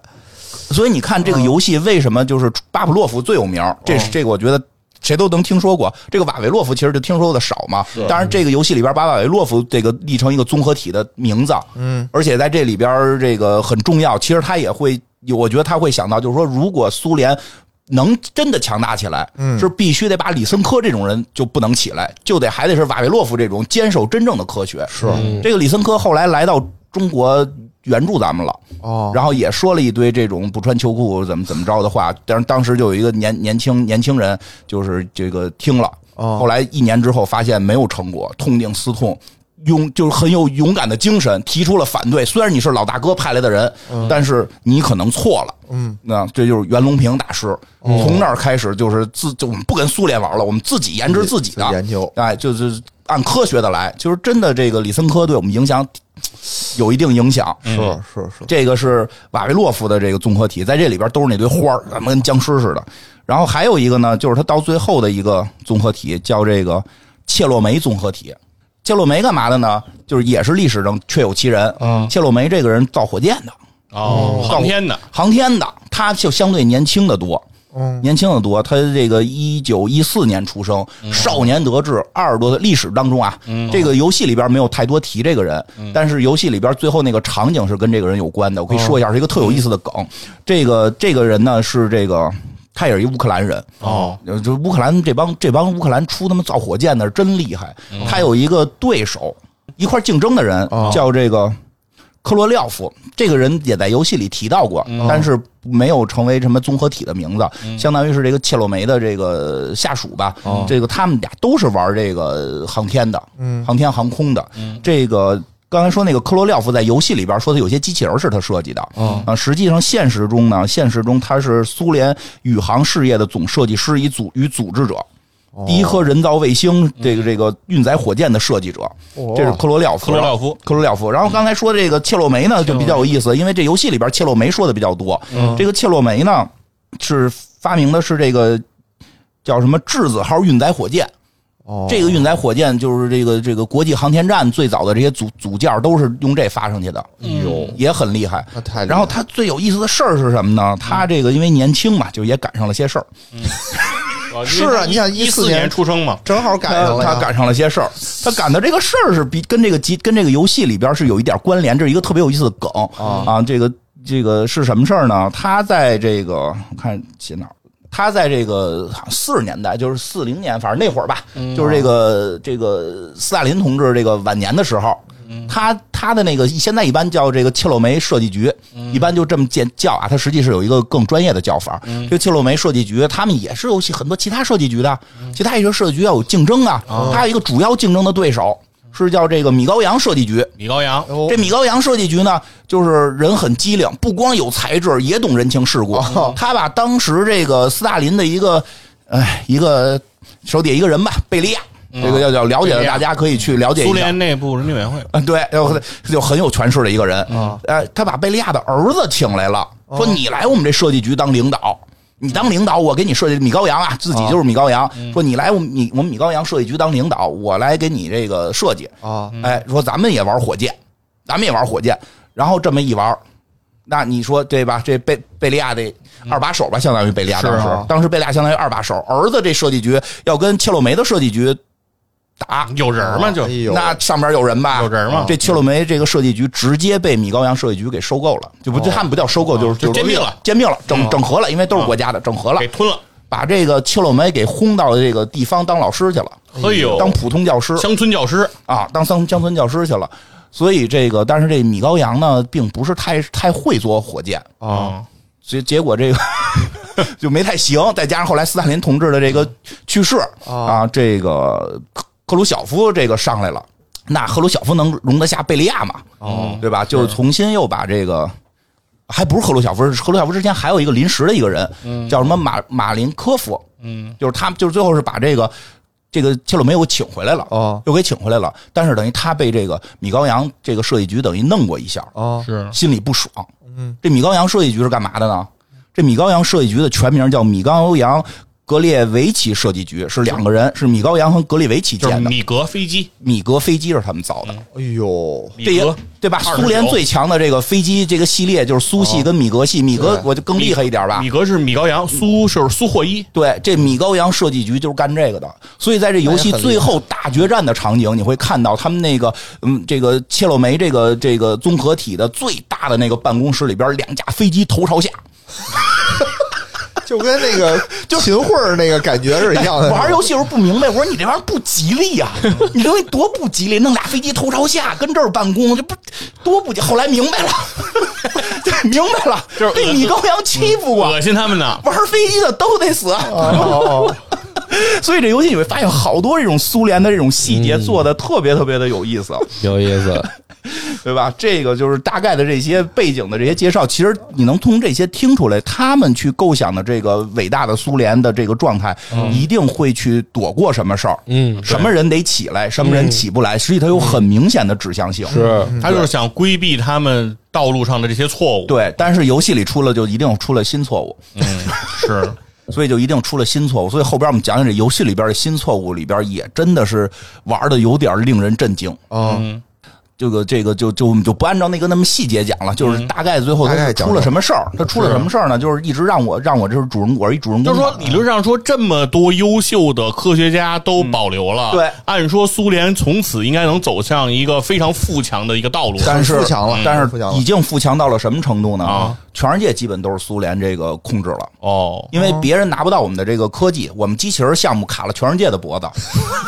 [SPEAKER 2] 所以你看这个游戏为什么就是巴甫洛夫最有名儿？这是这个我觉得。谁都能听说过这个瓦维洛夫，其实就听说的少嘛。当然，这个游戏里边把瓦维洛夫这个译成一个综合体的名字，嗯，而且在这里边这个很重要。其实他也会，我觉得他会想到，就是说，如果苏联能真的强大起来，嗯，是必须得把李森科这种人就不能起来，就得还得是瓦维洛夫这种坚守真正的科学。是这个李森科后来来到中国援助咱们了，
[SPEAKER 4] 哦，
[SPEAKER 2] 然后也说了一堆这种不穿秋裤怎么怎么着的话，但是当时就有一个年年轻年轻人，就是这个听了，
[SPEAKER 4] 哦
[SPEAKER 2] 后来一年之后发现没有成果，痛定思痛。勇就是很有勇敢的精神，提出了反对。虽然你是老大哥派来的人，
[SPEAKER 4] 嗯
[SPEAKER 2] 但是你可能错了。嗯，那这就是袁隆平大师，
[SPEAKER 4] 哦
[SPEAKER 2] 从那儿开始就是自就我们不跟苏联玩了，我们自己研制自己的
[SPEAKER 4] 自己研究
[SPEAKER 2] 哎，就是按科学的来。就是真的，这个李森科对我们影响有一定影响。
[SPEAKER 4] 是是是，
[SPEAKER 2] 这个是瓦维洛夫的这个综合体，在这里边都是那堆花儿，咱们跟僵尸似的。然后还有一个呢，就是它到最后的一个综合体叫这个切洛梅综合体。切洛梅干嘛的呢？就是也是历史上确有其人。
[SPEAKER 3] 嗯
[SPEAKER 2] 切洛梅这个人造火箭的，
[SPEAKER 3] 哦，航天的，
[SPEAKER 2] 航天的，他就相对年轻的多。
[SPEAKER 4] 嗯，
[SPEAKER 2] 年轻的多，他这个一九一四年出生，少年得志，二十多岁。历史当中啊，这个游戏里边没有太多提这个人，但是游戏里边最后那个场景是跟这个人有关的。我可以说一下，是一个特有意思的梗。这个这个人呢是这个，他也是一乌克兰人，
[SPEAKER 3] 哦，
[SPEAKER 2] 呃，就是乌克兰这帮这帮乌克兰出他妈造火箭的是真厉害。他有一个对手，一块竞争的人
[SPEAKER 4] 哦
[SPEAKER 2] 叫这个科罗廖夫，这个人也在游戏里提到过，但是没有成为什么综合体的名字，相当于是这个切洛梅的这个下属吧。这个他们俩都是玩这个航天的，航天航空的。这个刚才说那个科罗廖夫在游戏里边说他有些机器人是他设计的，啊，实际上现实中呢，现实中他是苏联宇航事业的总设计师与组与组织者。第一颗人造卫星，这个这个运载火箭的设计者，
[SPEAKER 4] 哦
[SPEAKER 2] 这是科罗廖夫。
[SPEAKER 3] 哦科罗廖夫，
[SPEAKER 2] 克罗廖夫。然后刚才说这个切洛梅呢，就比较有意思，因为这游戏里边切洛梅说的比较多。
[SPEAKER 3] 嗯
[SPEAKER 2] 这个切洛梅呢，是发明的是这个叫什么质子号运载火箭。
[SPEAKER 4] 哦
[SPEAKER 2] 这个运载火箭就是这个这个国际航天站最早的这些组组件都是用这发上去的，
[SPEAKER 3] 哎有
[SPEAKER 2] 也很厉害。
[SPEAKER 4] 那太厉害了
[SPEAKER 2] 然后他最有意思的事儿是什么呢？
[SPEAKER 3] 嗯
[SPEAKER 2] 他这个因为年轻嘛，就也赶上了些事儿，
[SPEAKER 4] 是啊你想
[SPEAKER 3] 哦一
[SPEAKER 4] 14
[SPEAKER 3] 四年
[SPEAKER 4] 年
[SPEAKER 3] 出生嘛，
[SPEAKER 4] 正好赶上了呀
[SPEAKER 2] 他赶上了些事儿，他赶的这个事儿是比跟这个集跟这个游戏里边是有一点关联，这是一个特别有意思的梗
[SPEAKER 4] 啊
[SPEAKER 2] 这个这个是什么事儿呢？他在这个我看写哪儿？他在这个四十年代，就是四零年，反正那会儿吧，
[SPEAKER 4] 嗯
[SPEAKER 2] 就是这个这个斯大林同志这个晚年的时候，
[SPEAKER 3] 嗯
[SPEAKER 2] 他他的那个现在一般叫这个切洛梅设计局，
[SPEAKER 3] 嗯
[SPEAKER 2] 一般就这么简叫啊，它实际是有一个更专业的叫法。
[SPEAKER 3] 嗯
[SPEAKER 2] 这个切洛梅设计局，他们也是有很多其他设计局的，
[SPEAKER 3] 嗯
[SPEAKER 2] 其他一些设计局要有竞争啊，
[SPEAKER 3] 哦
[SPEAKER 2] 它有一个主要竞争的对手是叫这个米高扬设计局。
[SPEAKER 3] 米高扬，
[SPEAKER 4] 哦
[SPEAKER 2] 这米高扬设计局呢，就是人很机灵，不光有才智，也懂人情世故。
[SPEAKER 3] 哦
[SPEAKER 2] 他把当时这个斯大林的一个，哎，一个手底下一个人吧，贝利亚，这个要要了解
[SPEAKER 3] 嗯贝
[SPEAKER 2] 的，
[SPEAKER 3] 利亚
[SPEAKER 2] 大家可以去了解一下。
[SPEAKER 3] 苏联内部人民委员会，
[SPEAKER 2] 嗯，对，就就很有权势的一个人。
[SPEAKER 4] 嗯
[SPEAKER 2] 呃，他把贝利亚的儿子请来了，说
[SPEAKER 4] 哦
[SPEAKER 2] 你来我们这设计局当领导。你当领导，我给你设计米高扬啊，自
[SPEAKER 4] 哦
[SPEAKER 2] 己就是米高扬。
[SPEAKER 4] 嗯
[SPEAKER 2] 说你来我们你我们米高扬设计局当领导，我来给你这个设计。
[SPEAKER 4] 啊，
[SPEAKER 2] 哎，说咱们也玩火箭，咱们也玩火箭。然后这么一玩，那你说对吧？这贝贝利亚得二把手吧，相当于贝利亚当时，
[SPEAKER 4] 嗯是啊
[SPEAKER 2] 当时贝利亚相当于二把手。儿子这设计局要跟切洛梅的设计局打，
[SPEAKER 3] 有人儿吗？就
[SPEAKER 4] 哎呦，
[SPEAKER 2] 那上边有人吧？
[SPEAKER 3] 有人吗
[SPEAKER 2] 这切洛梅这个设计局直接被米高扬设计局给收购了，就不这他们不叫收购，就是
[SPEAKER 3] 哦就兼并了哦
[SPEAKER 2] 兼并了，整整合了，因为都是国家的，整合了
[SPEAKER 3] 给，吞了。
[SPEAKER 2] 把这个切洛梅给轰到这个地方当老师去了，
[SPEAKER 3] 哎呦，
[SPEAKER 2] 当普通教师。
[SPEAKER 3] 乡村教师
[SPEAKER 2] 啊，当乡乡村教师去了。所以这个，但是这米高扬呢，并不是太太会做火箭，
[SPEAKER 4] 啊，
[SPEAKER 2] 结结果 这个就没太行。再加上后来斯大林同志的这个去世啊，这个克克鲁晓夫这个上来了，那克鲁晓夫能容得下贝利亚吗？
[SPEAKER 3] 哦，
[SPEAKER 2] 对吧？就重新又把这个，还不是赫鲁晓夫，是赫鲁晓夫之前还有一个临时的一个人，叫什么马马林科夫，嗯，就是他，就是最后是把这个这个切洛梅又请回来了，
[SPEAKER 4] 哦，
[SPEAKER 2] 又给请回来了。但是等于他被这个米高扬这个设计局等于弄过一下，
[SPEAKER 4] 啊，
[SPEAKER 3] 是
[SPEAKER 2] 心里不爽。
[SPEAKER 4] 嗯，
[SPEAKER 2] 这米高扬设计局是干嘛的呢？这米高扬设计局的全名叫米高扬格列维奇设计局，是两个人，是米高扬和格列维奇
[SPEAKER 3] 就是
[SPEAKER 2] 建的。
[SPEAKER 3] 米格飞机，
[SPEAKER 2] 米格飞机是他们造的，
[SPEAKER 4] 哎呦，
[SPEAKER 3] 米
[SPEAKER 2] 这也
[SPEAKER 3] 格
[SPEAKER 2] 对吧？
[SPEAKER 3] 29
[SPEAKER 2] 苏联最强的这个飞机这个系列就是苏系跟米格系，米格
[SPEAKER 4] 对
[SPEAKER 2] 我就更厉害一点吧
[SPEAKER 3] 米。格是米高扬，苏就是苏霍伊，
[SPEAKER 2] 对，这米高扬设计局就是干这个的，所以在这游戏
[SPEAKER 4] 那也很厉害
[SPEAKER 2] 最后大决战的场景，你会看到他们那个，嗯，这个切洛梅这个这个综合体的最大的那个办公室里边，两架飞机头朝下，
[SPEAKER 4] 就跟 那个秦桧儿那个感觉是一样的。
[SPEAKER 2] 玩游戏的时候不明白，我说你这玩意儿不吉利呀、你这东西多不吉利，弄俩飞机头朝下跟这儿办公，这不多不吉。后来明白了， 明白了，
[SPEAKER 3] 就是
[SPEAKER 2] 被米高扬欺负过，
[SPEAKER 3] 恶心他们呢。
[SPEAKER 2] 玩飞机的都得死。
[SPEAKER 4] 哦，
[SPEAKER 2] 所以这游戏你会发现好多这种苏联的这种细节做的特别特别的有意思，啊
[SPEAKER 1] 有意思。
[SPEAKER 2] 对吧？这个就是大概的这些背景的这些介绍，其实你能从这些听出来，他们去构想的这个伟大的苏联的这个状态，一定会去躲过什么事儿。
[SPEAKER 1] 嗯，
[SPEAKER 2] 什么人得起来，什么人起不来，实际它有很明显的指向性。
[SPEAKER 1] 是
[SPEAKER 3] 他就是想规避他们道路上的这些错
[SPEAKER 2] 嗯
[SPEAKER 3] 误。，
[SPEAKER 2] 对，但是游戏里出了就一定出了新错误，
[SPEAKER 3] 嗯，是
[SPEAKER 2] 所以就一定出了新错误。所以后边我们讲讲这游戏里边的新错误里边，也真的是玩的有点令人震惊。
[SPEAKER 4] 哦，
[SPEAKER 3] 嗯
[SPEAKER 2] 这个这个就就我们就不按照那个那么细节讲了，就是
[SPEAKER 3] 嗯
[SPEAKER 2] 大概最后
[SPEAKER 4] 大
[SPEAKER 2] 它
[SPEAKER 4] 概讲
[SPEAKER 2] 出了什么事儿，它出了什么事儿呢？就是一直让我让我就是主人公，我是一主人
[SPEAKER 3] 就
[SPEAKER 2] 公
[SPEAKER 3] 是
[SPEAKER 2] 嘛，
[SPEAKER 3] 说，理论上说，这么多优秀的科学家都保留了，
[SPEAKER 2] 嗯对
[SPEAKER 3] 按说苏联从此应该能走向一个非常富强的一个道路。
[SPEAKER 2] 但是
[SPEAKER 4] 富强了
[SPEAKER 2] 但
[SPEAKER 4] 富强
[SPEAKER 2] 是
[SPEAKER 4] 了
[SPEAKER 2] 已经富强到了什么程度呢？
[SPEAKER 3] 啊
[SPEAKER 2] 全世界基本都是苏联这个控制了。
[SPEAKER 3] 哦，
[SPEAKER 2] 因为别人拿不到我们的这个科技，我们机器人项目卡了全世界的脖子，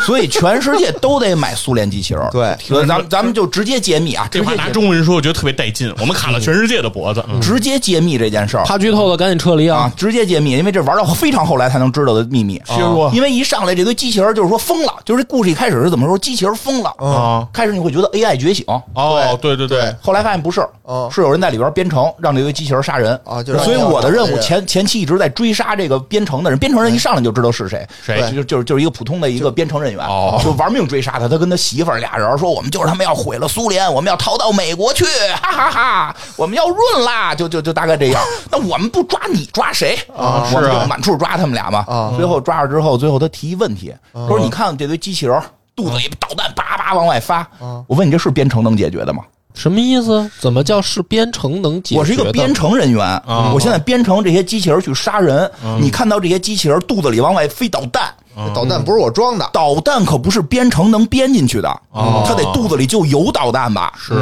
[SPEAKER 2] 所以全世界都得买苏联机器人。
[SPEAKER 4] 对
[SPEAKER 2] 所以咱们咱们就直接揭秘啊，
[SPEAKER 3] 这
[SPEAKER 2] 直
[SPEAKER 3] 话
[SPEAKER 2] 接
[SPEAKER 3] 拿
[SPEAKER 2] 揭
[SPEAKER 3] 中文说，我觉得特别带
[SPEAKER 2] 嗯
[SPEAKER 3] 劲。我们卡了全世界的脖子，嗯
[SPEAKER 2] 直接揭秘这件事儿
[SPEAKER 1] 怕剧透的赶紧撤离
[SPEAKER 2] 啊
[SPEAKER 1] 啊！，
[SPEAKER 2] 直接揭秘，因为这玩到非常后来才能知道的秘密。
[SPEAKER 3] 是不
[SPEAKER 2] 因为一上来这堆机器人就是说疯了，就是这故事一开始是怎么说？机器人疯了，
[SPEAKER 3] 啊，
[SPEAKER 2] 开始你会觉得 AI 觉醒，
[SPEAKER 3] 哦，对对对，
[SPEAKER 2] 后来发现不是
[SPEAKER 4] 哦，
[SPEAKER 2] 是有人在里边编程，让这堆机器人杀人
[SPEAKER 4] 啊就是
[SPEAKER 2] 所以我的任
[SPEAKER 4] 这
[SPEAKER 2] 务
[SPEAKER 4] 个哎
[SPEAKER 2] 前前期一直在追杀这个编程的人，编程人一上来就知道是谁，
[SPEAKER 3] 谁
[SPEAKER 2] 就就是就是一个普通的一个编程人员
[SPEAKER 3] 哦，
[SPEAKER 2] 就玩命追杀他。他跟他媳妇儿俩人说，我们就是他们要毁了苏联，我们要逃到美国去， 哈哈哈，我们要润啦，就就就大概这 样。那我们不抓你抓谁
[SPEAKER 4] 啊
[SPEAKER 2] 我们
[SPEAKER 3] 是啊
[SPEAKER 2] 就满处抓他们俩嘛。
[SPEAKER 4] 啊
[SPEAKER 2] 最后抓着之后，最后他提一问题，他说你看这堆机器人肚子里导弹叭叭往外发
[SPEAKER 4] 啊，
[SPEAKER 2] 我问你这是编程能解决的吗？
[SPEAKER 1] 什么意思？怎么叫是编程能解决？
[SPEAKER 2] 我是一个编，程人员，
[SPEAKER 3] 啊
[SPEAKER 2] 我现在编程这些机器人去杀人。你看到这些机器人肚子里往外飞导弹，
[SPEAKER 4] 这导弹不是我装的，
[SPEAKER 2] 导弹可不是编程能编进去的，
[SPEAKER 3] 哦
[SPEAKER 2] 它得肚子里就有导弹吧？
[SPEAKER 3] 是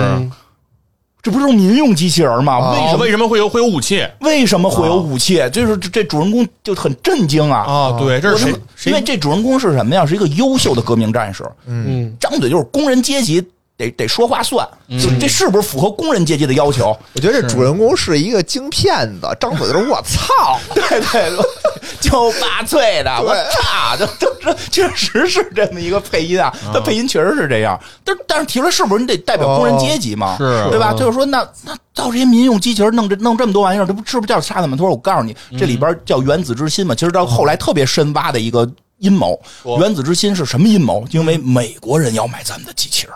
[SPEAKER 2] 这不是民用机器人吗？为
[SPEAKER 3] 哦
[SPEAKER 2] 什么
[SPEAKER 3] 为什么会有会有武器
[SPEAKER 2] 为什么会有武器？就是这这主人公就很震惊啊！
[SPEAKER 3] 啊？对，这
[SPEAKER 2] 我
[SPEAKER 3] 是
[SPEAKER 2] 他
[SPEAKER 3] 谁
[SPEAKER 2] 妈因为
[SPEAKER 3] 谁
[SPEAKER 2] 这主人公是什么呀？是一个优秀的革命战士，
[SPEAKER 1] 嗯，
[SPEAKER 2] 张嘴就是工人阶级。得得说话算，
[SPEAKER 3] 嗯
[SPEAKER 2] 就这是不是符合工人阶级的要求？
[SPEAKER 4] 我觉得这主人公是一个京片 子，张嘴就是我操，
[SPEAKER 2] 对对，我就拔萃的，我操，就就这确实是这么一个配音啊，它配音确实是这样，但但是提出来是不是你得代表工人阶级嘛？
[SPEAKER 3] 哦是
[SPEAKER 2] 对吧？就是说那那造这些民用机器人弄这弄这么多玩意儿，这不是不是叫杀他们？他说我告诉你，这里边叫原子之心嘛，其实到后来特别深挖的一个阴谋，原子之心是什么阴谋？因为美国人要买咱们的机器人。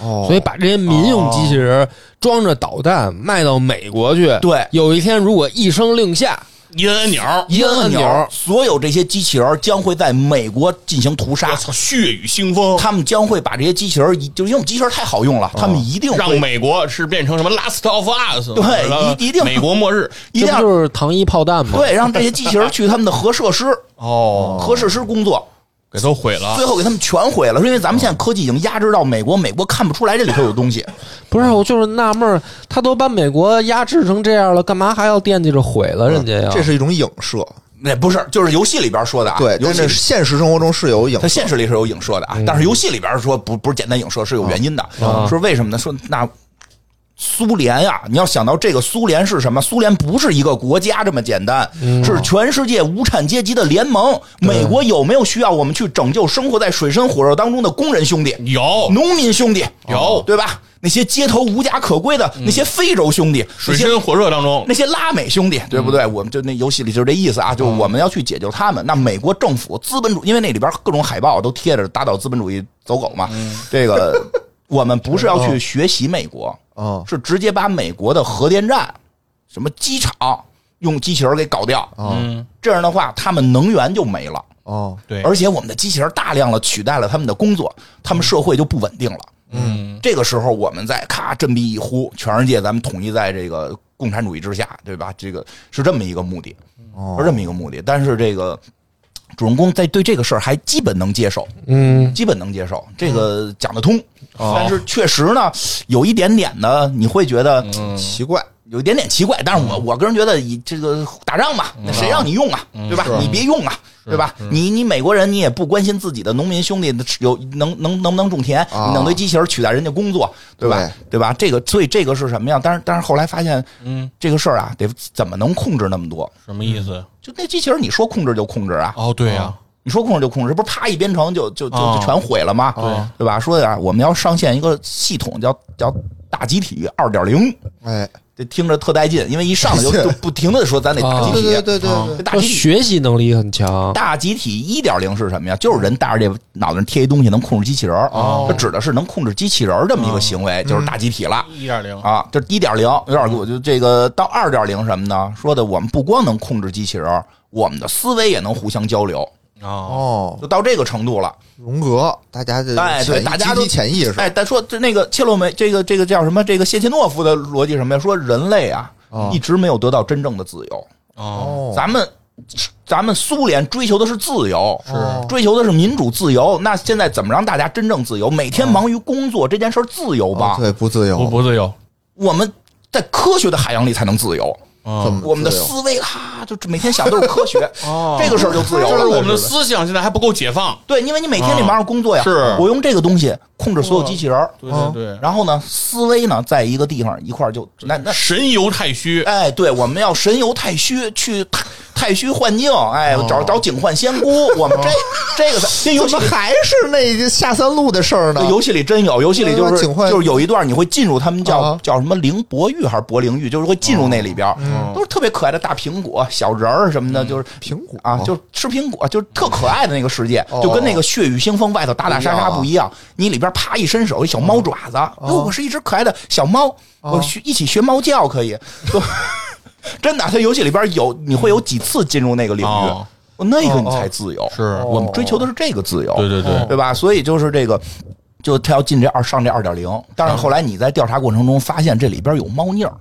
[SPEAKER 4] 哦
[SPEAKER 1] 所以把这些民用机器人装着导弹卖到美国去，
[SPEAKER 2] 对
[SPEAKER 1] 有一天如果一声令下，
[SPEAKER 3] 一摁按钮，
[SPEAKER 2] 一摁按
[SPEAKER 1] 一摁按钮
[SPEAKER 2] 所有这些机器人将会在美国进行屠杀
[SPEAKER 3] 我。操，血雨腥风，
[SPEAKER 2] 他们将会把这些机器人移，就是因为我们机器人太好用了，他们一定
[SPEAKER 3] 让
[SPEAKER 2] 会
[SPEAKER 3] 美国是变成什么 Last of Us，
[SPEAKER 2] 对
[SPEAKER 3] 然后
[SPEAKER 2] 一一定
[SPEAKER 3] 美国末日
[SPEAKER 2] 一定
[SPEAKER 1] 这不
[SPEAKER 2] 要
[SPEAKER 1] 就是糖衣炮弹吗？
[SPEAKER 2] 对让这些机器人去他们的核设施、
[SPEAKER 3] 哦，
[SPEAKER 2] 核设施工作，
[SPEAKER 3] 给都毁了
[SPEAKER 2] 最。后给他们全毁了。是因为咱们现在科技已经压制到美国，美国看不出来这里头有东西。
[SPEAKER 1] 不是，我就是纳闷儿，他都把美国压制成这样了，干嘛还要惦记着毁
[SPEAKER 2] 嗯
[SPEAKER 1] 了人家呀？
[SPEAKER 4] 这是一种影射，
[SPEAKER 2] 那不是，就是游戏里边说的啊。
[SPEAKER 4] 对，
[SPEAKER 2] 游
[SPEAKER 4] 但
[SPEAKER 2] 戏
[SPEAKER 4] 是现实生活中是有影
[SPEAKER 2] 它
[SPEAKER 4] 射，
[SPEAKER 2] 现实里是有影射的
[SPEAKER 3] 嗯
[SPEAKER 2] 啊，但是游戏里边说不不是简单影射，是有原因的。
[SPEAKER 3] 啊
[SPEAKER 2] 说为什么呢？说那苏联呀、你要想到这个苏联是什么？苏联不是一个国家这么简单，
[SPEAKER 3] 嗯啊
[SPEAKER 2] 是全世界无产阶级的联盟。美国有没有需要我们去拯救生活在水深火热当中的工人兄弟、
[SPEAKER 3] 有
[SPEAKER 2] 农民兄弟？
[SPEAKER 3] 哦有嗯
[SPEAKER 2] 对吧？那些街头无家可归的那些非洲兄弟，
[SPEAKER 3] 水深火热当中，
[SPEAKER 2] 那些拉美兄弟，对不对？我们就那游戏里就是这意思啊，就我们要去解救他们。那美国政府资本主，因为那里边各种海报都贴着“打倒资本主义，走狗”嘛。这个我们不是要去学习美国，
[SPEAKER 4] 哦
[SPEAKER 2] 是直接把美国的核电站、什么机场用机器人给搞掉。
[SPEAKER 3] 嗯，
[SPEAKER 2] 这样的话，他们能源就没了，
[SPEAKER 4] 哦，
[SPEAKER 3] 对，
[SPEAKER 2] 而且我们的机器人大量的取代了他们的工作，他们社会就不稳定了。
[SPEAKER 3] 嗯，
[SPEAKER 2] 这个时候，我们再咔振臂一呼，全世界咱们统一在这个共产主义之下，对吧？这个是这么一个目的，是这么一个目的。但是这个主人公在对这个事儿还基本能接受，
[SPEAKER 1] 嗯，
[SPEAKER 2] 基本能接受，这个讲得通。但是确实呢，有一点点呢，你会觉得
[SPEAKER 4] 奇怪，
[SPEAKER 2] 有一点点奇怪。但是我我个人觉得，以这个打仗嘛，那谁让你用啊，对吧？你别用啊，对吧？你你美国人你也不关心自己的农民兄弟有能能能不能种田，
[SPEAKER 4] 啊
[SPEAKER 2] 你弄堆机器人取代人家工作，对吧？对吧？这个所以这个是什么呀？但是但是后来发现，
[SPEAKER 3] 嗯，
[SPEAKER 2] 这个事儿啊，得怎么能控制那么多？
[SPEAKER 3] 什么意思？
[SPEAKER 2] 就那机器人，你说控制就控制啊，
[SPEAKER 3] 哦，对呀，
[SPEAKER 2] 你说控制就控制，不是啪一编程就就就
[SPEAKER 3] 哦
[SPEAKER 2] 就全毁了吗？
[SPEAKER 3] 对
[SPEAKER 2] 对吧？说呀，我们要上线一个系统叫叫大集体二点零。
[SPEAKER 4] 哎，
[SPEAKER 2] 这听着特带劲，因为一上来就
[SPEAKER 4] 是
[SPEAKER 2] 就不停的说咱得
[SPEAKER 3] 哦
[SPEAKER 2] 大集
[SPEAKER 1] 啊
[SPEAKER 2] 体，
[SPEAKER 4] 对对对对对
[SPEAKER 2] 这，大
[SPEAKER 1] 说
[SPEAKER 2] 集体。
[SPEAKER 1] 学习能力很强，
[SPEAKER 2] 大集体一点零是什么呀？就是人戴着这脑袋上贴一东西能控制机器人儿，
[SPEAKER 3] 哦
[SPEAKER 2] 它指的是能控制机器人儿这么一个行为，就是大集体了
[SPEAKER 3] 哦一点零，
[SPEAKER 2] 啊。这一点零有点儿，
[SPEAKER 4] 嗯
[SPEAKER 2] 我就这个到二点零什么呢？说的我们不光能控制机器人儿，我们的思维也能互相交流，
[SPEAKER 3] 哦，
[SPEAKER 4] 哦，
[SPEAKER 2] 就到这个程度了。
[SPEAKER 4] 荣格，大家这
[SPEAKER 2] 哎，对，
[SPEAKER 4] 呃潜意
[SPEAKER 2] 大家
[SPEAKER 4] 集
[SPEAKER 2] 都
[SPEAKER 4] 体潜意识，
[SPEAKER 2] 哎，但说这那个切洛梅，这个这个叫什么？这个谢切诺夫的逻辑是什么呀？说人类啊，
[SPEAKER 4] 哦
[SPEAKER 2] 一直没有得到真正的自由。
[SPEAKER 3] 哦，
[SPEAKER 4] 哦，
[SPEAKER 2] 咱们咱们苏联追求的是自由，
[SPEAKER 4] 哦
[SPEAKER 2] 追求的是民主自由。那现在怎么让大家真正自由？每天忙于工作这件事儿自由
[SPEAKER 4] 哦
[SPEAKER 2] 吧？
[SPEAKER 4] 对，不自由
[SPEAKER 3] 不，不自由，
[SPEAKER 2] 我们在科学的海洋里才能自由。
[SPEAKER 4] 怎
[SPEAKER 3] 嗯，
[SPEAKER 4] 么
[SPEAKER 2] 我们的
[SPEAKER 4] 自由
[SPEAKER 2] 思维哈，就每天想都是科 学，
[SPEAKER 3] 哦
[SPEAKER 2] 这个事儿就自由
[SPEAKER 3] 就是
[SPEAKER 2] 了。
[SPEAKER 3] 我们的思想现在还不够解放，
[SPEAKER 2] 对，因为你每天得忙着工作呀。
[SPEAKER 3] 是
[SPEAKER 2] 我用这个东西控制所有机器人儿，
[SPEAKER 3] 对
[SPEAKER 4] 哦
[SPEAKER 3] 对，
[SPEAKER 2] 然后呢，思维呢在一个地方一块儿就那那
[SPEAKER 3] 神游太虚，
[SPEAKER 2] 哎，对，我们要神游太虚，去太太虚幻境，哎，找找警幻仙姑，我们这、这个这游
[SPEAKER 4] 怎
[SPEAKER 2] 戏
[SPEAKER 4] 么还是那个下三路的事儿呢？
[SPEAKER 2] 游戏里真有，游戏里就
[SPEAKER 4] 那
[SPEAKER 2] 是
[SPEAKER 4] 警幻
[SPEAKER 2] 就是有一段你会进入他们叫、
[SPEAKER 4] 啊嗯
[SPEAKER 2] 叫什么灵博域还是博灵域，就是会进入那里边，
[SPEAKER 3] 嗯
[SPEAKER 2] 都是特别可爱的大苹果、小人儿什么的，就是。
[SPEAKER 4] 苹果
[SPEAKER 2] 啊，就是吃苹果，就是特可爱的那个世界，
[SPEAKER 4] 哦
[SPEAKER 2] 就跟那个血雨腥风外头打打杀杀不一样。你里边啪一伸手，一小猫爪子，
[SPEAKER 4] 哦
[SPEAKER 2] 哟，我是一只可爱的小猫，我学一起学猫叫可以。就 真的，它游戏里边有，你会有几次进入那个领域，
[SPEAKER 3] 哦
[SPEAKER 2] 哦那个你才自由。
[SPEAKER 3] 是
[SPEAKER 2] 我们追求的是这个自由。
[SPEAKER 3] 对对对，
[SPEAKER 2] 对吧？所以就是这个，就他要进这二上这二点零。但是后来你在调查过程中发现这里边有猫腻儿，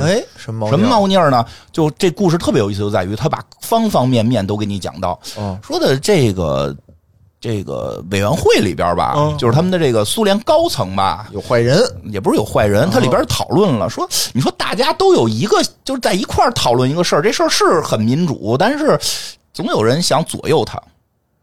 [SPEAKER 4] 哎，什么
[SPEAKER 2] 什么猫腻儿呢？就这故事特别有意思，就在于他把方方面面都给你讲到，
[SPEAKER 4] 哦
[SPEAKER 2] 说的这个。这个委员会里边吧，
[SPEAKER 3] 嗯
[SPEAKER 2] 就是他们的这个苏联高层吧，
[SPEAKER 4] 有坏人
[SPEAKER 2] 也不是有坏人，它里边讨论了说，你说大家都有一个，就是在一块儿讨论一个事儿，这事儿是很民主，但是总有人想左右它，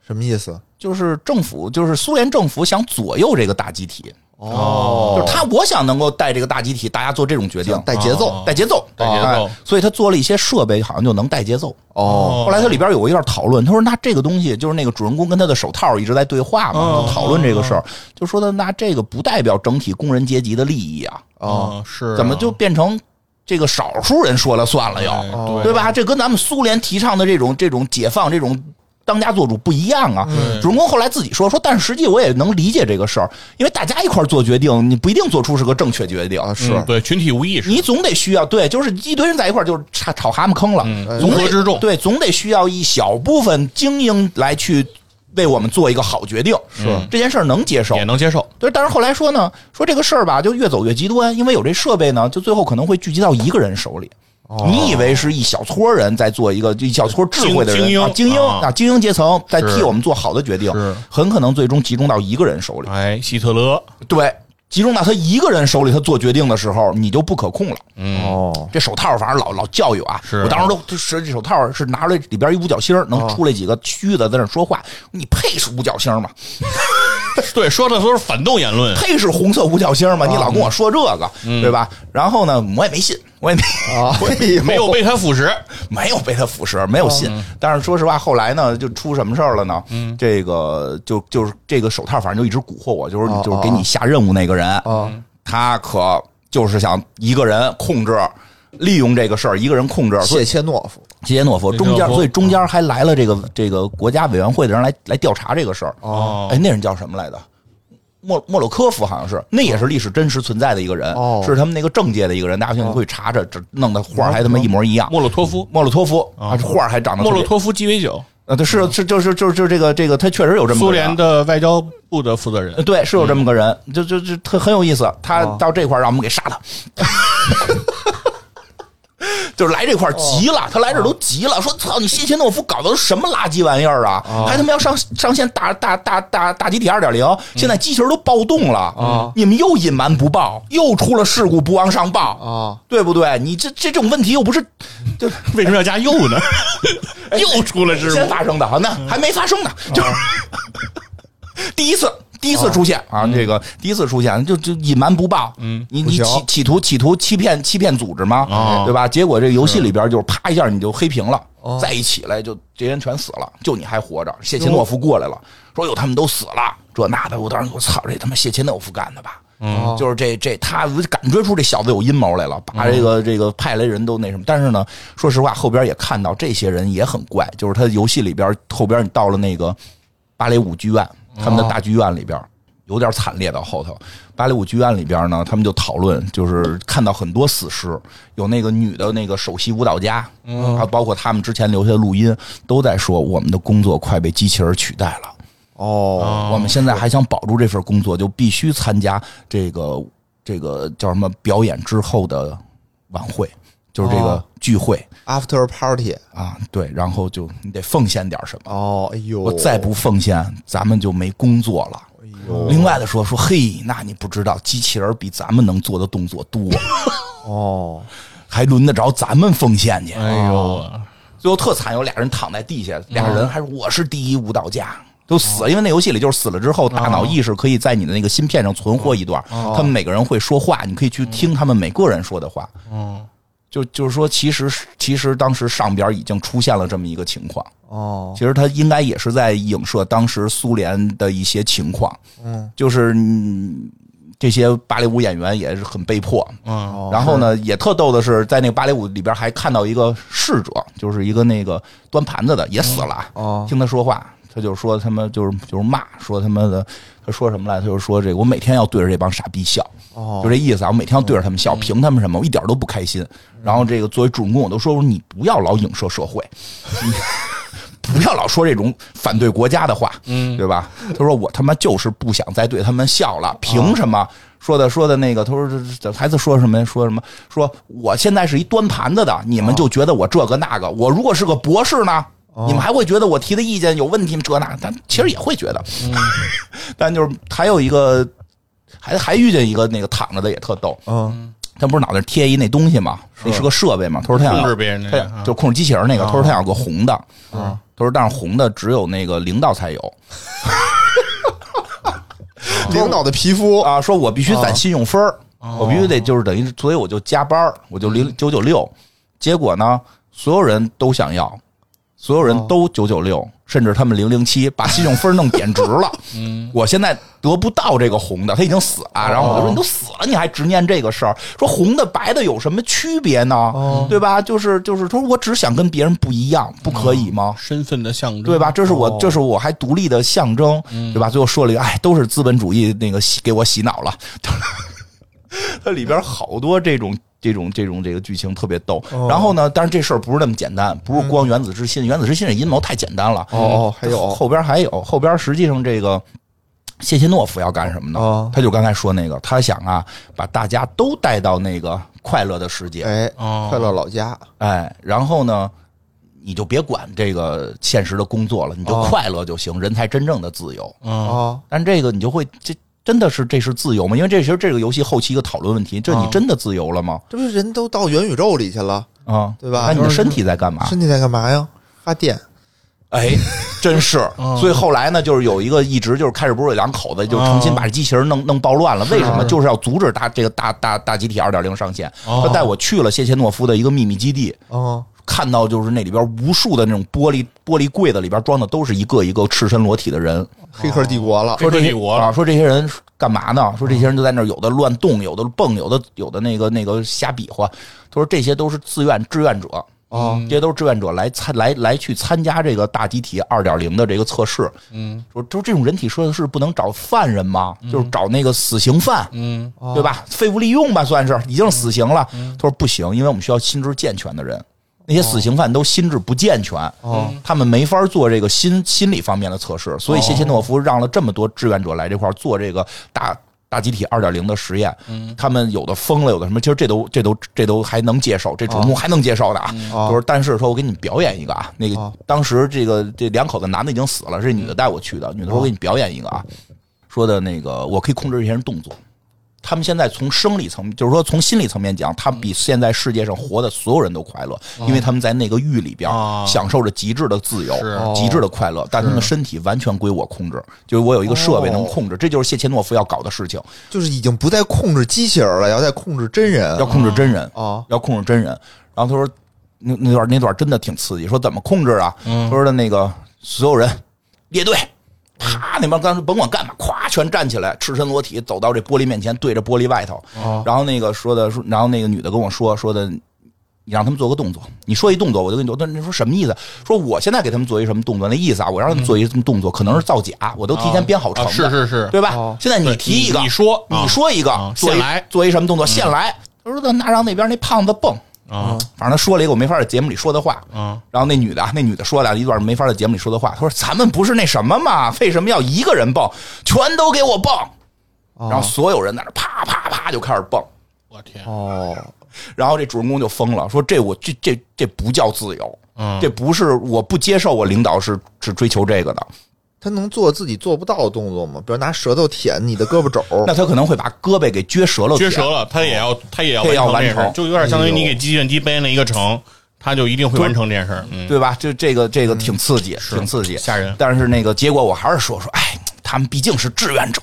[SPEAKER 4] 什么意思？
[SPEAKER 2] 就是政府，就是苏联政府想左右这个大集体，
[SPEAKER 4] 哦
[SPEAKER 2] 就是他，我想能够带这个大集体，大家做这种决定，
[SPEAKER 4] 带节奏
[SPEAKER 2] 带节奏，
[SPEAKER 3] 哦带节奏
[SPEAKER 2] 哎所以他做了一些设备，好像就能带节奏。
[SPEAKER 4] 哦，
[SPEAKER 2] 后来它里边有一段讨论，他说：“那这个东西就是那个主人公跟他的手套一直在对话嘛，
[SPEAKER 3] 哦
[SPEAKER 2] 就讨论这个事儿，就说的那这个不代表整体工人阶级的利益啊，
[SPEAKER 4] 哦，
[SPEAKER 3] 嗯是啊
[SPEAKER 2] 怎么就变成这个少数人说了算了又？
[SPEAKER 3] 哎
[SPEAKER 4] 哦
[SPEAKER 2] 对吧？这跟咱们苏联提倡的这种这种解放这种。当家做主不一样啊。
[SPEAKER 3] 嗯
[SPEAKER 2] 主人公后来自己说说，但是实际我也能理解这个事儿，因为大家一块儿做决定，你不一定做出是个正确决定。
[SPEAKER 4] 啊，是
[SPEAKER 3] 嗯对群体无意识，
[SPEAKER 2] 你总得需要对，就是一堆人在一块儿，就是炒炒蛤蟆坑了，
[SPEAKER 4] 哎
[SPEAKER 2] 总
[SPEAKER 3] 乌合
[SPEAKER 2] 得
[SPEAKER 3] 之众
[SPEAKER 2] 对，总得需要一小部分精英来去为我们做一个好决定，是这件事儿能接受
[SPEAKER 3] 也。能接受。
[SPEAKER 2] 对，但是后来说呢，说这个事儿吧，就越走越极端，因为有这设备呢，就最后可能会聚集到一个人手里。
[SPEAKER 3] 哦
[SPEAKER 2] 你以为是一小撮人在做一个就一小撮智慧的人
[SPEAKER 3] 精英
[SPEAKER 2] 啊精英
[SPEAKER 3] 啊
[SPEAKER 2] 啊精英阶层在替
[SPEAKER 3] 是
[SPEAKER 2] 我们做好的决定
[SPEAKER 3] 是，
[SPEAKER 2] 很可能最终集中到一个人手里。
[SPEAKER 3] 哎，希特 勒，
[SPEAKER 2] 对，集中到他一个人手里，他做决定的时候，你就不可控了。
[SPEAKER 3] 嗯，
[SPEAKER 4] 哦，
[SPEAKER 2] 这手套反正老老教育啊，
[SPEAKER 3] 是哦
[SPEAKER 2] 我当时都是这手套是拿出来里边一五角星儿，能出来几个虚的在那说话，你配是五角星吗？
[SPEAKER 3] 对，说的都是反动言论，
[SPEAKER 2] 配是红色五角星吗？
[SPEAKER 3] 啊
[SPEAKER 2] 你老跟我说这个，
[SPEAKER 3] 嗯
[SPEAKER 2] 对吧？然后呢，我也没信，我也没、 我也没
[SPEAKER 3] 啊没有被他啊腐蚀。
[SPEAKER 2] 没有被他腐蚀，没有信。但是说实话，后来呢，就出什么事儿了呢？
[SPEAKER 3] 嗯
[SPEAKER 2] 这个就就是这个手套，反正就一直蛊惑我，就是、
[SPEAKER 3] 啊
[SPEAKER 4] 哦
[SPEAKER 2] 就是给你下任务那个人，
[SPEAKER 4] 哦
[SPEAKER 2] 他可就是想一个人控制。利用这个事儿，一个人控制，所以
[SPEAKER 4] 谢切诺夫
[SPEAKER 2] 谢切诺夫中
[SPEAKER 3] 谢切
[SPEAKER 2] 间，
[SPEAKER 3] 诺夫啊
[SPEAKER 2] 所以中间还来了这个这个国家委员会的人来来调查这个事儿。
[SPEAKER 3] 哦
[SPEAKER 2] 哎，那人叫什么来着？莫莫洛科夫好像是，那也是历史真实存在的一个人，
[SPEAKER 4] 哦
[SPEAKER 2] 是他们那个政界的一个人。大家兴趣会查查，这弄的画儿还他妈一模一样。
[SPEAKER 3] 哦莫洛托夫，
[SPEAKER 2] 莫洛托夫啊，这画儿还长得特
[SPEAKER 3] 嗯莫
[SPEAKER 2] 别
[SPEAKER 3] 洛托夫鸡尾酒，
[SPEAKER 2] 呃，对，是是就是就是就是这个这个，他确实有这么
[SPEAKER 3] 苏
[SPEAKER 2] 个人啊
[SPEAKER 3] 联的外交部的负责人
[SPEAKER 2] 呃，对，是有这么个人，就就就特很有意思。他
[SPEAKER 4] 嗯哦
[SPEAKER 2] 到这块儿让我们给杀他， 就是来这块儿急
[SPEAKER 4] 哦
[SPEAKER 2] 了，他来这儿都急了，说操你谢切诺夫搞的都什么垃圾玩意儿啊，
[SPEAKER 4] 哦
[SPEAKER 2] 还他妈要上上线大大大大大集体二点零，现在机器人都暴动了，
[SPEAKER 4] 嗯哦
[SPEAKER 2] 你们又隐瞒不报，又出了事故不往上报。
[SPEAKER 4] 啊，
[SPEAKER 2] 对不对？你这这种问题又不是，就是
[SPEAKER 3] 为什么要加又呢？ 又出了事
[SPEAKER 2] 先
[SPEAKER 3] 故，
[SPEAKER 2] 发生的啊，那
[SPEAKER 4] 嗯
[SPEAKER 2] 还没发生呢，
[SPEAKER 4] 哦
[SPEAKER 2] 就是、第一次。第一次出现啊，这个第一次出现就就隐瞒不报，嗯，你你
[SPEAKER 4] 嗯不行啊
[SPEAKER 2] 企企图企图欺骗欺骗组织吗？
[SPEAKER 3] 哦
[SPEAKER 2] 对吧？结果这个游
[SPEAKER 4] 嗯
[SPEAKER 2] 戏里边就是啪一下你就黑屏了，
[SPEAKER 4] 哦
[SPEAKER 2] 再一起来就这些人全死了，就你还活着。谢切诺夫过来了，说哟他们都死了，这那的，我当时我操，这他妈谢切诺夫干的吧？
[SPEAKER 4] 哦
[SPEAKER 2] 就是这这他感觉出这小子有阴谋来了，把这
[SPEAKER 4] 哦
[SPEAKER 2] 个这个派来人都那什么。但是呢，说实话，后边也看到这些人也很怪，就是他游戏里边后边你到了那个芭蕾舞剧院，他们的大剧院里
[SPEAKER 4] 哦
[SPEAKER 2] 边。有点惨烈到后头，芭蕾舞剧院里边呢，他们就讨论，就是看到很多死尸，有那个女的那个首席舞蹈家，
[SPEAKER 4] 嗯
[SPEAKER 2] 啊，包括他们之前留下的录音，都在说我们的工作快被机器人取代了。
[SPEAKER 4] 哦，
[SPEAKER 2] 我们现在还想保住这份工作，就必须参加这个这个叫什么表演之后的晚会，就是这个
[SPEAKER 4] 哦
[SPEAKER 2] 聚会、
[SPEAKER 4] After Party，
[SPEAKER 2] 啊，对，然后就你得奉献点什么。
[SPEAKER 4] 哦，哎呦，
[SPEAKER 2] 我再不奉献，咱们就没工作了。另外的说说，嘿，那你不知道，机器人比咱们能做的动作多，
[SPEAKER 4] 哦，
[SPEAKER 2] 还轮得着咱们奉献去？
[SPEAKER 3] 哎
[SPEAKER 2] 哦
[SPEAKER 3] 呦，
[SPEAKER 2] 最后特惨，有俩人躺在地下，俩人还说我是第一舞蹈家，都死了，因为那游戏里就是死了之后，大脑意识可以在你的那个芯片上存活一段，他们每个人会说话，你可以去听他们每个人说的话。
[SPEAKER 3] 嗯，
[SPEAKER 2] 就就是说，其实其实当时上边已经出现了这么一个情况，
[SPEAKER 4] 哦，
[SPEAKER 2] 其实他应该也是在影射当时苏联的一些情况，
[SPEAKER 4] 嗯，
[SPEAKER 2] 就是嗯这些芭蕾舞演员也是很被迫，
[SPEAKER 3] 嗯，
[SPEAKER 2] 然后呢，也特逗的是，在那个芭蕾舞里边还看到一个侍者，就是一个那个端盘子的，也死了。啊
[SPEAKER 4] 哦
[SPEAKER 2] 听他说话，他就说他们就是就是骂，说他们的，他说什么来？他就说这个我每天要对着这帮傻逼笑，
[SPEAKER 4] 哦嗯
[SPEAKER 2] 就这意思啊！我每天要对着他们笑，凭他们什么？我一点都不开心。然后这个作为主人公，我都说你不要老影射社会。你不要老说这种反对国家的话，嗯，对吧？他说我他妈就是不想再对他们笑了，凭什么？说的说的那个，他说这这孩子说什么呀？说什么？说我现在是一端盘子的，你们就觉得我这个那个。我如果是个博士呢，你们还会觉得我提的意见有问题吗？这那，但其实也会觉得。 但就是还有一个，还还遇见一个那个躺着的也特逗，
[SPEAKER 4] 嗯，
[SPEAKER 2] 他不是脑袋贴一那东西吗？那是个设备嘛？他说他想要
[SPEAKER 3] 控制别人那
[SPEAKER 2] 他
[SPEAKER 3] 个
[SPEAKER 2] 想
[SPEAKER 3] 啊
[SPEAKER 2] 就控制机器人那个。他说他想要个红的，他说但是红的只有那个领导才有
[SPEAKER 4] 领导的皮肤
[SPEAKER 2] 啊。说我必须攒信用分儿，
[SPEAKER 3] 哦
[SPEAKER 2] 我必须得就是等于是，所以我
[SPEAKER 3] 嗯
[SPEAKER 2] 就加班儿，我就零九九六。结果呢，所有人都想要，所有人
[SPEAKER 3] 哦
[SPEAKER 2] 都九九六，甚至他们零零七，把信用分弄贬值 了。嗯，我现在得不到这个红的，他已经死了。然后我就
[SPEAKER 3] 哦
[SPEAKER 2] 说：“你都死了，你还执念这个事儿？说红的白的有什么区别呢？
[SPEAKER 3] 哦
[SPEAKER 2] 对吧？就是就是，他说我只想跟别人不一样，不可以吗？
[SPEAKER 3] 身份的象征，
[SPEAKER 2] 对吧？？这是
[SPEAKER 4] 哦
[SPEAKER 2] 我，这是我还独立的象征，
[SPEAKER 4] 嗯
[SPEAKER 2] 对吧？最后说了一个，哎，都是资本主义那个洗给我洗脑了。 它里边好多这种这种这种这个剧情特别逗。
[SPEAKER 4] 哦
[SPEAKER 2] 然后呢，但是这事儿不是那么简单，不是光原子之心，原子之心这阴谋太简单了。
[SPEAKER 4] 嗯哦，还有
[SPEAKER 2] 后边还有，后边实际上这个谢谢诺夫要干什么呢？
[SPEAKER 4] 哦
[SPEAKER 2] 他就刚才说那个，他想啊，把大家都带到那个快乐的世界，
[SPEAKER 4] 哎，
[SPEAKER 3] 哦
[SPEAKER 4] 快乐老家
[SPEAKER 2] 哎，然后呢，你就别管这个现实的工作了，你就
[SPEAKER 4] 哦
[SPEAKER 2] 快乐就行，人才真正的自由。
[SPEAKER 3] 嗯，
[SPEAKER 4] 哦，
[SPEAKER 2] 但这个你就会这。真的是这是自由吗？因为这其实这个游戏后期一个讨论问题，这你
[SPEAKER 4] 嗯
[SPEAKER 3] 哦
[SPEAKER 2] 真的自由了吗？
[SPEAKER 4] 这不是人都到元宇宙里去了，
[SPEAKER 2] 啊，
[SPEAKER 4] 对吧
[SPEAKER 2] 那你的
[SPEAKER 4] 就是
[SPEAKER 2] 身体在干嘛？
[SPEAKER 4] 身体在干嘛呀？发电，
[SPEAKER 2] 哎，真是
[SPEAKER 3] 嗯。
[SPEAKER 2] 所以后来呢，就是有一个一直就是开始不是有两口子就重
[SPEAKER 4] 嗯
[SPEAKER 2] 新把这机器人弄弄暴乱了，为什么？就是要阻止大这个大大大集体二点零上线。
[SPEAKER 3] 哦
[SPEAKER 2] 他带我去了谢切诺夫的一个秘密基地。
[SPEAKER 4] 哦，
[SPEAKER 2] 看到就是那里边无数的那种玻璃玻璃柜子里边装的都是一个一个赤身裸体的人，
[SPEAKER 4] 黑客帝国了，
[SPEAKER 2] 说这
[SPEAKER 3] 黑客帝国了
[SPEAKER 2] 啊，说这些人干嘛呢？说这些人就在那儿有的乱动，有的蹦，有的有的那个那个瞎比划。他说这些都是自愿志愿者，嗯
[SPEAKER 4] 哦，
[SPEAKER 2] 这些都是志愿者来参来来去参加这个大集体二点零的这个测试。嗯，说就这种人体测试不能找犯人吗？就是找那个死刑犯，嗯，对吧？废物利用吧，算是已经是死刑了。他说不行，因为我们需要心智健全的人。那些死刑犯都心智不健全，
[SPEAKER 4] 哦
[SPEAKER 2] 他们没法做这个心心理方面的测试，所以谢
[SPEAKER 4] 哦
[SPEAKER 2] 切诺夫让了这么多志愿者来这块儿做这个大大集体二点零的实验。
[SPEAKER 4] 嗯
[SPEAKER 2] 他们有的疯了，有的什么，其实这都这都这都还能接受，这主目还能接受的啊。
[SPEAKER 4] 哦
[SPEAKER 2] 就是但是说我给你表演一个啊，那个
[SPEAKER 4] 哦嗯
[SPEAKER 2] 当时这个这两口子男的已经死了，是女的带我去的，女的说
[SPEAKER 4] 哦
[SPEAKER 2] 我给你表演一个啊，说的那个我可以控制这些人动作。他们现在从生理层，就是说从心理层面讲，他们比现在世界上活的所有人都快乐，因为他们在那个狱里边
[SPEAKER 3] 哦
[SPEAKER 2] 享受着极致的自由
[SPEAKER 3] 是、
[SPEAKER 2] 极致的快乐，但他们身体完全归我控制，就是我有一个设备
[SPEAKER 3] 哦
[SPEAKER 2] 能控制，这就是谢切诺夫要搞的事情，
[SPEAKER 4] 就是已经不再控制机器人了，要再控制真人
[SPEAKER 2] 要控制真人，
[SPEAKER 4] 哦
[SPEAKER 2] 要控制真人。然后他说，那那段那段真的挺刺激，说怎么控制啊？
[SPEAKER 3] 嗯
[SPEAKER 2] 他说的那个所有人列队。啪！那帮刚甭管干嘛，咵全站起来，赤身裸体走到这玻璃面前，对着玻璃外头。
[SPEAKER 3] 哦
[SPEAKER 2] 然后那个说的说，然后那个女的跟我说说的，你让他们做个动作，你说一动作，我就跟你做。那你说什么意思？说我现在给他们做一什么动作？那意思啊，我让他们做一什么动作，可能是造假，我都提前编好程
[SPEAKER 3] 啊
[SPEAKER 2] 的，
[SPEAKER 3] 是是是，
[SPEAKER 2] 对吧？现在你
[SPEAKER 3] 对
[SPEAKER 2] 提一个，
[SPEAKER 3] 你你说啊
[SPEAKER 2] 你说一个，
[SPEAKER 3] 啊
[SPEAKER 2] 做一
[SPEAKER 3] 现来嗯
[SPEAKER 2] 做一什么动作？现来，他说那让那边那胖子蹦，
[SPEAKER 3] 啊
[SPEAKER 2] 反正他说了一个我没法在节目里说的话。
[SPEAKER 3] 啊
[SPEAKER 2] 然后那女的啊，那女的说了一段没法在节目里说的话，她说咱们不是那什么嘛，为什么要一个人蹦？全都给我蹦！然后所有人在那啪啪啪就开始蹦。
[SPEAKER 3] 我天，
[SPEAKER 4] 哦，
[SPEAKER 2] 然后这主人公就疯了，说这我这这这不叫自由，
[SPEAKER 3] 嗯
[SPEAKER 2] 这不是我不接受我领导是是追求这个的，
[SPEAKER 4] 他能做自己做不到的动作吗？比如拿舌头舔你的胳 膊肘，
[SPEAKER 2] 那他可能会把胳膊给撅折了，
[SPEAKER 3] 撅折了，他也要他也要
[SPEAKER 2] 哦这要
[SPEAKER 3] 完
[SPEAKER 2] 完
[SPEAKER 3] 这事儿，
[SPEAKER 2] 成
[SPEAKER 3] 就有点相当于你给计算机编了一个程，他就一定会完成这件事儿。嗯，
[SPEAKER 2] 对吧？就这个这个挺刺激，
[SPEAKER 3] 是
[SPEAKER 2] 挺刺激，
[SPEAKER 3] 吓人
[SPEAKER 2] 但是那个结果我还是说说，哎，他们毕竟是志愿者，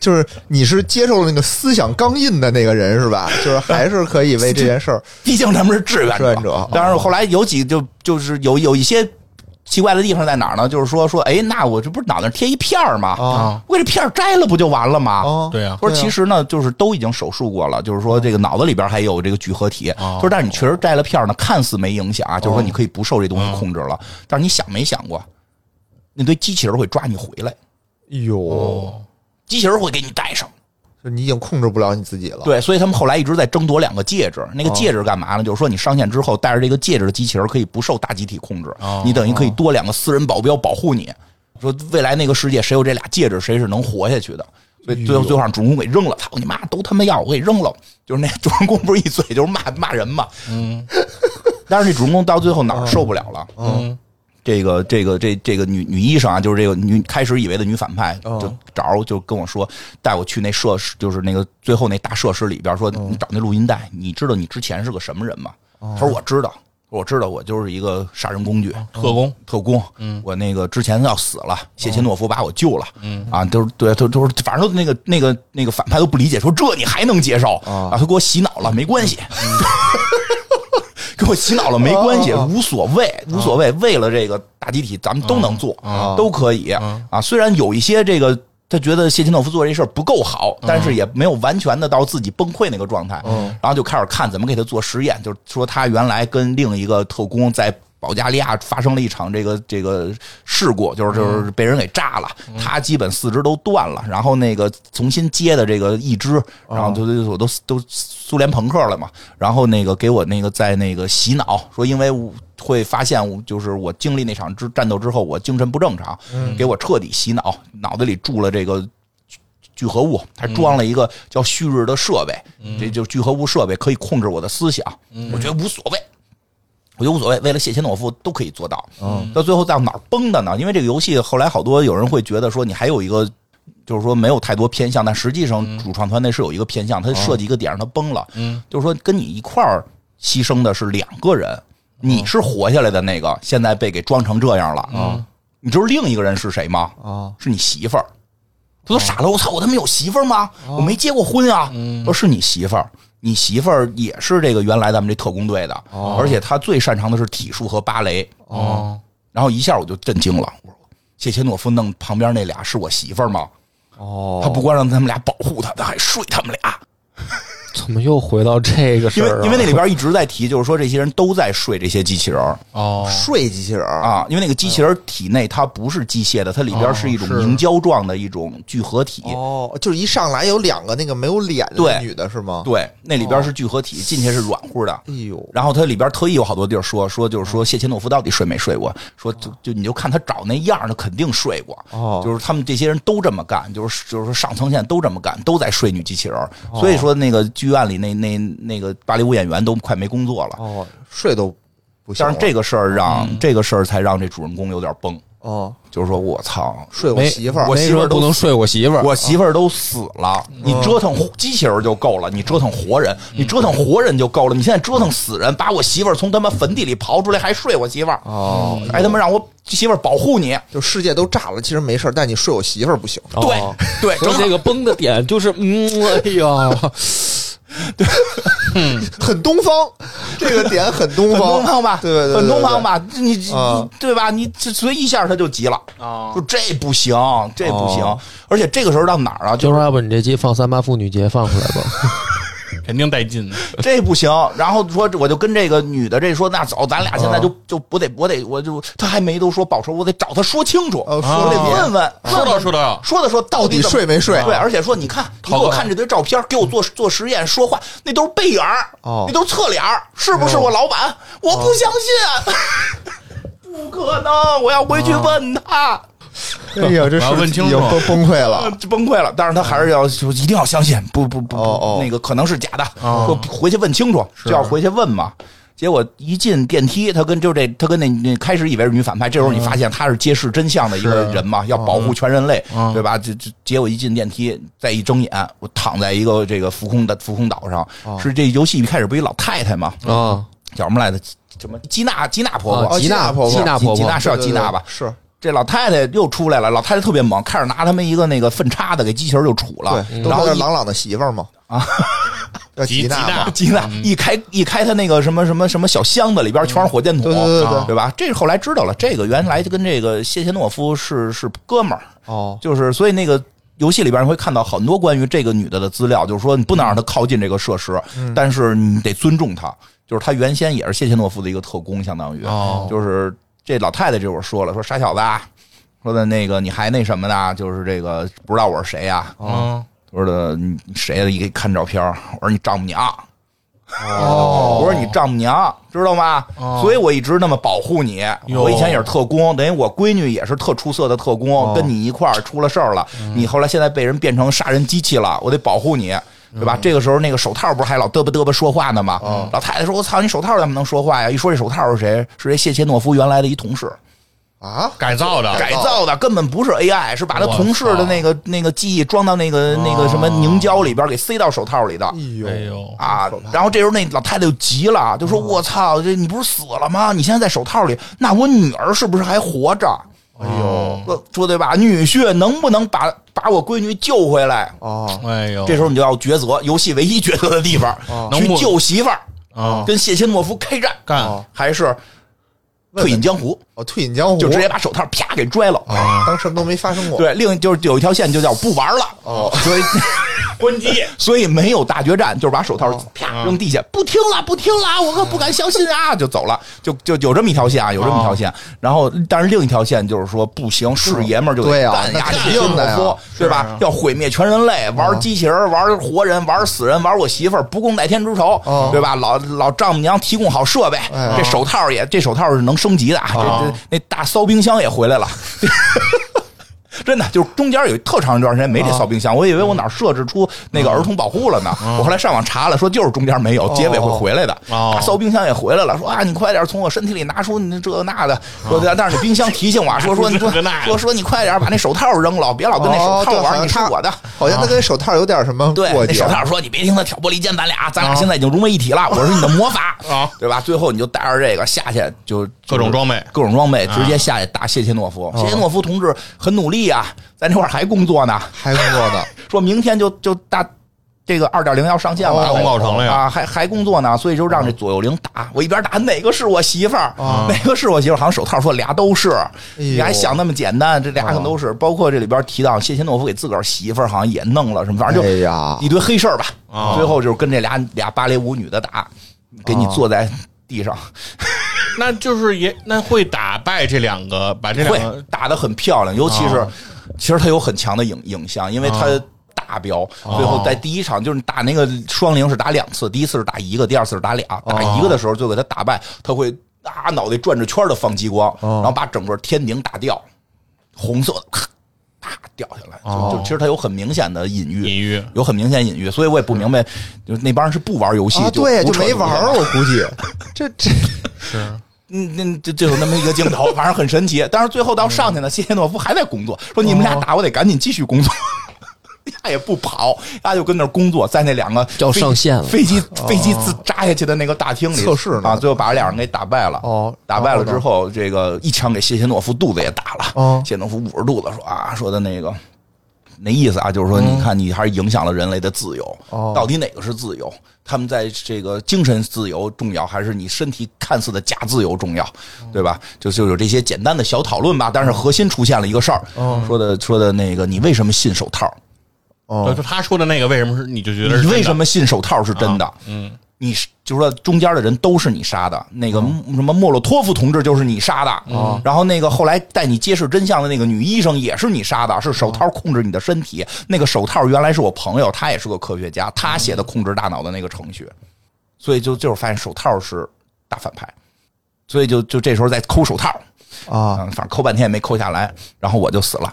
[SPEAKER 4] 就是你是接受了那个思想钢印的那个人是 吧？就是还是可以为这件事儿
[SPEAKER 2] 毕竟他们是志愿
[SPEAKER 4] 志愿
[SPEAKER 3] 哦
[SPEAKER 4] 者
[SPEAKER 2] 但是后来有几就就是有有一些奇怪的地方在哪儿呢？就是说说，哎，那我这不是脑袋上贴一片儿吗？
[SPEAKER 4] 啊
[SPEAKER 2] 我给这片儿摘了不就完了吗？
[SPEAKER 4] 哦
[SPEAKER 3] 哦对啊
[SPEAKER 2] 他说其实呢，就是都已经手术过了，就是说这个脑子里边还有这个聚合体。
[SPEAKER 3] 哦
[SPEAKER 2] 他说，但是你确实摘了片儿呢，看似没影响啊，就是说你可以不受这东
[SPEAKER 3] 嗯
[SPEAKER 2] 西控制了。但是你想没想过，那堆机器人会抓你回来，
[SPEAKER 4] 哟，
[SPEAKER 2] 机器人会给你带上。
[SPEAKER 4] 哦就你已经控制不了你自己了。
[SPEAKER 2] 对，所以他们后来一直在争夺两个戒指。那个戒指干嘛呢？就是说你上线之后，带着这个戒指的机器人可以不受大集体控制，你等于可以多两个私人保镖保护你。说未来那个世界，谁有这俩戒指，谁是能活下去的。所以最后最后让主人公给扔了，操你妈，都他妈要我给扔了。就是那 主人公不是一嘴就是骂骂人嘛，嗯。但是这主人公到最后哪儿受不了了，嗯。这个这个这这个女女医生啊，就是这个女开始以为的女反派，就找我就跟我说，带我去那设施，就是那个最后那大设施里边说，你找那录音带，你知道你之前是个什么人吗？他说我知道，我知道，我就是一个杀人工具，
[SPEAKER 3] 特工嗯
[SPEAKER 2] 特工，我那个之前要死了，谢切诺夫把我救了，
[SPEAKER 3] 嗯
[SPEAKER 2] 啊，都是对，都都是，反正那个那个那个反派都不理解，说这你还能接受啊？他给我洗脑了，没关系，给我洗脑了没关系，
[SPEAKER 4] 哦哦
[SPEAKER 2] 无所谓，无所谓。为了这个大集体，咱们都能做，
[SPEAKER 4] 哦
[SPEAKER 2] 都可以啊。虽然有一些这个。他觉得谢琴诺夫做这事儿不够好，
[SPEAKER 4] 嗯
[SPEAKER 2] 但是也没有完全的到自己崩溃那个状态，然后就开始看怎么给他做实验，就是说他原来跟另一个特工在保加利亚发生了一场这个这个事故，就是
[SPEAKER 4] 嗯
[SPEAKER 2] 就是被人给炸了，他基本四肢都断了，然后那个重新接的这个一只，然
[SPEAKER 4] 哦
[SPEAKER 2] 后都都都都苏联朋克了嘛，然后那个给我那个在那个洗脑，说因为我会发现我就是我经历那场之战斗之后，我精神不正常，给我彻底洗脑，脑子里注了这个聚合物，还装了一个叫旭日的设备，这就是聚合物设备可以控制我的思想，我觉得无所谓。我觉得无所谓，为了谢切诺夫都可以做到。嗯，到最后到哪儿崩的呢？因为这个游戏后来好多有人会觉得说，你还有一个就是说没有太多偏向，但实际上主创团队是有一个偏向，他设计一个点让他崩了。嗯，就是说跟你一块儿牺牲的是两个人，你是活下来的那个，现在被给装成这样了。嗯，你知道另一个人是谁吗？
[SPEAKER 4] 啊，
[SPEAKER 2] 是你媳妇儿。他都傻了，我操！我他妈有媳妇儿吗？我没结过婚啊！我说是你媳妇儿，你媳妇儿也是这个原来咱们这特工队的，而且她最擅长的是体术和芭蕾。
[SPEAKER 3] 哦，
[SPEAKER 2] 然后一下我就震惊了，我说谢切诺夫弄旁边那俩是我媳妇儿吗？
[SPEAKER 4] 哦，
[SPEAKER 2] 他不光让他们俩保护他，他还睡他们俩。
[SPEAKER 1] 怎么又回到这个事
[SPEAKER 2] 因为
[SPEAKER 1] 儿、啊？
[SPEAKER 2] 因为那里边一直在提，就是说这些人都在睡这些机器人儿
[SPEAKER 3] 哦，
[SPEAKER 4] 睡机器人儿
[SPEAKER 2] 啊，因为那个机器人儿体内它不是机械的，它里边是一种
[SPEAKER 3] 哦是
[SPEAKER 2] 凝胶状的一种聚合体。
[SPEAKER 4] 哦，就是一上来有两个那个没有脸
[SPEAKER 2] 对
[SPEAKER 4] 的女的是吗？，
[SPEAKER 2] 对，那里边是聚合体，进去是软乎的。
[SPEAKER 4] 哎呦，
[SPEAKER 2] 然后它里边特意有好多地儿说说，就是说谢切诺夫到底睡没睡过？说就就你就看他找那样儿，他肯定睡过。
[SPEAKER 4] 哦
[SPEAKER 2] 就是他们这些人都这么干，就是就是说上层线都这么干，都在睡女机器人儿。所以说那个剧院里那那那个芭蕾舞演员都快没工作了。
[SPEAKER 4] 哦，睡都不行
[SPEAKER 2] 但
[SPEAKER 4] 了，嗯
[SPEAKER 2] 是这个事儿让、这个事儿才让这主人公有点崩，
[SPEAKER 4] 哦，
[SPEAKER 2] 就是说我操，
[SPEAKER 4] 睡我
[SPEAKER 1] 没
[SPEAKER 4] 媳妇儿，
[SPEAKER 1] 我
[SPEAKER 2] 媳妇儿都
[SPEAKER 1] 不能睡我媳妇
[SPEAKER 4] 啊
[SPEAKER 1] 儿。
[SPEAKER 2] 我媳妇儿都死了，
[SPEAKER 4] 嗯
[SPEAKER 2] 你折腾活机器人就够了，你折腾活人，你折腾活人就够了，你现在折腾死人，把我媳妇儿从他妈坟地里刨出来，还睡我媳妇儿，
[SPEAKER 4] 哦，
[SPEAKER 2] 还他妈让我媳妇儿保护你，
[SPEAKER 4] 就世界都炸了，其实没事儿，但你睡我媳妇儿不行。
[SPEAKER 1] 哦
[SPEAKER 2] 对 对，
[SPEAKER 1] 所
[SPEAKER 2] 正
[SPEAKER 1] 以
[SPEAKER 2] 好
[SPEAKER 1] 这个崩的点就是，嗯， 哎呀，
[SPEAKER 4] 很东方，这个点很东
[SPEAKER 2] 很
[SPEAKER 4] 方，
[SPEAKER 2] 东方吧，
[SPEAKER 4] 对对对，
[SPEAKER 2] 很东方
[SPEAKER 4] 对。
[SPEAKER 2] 吧，你你
[SPEAKER 4] 嗯
[SPEAKER 2] 对吧？你这所以一下他就急了，
[SPEAKER 3] 哦
[SPEAKER 2] 说这不行，这不行
[SPEAKER 4] 哦，
[SPEAKER 2] 而且这个时候到哪儿啊？就
[SPEAKER 1] 就是要不你这集放三八妇女节放出来吧。
[SPEAKER 3] 肯定带劲的。
[SPEAKER 2] 这不行。然后说我就跟这个女的这说，那走，咱俩现
[SPEAKER 4] 哦
[SPEAKER 2] 在就就我得我得我就他还没都说报仇，我得找他说清楚，
[SPEAKER 4] 哦，
[SPEAKER 2] 我
[SPEAKER 4] 说
[SPEAKER 2] 得
[SPEAKER 4] 这点
[SPEAKER 2] 问问，
[SPEAKER 3] 说到说到，
[SPEAKER 2] 说的说到
[SPEAKER 4] 到底
[SPEAKER 2] 怎么
[SPEAKER 4] 睡没睡
[SPEAKER 2] 对，而且说你看，你给
[SPEAKER 3] 好
[SPEAKER 2] 我
[SPEAKER 3] 吧
[SPEAKER 2] 看这堆照片，给我做做实验，说话那都是背影儿
[SPEAKER 4] 哦
[SPEAKER 2] 那都是侧脸儿是不是我老板？我不相
[SPEAKER 4] 哦
[SPEAKER 2] 信， 不可能，我要回去问他。
[SPEAKER 4] 哎呀，这
[SPEAKER 3] 我要问
[SPEAKER 4] 是
[SPEAKER 3] 清
[SPEAKER 4] 已经
[SPEAKER 3] 楚
[SPEAKER 4] 崩崩溃
[SPEAKER 2] 啊
[SPEAKER 4] 了。
[SPEAKER 2] 就崩溃了，但是他还是要就一定要相信，不不不，不
[SPEAKER 4] 哦哦
[SPEAKER 2] 那个可能是假的，说回去问清楚，就要回去问嘛。结果一进电梯，他跟就这，他跟那那开始以为是女反派，这时候
[SPEAKER 4] 嗯
[SPEAKER 2] 你发现他是揭示真相的一个人嘛，要保护全人类，
[SPEAKER 4] 嗯
[SPEAKER 2] 对吧？这这结果一进电梯，再一睁眼，我躺在一个这个浮空的浮空岛上，
[SPEAKER 4] 哦
[SPEAKER 2] 是这游戏一开始不一老太太嘛，
[SPEAKER 1] 啊，
[SPEAKER 2] 叫什么来着？什么吉娜吉娜婆
[SPEAKER 1] 啊
[SPEAKER 2] 婆，
[SPEAKER 4] 哦
[SPEAKER 1] 吉
[SPEAKER 4] 娜
[SPEAKER 1] 娜
[SPEAKER 4] 婆婆
[SPEAKER 1] 吉娜婆
[SPEAKER 2] 吉
[SPEAKER 1] 婆
[SPEAKER 2] 娜，是叫吉娜吧？
[SPEAKER 4] 对？对对
[SPEAKER 2] 这老太太又出来了，老太太特别猛，开始拿他们一个那个粪叉子给机器人就杵了
[SPEAKER 4] 是，对，都
[SPEAKER 2] 然后
[SPEAKER 4] 是
[SPEAKER 2] 一
[SPEAKER 4] 朗朗的媳妇儿嘛啊，叫
[SPEAKER 3] 吉
[SPEAKER 4] 吉娜嘛，
[SPEAKER 3] 娜
[SPEAKER 2] 机呢一开一开他那个什么什么什么小箱子里边全是火箭筒，
[SPEAKER 4] 嗯对对对对
[SPEAKER 2] 对吧？这是后来知道了，这个原来就跟这个谢切诺夫是是哥们儿，
[SPEAKER 4] 哦
[SPEAKER 2] 就是所以那个。游戏里边你会看到很多关于这个女的的资料，就是说你不能让她靠近这个设施，但是你得尊重她。就是她原先也是谢切诺夫的一个特工，相当于，
[SPEAKER 3] 哦
[SPEAKER 2] 就是这老太太这会儿说了，说傻小子啊，说的那个你还那什么呢？就是这个不知道我是谁呀、啊？
[SPEAKER 3] 嗯，
[SPEAKER 2] 我说的你你谁呀？一给看照片儿，我说你丈母娘，
[SPEAKER 4] 哦，
[SPEAKER 2] 我说你丈母娘，知道吗？所以我一直那么保护你。
[SPEAKER 3] 哟
[SPEAKER 2] 我以前也是特工，等于我闺女也是特出色的特工，跟你一块儿出了事儿了。你后来现在被人变成杀人机器了，我得保护你。对吧？这个时候，那个手套不是还老嘚吧嘚吧说话呢吗？老太太说：“我操，你手套怎么能说话呀？”一说这手套是谁？是这谢切诺夫原来的一同事
[SPEAKER 4] 啊，
[SPEAKER 3] 改造的，
[SPEAKER 2] 改造的，根本不是 AI，是把他
[SPEAKER 3] 我
[SPEAKER 2] 同事的
[SPEAKER 3] 操
[SPEAKER 2] 那个那个记忆装到那个那个什么凝胶里边儿给塞到手套里的。
[SPEAKER 4] 哎
[SPEAKER 3] 哎
[SPEAKER 4] 呦，
[SPEAKER 3] 呦，
[SPEAKER 2] 啊，然后这时候那老太太就急了，就说：“我操，这你不是死了吗？你现在在手套里，那我女儿是不是还活着？
[SPEAKER 3] 哎呦，
[SPEAKER 2] 呃说对吧？女婿能不能把把我闺女救回来？
[SPEAKER 4] 哦
[SPEAKER 3] 哎呦，
[SPEAKER 2] 这时候你就要抉择，游戏唯一抉择的地方，
[SPEAKER 4] 哦
[SPEAKER 2] 去
[SPEAKER 3] 能不
[SPEAKER 2] 救媳妇儿。
[SPEAKER 3] 啊
[SPEAKER 2] 跟谢钦诺夫开战，
[SPEAKER 3] 干
[SPEAKER 2] 还是退隐江湖，
[SPEAKER 4] 哦，退隐江湖，啊
[SPEAKER 2] 就直接把手套啪给拽了。
[SPEAKER 4] 当什么都没发生过。，
[SPEAKER 2] 对，另就是有一条线就叫不玩了，
[SPEAKER 4] 哦，
[SPEAKER 2] 所以
[SPEAKER 3] 关机
[SPEAKER 2] 所以没有大决战，就是把手套
[SPEAKER 4] 哦
[SPEAKER 2] 啪扔地下，不听了，不听了，我可不敢相信啊，就走了，
[SPEAKER 4] 嗯
[SPEAKER 2] 就就有这么一条线啊，有这么一条
[SPEAKER 4] 哦
[SPEAKER 2] 线。然后，但是另一条线就是说，不行，是爷们儿就
[SPEAKER 4] 对
[SPEAKER 2] 得
[SPEAKER 4] 啊
[SPEAKER 2] 干呀，
[SPEAKER 4] 那
[SPEAKER 2] 你
[SPEAKER 4] 肯
[SPEAKER 2] 听
[SPEAKER 4] 定的呀
[SPEAKER 2] 我说，对
[SPEAKER 3] 是
[SPEAKER 2] 吧
[SPEAKER 3] 啊？
[SPEAKER 2] 要毁灭全人类，玩机器人，玩活人，玩死人，玩我媳妇儿，不共戴天之仇
[SPEAKER 4] 哦，
[SPEAKER 2] 对吧？老老丈母娘提供好设备
[SPEAKER 4] 哎，
[SPEAKER 2] 这手套也这手套是能升级的啊，这
[SPEAKER 3] 哦
[SPEAKER 2] 这那大骚冰箱也回来了。真的，就是中间有一特长一段时间没这扫
[SPEAKER 3] 啊
[SPEAKER 2] 冰箱，我以为我哪儿设置出那个儿童保护了呢。我后来上网查了，说就是中间没有，结尾会回来的。啊
[SPEAKER 3] 哦
[SPEAKER 2] 大扫冰箱也回来了，说啊，你快点从我身体里拿出你那这个那的。说但是你冰箱提醒我啊，说说你
[SPEAKER 3] 哦 拿出这个那的
[SPEAKER 2] 说说你快点把那手套扔了，别老跟那手套
[SPEAKER 4] 哦对好
[SPEAKER 2] 玩，
[SPEAKER 4] 像
[SPEAKER 2] 你是
[SPEAKER 4] 他
[SPEAKER 2] 我的。
[SPEAKER 4] 好像他跟手套有点什么
[SPEAKER 2] 对，
[SPEAKER 4] 过
[SPEAKER 2] 那
[SPEAKER 4] 节
[SPEAKER 2] 手。套说：“你别听他挑拨离间，咱俩，咱俩现在已经融为一体了。我是你的魔法，
[SPEAKER 3] 啊
[SPEAKER 2] 对吧？最后你就带着这个下去，就
[SPEAKER 3] 各种装备
[SPEAKER 2] 各种装备，直接下去打谢切诺夫。
[SPEAKER 4] 啊
[SPEAKER 2] 谢切诺夫同志很努力啊，在那块儿还工作呢，
[SPEAKER 4] 还工作 呢，
[SPEAKER 2] 说明天就就大。”这个二点零要上线了，
[SPEAKER 4] 哦
[SPEAKER 3] 大功告成了呀
[SPEAKER 2] 啊，还还工作呢，所以就让这左右邻打，我一边打哪个是我媳妇儿，哪个是我媳妇儿，好像手套说俩都是，你还
[SPEAKER 4] 啊哎呦啊
[SPEAKER 2] 想那么简单？这俩可能都是，包括这里边提到谢切诺夫给自个儿媳妇儿好像也弄了什么，反正就
[SPEAKER 4] 哎呀
[SPEAKER 2] 一堆黑事儿吧。
[SPEAKER 3] 啊
[SPEAKER 2] 最后就是跟这俩俩芭蕾舞女的打，给
[SPEAKER 4] 啊
[SPEAKER 2] 你坐在地上，
[SPEAKER 3] 那就是也那会打败这两个，把这两
[SPEAKER 2] 会
[SPEAKER 3] 个
[SPEAKER 2] 打得很漂
[SPEAKER 4] 啊
[SPEAKER 2] 亮，尤其是、其实他有很强的影影像，因为他。
[SPEAKER 4] 啊
[SPEAKER 2] 大标，最后在第一场就是打那个双零是打两次，第一次是打一个，第二次是打俩，
[SPEAKER 4] 啊
[SPEAKER 2] 打一个的时候就给他打败，他会啊脑袋转着圈的放激光，
[SPEAKER 4] 啊
[SPEAKER 2] 然后把整个天顶打掉，红色的咔啪掉下来，
[SPEAKER 4] 哦
[SPEAKER 2] 就就其实他有很明显的隐喻，
[SPEAKER 3] 隐喻
[SPEAKER 2] 有很明显隐喻，所以我也不明白，就是那帮人是不玩游戏，
[SPEAKER 4] 啊，对，
[SPEAKER 2] 胡
[SPEAKER 4] 就
[SPEAKER 2] 扯
[SPEAKER 4] 没玩儿，我估计。这这
[SPEAKER 2] 嗯，那这这有那么一个镜头，反正很神奇。但是最后到上去呢，谢谢诺夫还在工作，说你们俩打，我得赶紧继续工作。 他也不跑，他就跟那儿工作，在那两个
[SPEAKER 1] 要
[SPEAKER 2] 飞
[SPEAKER 1] 上线了
[SPEAKER 2] 飞机飞机自扎下去的那个大厅里
[SPEAKER 4] 哦测试呢
[SPEAKER 2] 啊，最后把俩人给打败了。
[SPEAKER 4] 哦
[SPEAKER 2] 打败了
[SPEAKER 4] 然后呢
[SPEAKER 2] 之后，这个一枪给谢谢诺夫肚子也打了。
[SPEAKER 4] 哦
[SPEAKER 2] 谢谢诺夫捂着肚子说啊，说的那个那意思啊，就是说，你看，你还是影响了人类的自由。
[SPEAKER 4] 哦
[SPEAKER 2] 到底哪个是自由？他们在这个精神自由重要，还是你身体看似的假自由重要？对吧？就就有这些简单的小讨论吧。但是核心出现了一个事儿，说的说的那个，你为什么信手套？
[SPEAKER 4] 哦
[SPEAKER 3] 呃就他说的那个，为什么是你就觉得是
[SPEAKER 2] 你为
[SPEAKER 3] 真的啊
[SPEAKER 2] 什么信手套是真的？嗯，你是就是说中间的人都是你杀的，那个
[SPEAKER 3] 哦
[SPEAKER 2] 什么莫洛托夫同志就是你杀的，然后那个后来带你揭示真相的那个女医生也是你杀
[SPEAKER 3] 哦
[SPEAKER 2] 的，是手套控制你的身体。那个手套原来是我朋友，他也是个科学
[SPEAKER 3] 嗯
[SPEAKER 2] 家，他写的控制大脑的那个程序，所以就就是发现手套是大反派，所以就就这时候在抠手套，
[SPEAKER 4] 啊
[SPEAKER 2] 嗯，反正抠半天也没抠下来，然后我就死了。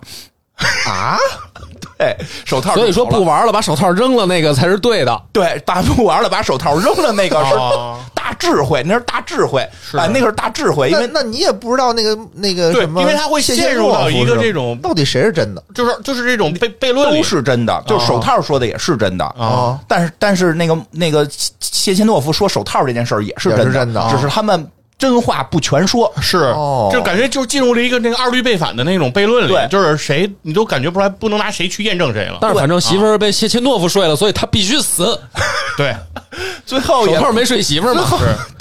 [SPEAKER 4] 啊！
[SPEAKER 2] 对，手套就
[SPEAKER 1] 所以说
[SPEAKER 2] 熟了
[SPEAKER 1] 不玩了，把手套扔了，那个才是对的。
[SPEAKER 2] 对，把不玩了，把手套扔了，那个是
[SPEAKER 3] 哦
[SPEAKER 2] 大智慧，那是大智慧，
[SPEAKER 3] 是
[SPEAKER 2] 哎，那个是大智慧，因
[SPEAKER 4] 那
[SPEAKER 2] 为
[SPEAKER 4] 那你也不知道那个那个
[SPEAKER 3] 对
[SPEAKER 4] 什么
[SPEAKER 3] 因为他会
[SPEAKER 4] 谢
[SPEAKER 3] 陷入
[SPEAKER 4] 诺
[SPEAKER 3] 到
[SPEAKER 4] 夫
[SPEAKER 3] 一个
[SPEAKER 4] 是
[SPEAKER 3] 这种
[SPEAKER 4] 到底谁是真的
[SPEAKER 3] 就是就是这种悖悖论里
[SPEAKER 2] 都是真的，就是手套说的也是真的
[SPEAKER 4] 哦
[SPEAKER 2] 但是但是那个那个谢谢切诺夫说手套这件事儿也是
[SPEAKER 4] 也
[SPEAKER 2] 真
[SPEAKER 4] 是真的
[SPEAKER 2] 只是他们真话不全 说。
[SPEAKER 3] 是，
[SPEAKER 4] 哦
[SPEAKER 3] 就感觉就进入了一个那个二律背反的那种悖论
[SPEAKER 2] 对
[SPEAKER 3] 里，就是谁你都感觉不出来，不能拿谁去验证谁了。
[SPEAKER 1] 但是反正媳妇儿被谢切诺夫睡了，所以他必须死。
[SPEAKER 3] 对，
[SPEAKER 2] 最后
[SPEAKER 1] 手
[SPEAKER 2] 也
[SPEAKER 1] 套没睡媳妇儿嘛，